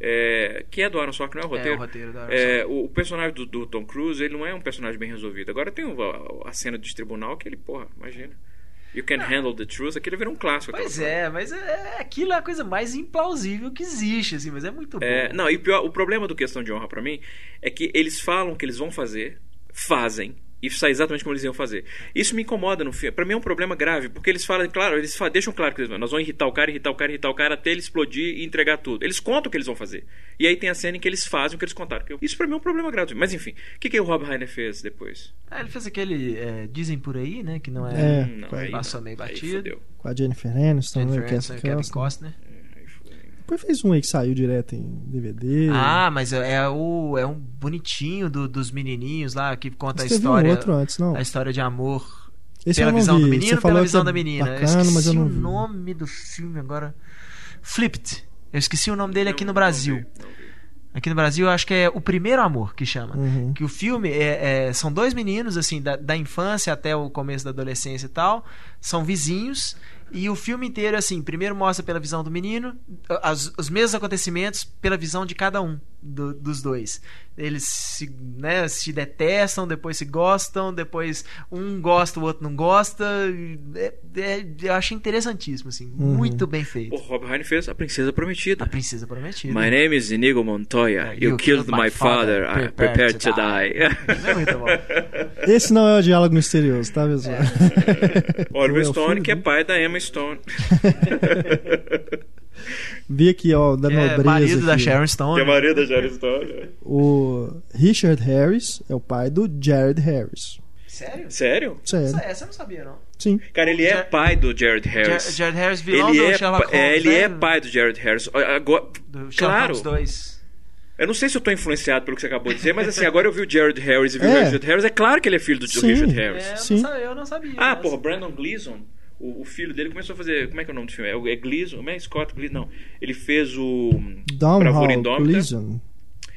[SPEAKER 2] é, que é do Aaron Sorkin, não é o roteiro.
[SPEAKER 3] o roteiro do Aaron
[SPEAKER 2] É, o, o personagem do, do Tom Cruise, ele não é um personagem bem resolvido. Agora tem o- a, a cena de tribunal que ele, porra, imagina. You can handle the truth, aquele virou um clássico. aquela
[SPEAKER 3] Pois
[SPEAKER 2] cena.
[SPEAKER 3] é, mas é, aquilo é a coisa mais implausível que existe, assim, mas é muito bom.
[SPEAKER 2] É, não, e o pior, o problema do questão de honra pra mim é que eles falam que eles vão fazer, fazem e sai exatamente como eles iam fazer. Isso me incomoda no filme. Pra mim é um problema grave, porque eles falam, claro, eles fa- deixam claro que eles vão, nós vamos irritar o cara, irritar o cara, irritar o cara até ele explodir e entregar tudo. Eles contam o que eles vão fazer. E aí tem a cena em que eles fazem o que eles contaram. Isso pra mim é um problema grave. Mas enfim, o que, que o Rob Reiner fez depois?
[SPEAKER 3] Ah, ele fez aquele. é, dizem por aí, né? Que não
[SPEAKER 1] É,
[SPEAKER 3] é.
[SPEAKER 2] Hum,
[SPEAKER 1] foi.
[SPEAKER 2] aí
[SPEAKER 3] Passou meio
[SPEAKER 2] Aí
[SPEAKER 3] batido.
[SPEAKER 2] fudeu.
[SPEAKER 1] Com a Jennifer Aniston, né? o
[SPEAKER 3] Jennifer
[SPEAKER 1] Kevin
[SPEAKER 3] Aniston e Kevin
[SPEAKER 1] Costner.
[SPEAKER 3] Costner.
[SPEAKER 2] Aí fudeu.
[SPEAKER 1] Depois fez um aí que saiu direto em DVD.
[SPEAKER 3] Ah, mas é, é o, é um bonitinho do- dos menininhos lá que conta
[SPEAKER 1] mas
[SPEAKER 3] a
[SPEAKER 1] teve
[SPEAKER 3] história.
[SPEAKER 1] um outro antes, não.
[SPEAKER 3] A história de amor
[SPEAKER 1] Esse
[SPEAKER 3] pela
[SPEAKER 1] eu não
[SPEAKER 3] visão
[SPEAKER 1] vi.
[SPEAKER 3] do
[SPEAKER 1] Você
[SPEAKER 3] menino,
[SPEAKER 1] falou
[SPEAKER 3] pela
[SPEAKER 1] que
[SPEAKER 3] visão
[SPEAKER 1] é
[SPEAKER 3] da menina. eu
[SPEAKER 1] Bacana,
[SPEAKER 3] esqueci
[SPEAKER 1] mas eu não
[SPEAKER 3] o
[SPEAKER 1] vi.
[SPEAKER 3] nome do filme agora. Flipped. Eu esqueci o nome dele aqui
[SPEAKER 2] Não,
[SPEAKER 3] no
[SPEAKER 2] não
[SPEAKER 3] Brasil.
[SPEAKER 2] vi, não vi.
[SPEAKER 3] Aqui no Brasil, eu acho que é O Primeiro Amor que chama.
[SPEAKER 1] Uhum.
[SPEAKER 3] Que o filme é, é- são dois meninos, assim, da, da infância até o começo da adolescência e tal, são vizinhos. E o filme inteiro, assim, primeiro mostra pela visão do menino, as- os mesmos acontecimentos pela visão de cada um do- dos dois. Eles se, né, se detestam, depois se gostam, depois um gosta, o outro não gosta. e é- é- eu achei interessantíssimo, assim, muito bem feito.
[SPEAKER 2] O Rob Reiner fez A Princesa Prometida.
[SPEAKER 3] A Princesa Prometida.
[SPEAKER 2] My name is Inigo Montoya. You, killed, my father. I prepare to die.
[SPEAKER 3] Não é muito bom.
[SPEAKER 1] Esse não é o diálogo misterioso, tá, pessoal?
[SPEAKER 3] É.
[SPEAKER 2] Oliver
[SPEAKER 1] Não é o
[SPEAKER 2] Stone,
[SPEAKER 1] filho
[SPEAKER 2] que é
[SPEAKER 1] dele.
[SPEAKER 2] pai da Emma Stone.
[SPEAKER 1] Vi aqui, ó, da
[SPEAKER 3] É,
[SPEAKER 1] nobreza.
[SPEAKER 3] marido da
[SPEAKER 1] aqui.
[SPEAKER 3] Sharon Stone.
[SPEAKER 2] Que é marido da Sharon Stone. né?
[SPEAKER 1] O Richard Harris é o pai do Jared Harris.
[SPEAKER 3] Sério?
[SPEAKER 2] Sério?
[SPEAKER 1] Sério,
[SPEAKER 3] Essa eu não sabia, não.
[SPEAKER 1] sim.
[SPEAKER 2] Cara, ele é
[SPEAKER 3] Jar-
[SPEAKER 2] pai do Jared Harris.
[SPEAKER 3] Jared, Jared Harris
[SPEAKER 2] É,
[SPEAKER 3] vilão
[SPEAKER 2] ele
[SPEAKER 3] do
[SPEAKER 2] é,
[SPEAKER 3] Sherlock
[SPEAKER 2] pa-
[SPEAKER 3] Holmes.
[SPEAKER 2] é, ele
[SPEAKER 3] né?
[SPEAKER 2] é pai do Jared Harris. Agora,
[SPEAKER 3] do Sherlock
[SPEAKER 2] claro.
[SPEAKER 3] Holmes 2.
[SPEAKER 2] Eu não sei se eu tô influenciado pelo que você acabou de dizer, mas assim, agora eu vi o Jared Harris e vi
[SPEAKER 1] É.
[SPEAKER 2] o Richard Harris. É claro que ele é filho do, do
[SPEAKER 1] Sim.
[SPEAKER 2] Richard Harris.
[SPEAKER 3] É, eu,
[SPEAKER 1] Sim.
[SPEAKER 3] Não sabia, eu não sabia.
[SPEAKER 2] Ah,
[SPEAKER 3] mas-
[SPEAKER 2] porra, Brandon Gleason, o, o filho dele começou a fazer. Como é que é o nome do filme? É, o- é Gleason? Não é Scott Gleason? Não. Ele fez o. Bravura
[SPEAKER 1] Downhall
[SPEAKER 2] Indômita.
[SPEAKER 1] Collision.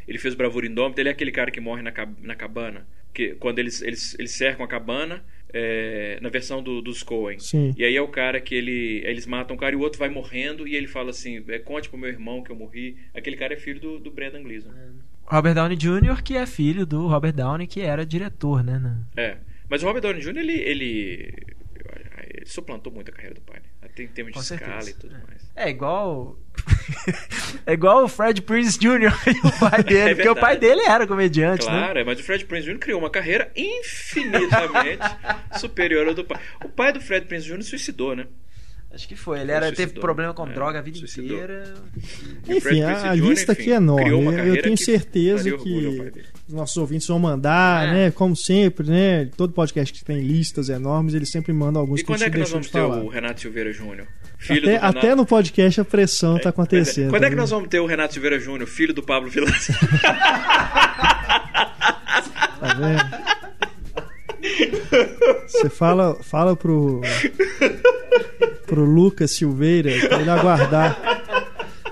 [SPEAKER 2] Ele fez o Bravura Indômita. Ele é aquele cara que morre na, cab- na cabana. Que, quando eles, eles, eles cercam a cabana. é, na versão do- dos Coen.
[SPEAKER 1] Sim.
[SPEAKER 2] E aí é o cara que ele. Eles matam o cara e o outro vai morrendo. E ele fala assim: é, Conte pro meu irmão que eu morri. Aquele cara é filho do, do Brandon Gleason.
[SPEAKER 3] Robert Downey Jr., que é filho do Robert Downey, que era diretor, né? na-
[SPEAKER 2] É. Mas o Robert Downey Jr., ele. ele... ele suplantou muito a carreira do pai, né? Até em termos de
[SPEAKER 3] Com
[SPEAKER 2] escala
[SPEAKER 3] certeza.
[SPEAKER 2] e tudo mais.
[SPEAKER 3] É igual. é igual o Fred Prince Jr. e o pai dele,
[SPEAKER 2] É
[SPEAKER 3] porque o pai
[SPEAKER 2] verdade.
[SPEAKER 3] dele era comediante, né?
[SPEAKER 2] Claro, é, mas o Fred Prinze Jr. criou uma carreira infinitamente superior ao do pai. O pai do Fred Prinze Jr. suicidou, né?
[SPEAKER 3] Acho que foi. Ele
[SPEAKER 2] Ele
[SPEAKER 3] era,
[SPEAKER 2] suicidou,
[SPEAKER 3] teve problema com
[SPEAKER 2] né?
[SPEAKER 3] droga a vida
[SPEAKER 2] Suicidou.
[SPEAKER 3] inteira.
[SPEAKER 2] E o Fred
[SPEAKER 1] Enfim,
[SPEAKER 2] Prinze
[SPEAKER 1] a, a
[SPEAKER 2] Jr.,
[SPEAKER 1] lista
[SPEAKER 2] enfim,
[SPEAKER 1] aqui é enorme.
[SPEAKER 2] criou
[SPEAKER 1] Eu-
[SPEAKER 2] uma
[SPEAKER 1] Eu
[SPEAKER 2] carreira
[SPEAKER 1] tenho
[SPEAKER 2] que
[SPEAKER 1] certeza
[SPEAKER 2] faria orgulho ao pai
[SPEAKER 1] que
[SPEAKER 2] dele.
[SPEAKER 1] os nossos ouvintes vão mandar,
[SPEAKER 3] É.
[SPEAKER 1] né? Como sempre, né? Todo podcast que tem listas enormes, eles sempre mandam alguns
[SPEAKER 2] E quando
[SPEAKER 1] que a
[SPEAKER 2] é
[SPEAKER 1] gente
[SPEAKER 2] que nós
[SPEAKER 1] deixou
[SPEAKER 2] vamos
[SPEAKER 1] de
[SPEAKER 2] ter
[SPEAKER 1] falar.
[SPEAKER 2] o Renato Silveira Júnior? Filho
[SPEAKER 1] Até,
[SPEAKER 2] do Renato...
[SPEAKER 1] até no podcast a pressão tá acontecendo.
[SPEAKER 2] Quando é que
[SPEAKER 1] né?
[SPEAKER 2] nós vamos ter o Renato Silveira Júnior, filho do Pablo Vilas?
[SPEAKER 1] Tá vendo? Você fala, fala pro, pro Lucas Silveira pra ele aguardar.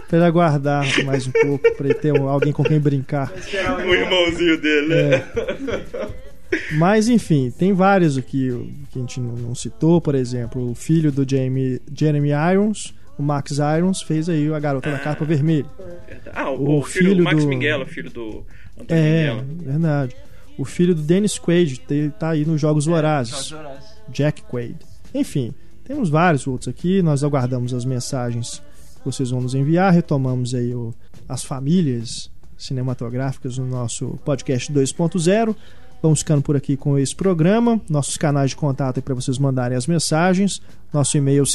[SPEAKER 1] Pra ele aguardar mais um pouco, pra ele ter um- alguém com quem brincar.
[SPEAKER 2] o irmãozinho dele. né?
[SPEAKER 1] É. Mas enfim, tem vários aqui que a gente não, não citou, por exemplo, o filho do Jamie, Jeremy Irons, o Max Irons, fez aí a garota da capa vermelha.
[SPEAKER 2] Ah, o,
[SPEAKER 1] O
[SPEAKER 2] o filho,
[SPEAKER 1] filho
[SPEAKER 2] do Max
[SPEAKER 1] do-
[SPEAKER 2] Minghella, filho do Antônio
[SPEAKER 1] É,
[SPEAKER 2] Minghella.
[SPEAKER 1] verdade. O filho do Dennis Quaid te- tá aí nos Jogos Vorazes. Jack Quaid. Enfim, temos vários outros aqui. Nós aguardamos as mensagens que vocês vão nos enviar. Retomamos aí o- as famílias cinematográficas no nosso podcast 2.0. Vamos ficando por aqui com esse programa. Nossos canais de contato é para vocês mandarem as mensagens. Nosso e-mail é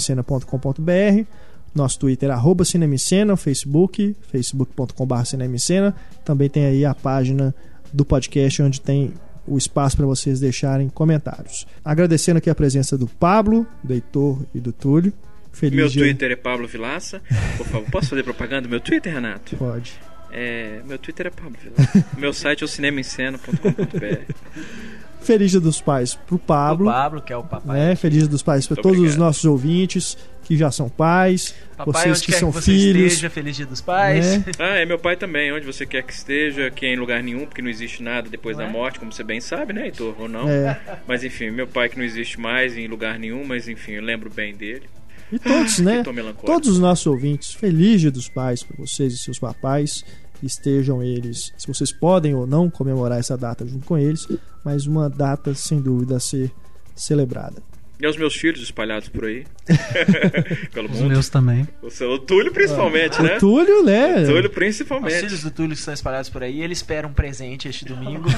[SPEAKER 1] cinema.cinemicena.com.br. Nosso Twitter arroba cinemicena, Facebook, facebook.com.br cinemicena. Também tem aí a página do podcast onde tem o espaço para vocês deixarem comentários. Agradecendo aqui a presença do Pablo, do Heitor e do Túlio. Feliz
[SPEAKER 2] Meu
[SPEAKER 1] dia.
[SPEAKER 2] Twitter é Pablo Vilaça. Por favor, posso fazer propaganda do meu Twitter, Renato?
[SPEAKER 1] Pode.
[SPEAKER 2] É, meu Twitter é Pablo Vilaça. meu site é o cinemaencena.com.br.
[SPEAKER 1] Feliz dia dos pais pro Pablo.
[SPEAKER 3] O Pablo, que é o papai.
[SPEAKER 1] né? Feliz dia dos pais para
[SPEAKER 2] Muito
[SPEAKER 1] todos os
[SPEAKER 2] obrigado.
[SPEAKER 1] nossos ouvintes que já são pais,
[SPEAKER 3] Papai,
[SPEAKER 1] vocês
[SPEAKER 3] onde
[SPEAKER 1] que
[SPEAKER 3] quer
[SPEAKER 1] são
[SPEAKER 3] que você
[SPEAKER 1] filhos.
[SPEAKER 3] esteja, feliz dia dos pais.
[SPEAKER 1] né?
[SPEAKER 2] Ah, é meu pai também, onde você quer que esteja, que é em lugar nenhum, porque não existe nada depois
[SPEAKER 3] Não
[SPEAKER 2] da
[SPEAKER 3] é?
[SPEAKER 2] morte, como você bem sabe, né, Heitor? Ou não.
[SPEAKER 1] É.
[SPEAKER 2] Mas enfim, meu pai que não existe mais em lugar nenhum, mas enfim, eu lembro bem dele.
[SPEAKER 1] E todos, né?
[SPEAKER 2] Eu tô melancólico.
[SPEAKER 1] Todos os nossos ouvintes, feliz dia dos pais para vocês e seus papais. Estejam eles, se vocês podem ou não comemorar essa data junto com eles, mas uma data sem dúvida a ser celebrada.
[SPEAKER 2] E aos meus filhos espalhados por aí. Pelo
[SPEAKER 4] Os
[SPEAKER 2] mundo.
[SPEAKER 4] meus também.
[SPEAKER 2] O, seu, o Túlio principalmente, né?
[SPEAKER 1] Ah, O Túlio, né?
[SPEAKER 2] O Túlio
[SPEAKER 3] Os
[SPEAKER 2] principalmente.
[SPEAKER 3] filhos do Túlio que estão espalhados por aí, ele espera um presente este domingo.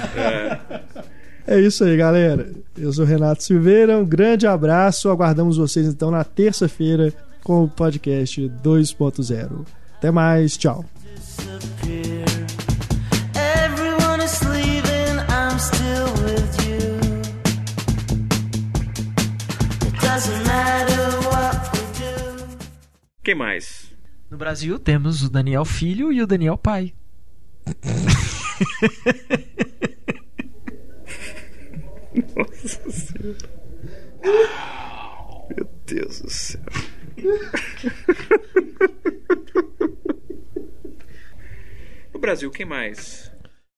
[SPEAKER 1] É isso aí, galera. Eu sou o Renato Silveira, um grande abraço. Aguardamos vocês então na terça-feira com o podcast 2.0. Até mais, tchau.
[SPEAKER 7] disappear. Everyone is leaving, I'm still with you. It doesn't matter what we do.
[SPEAKER 2] Quem mais?
[SPEAKER 3] No Brasil temos o Daniel Filho e o Daniel Pai.
[SPEAKER 2] Meu Deus do céu. no Brasil, quem mais?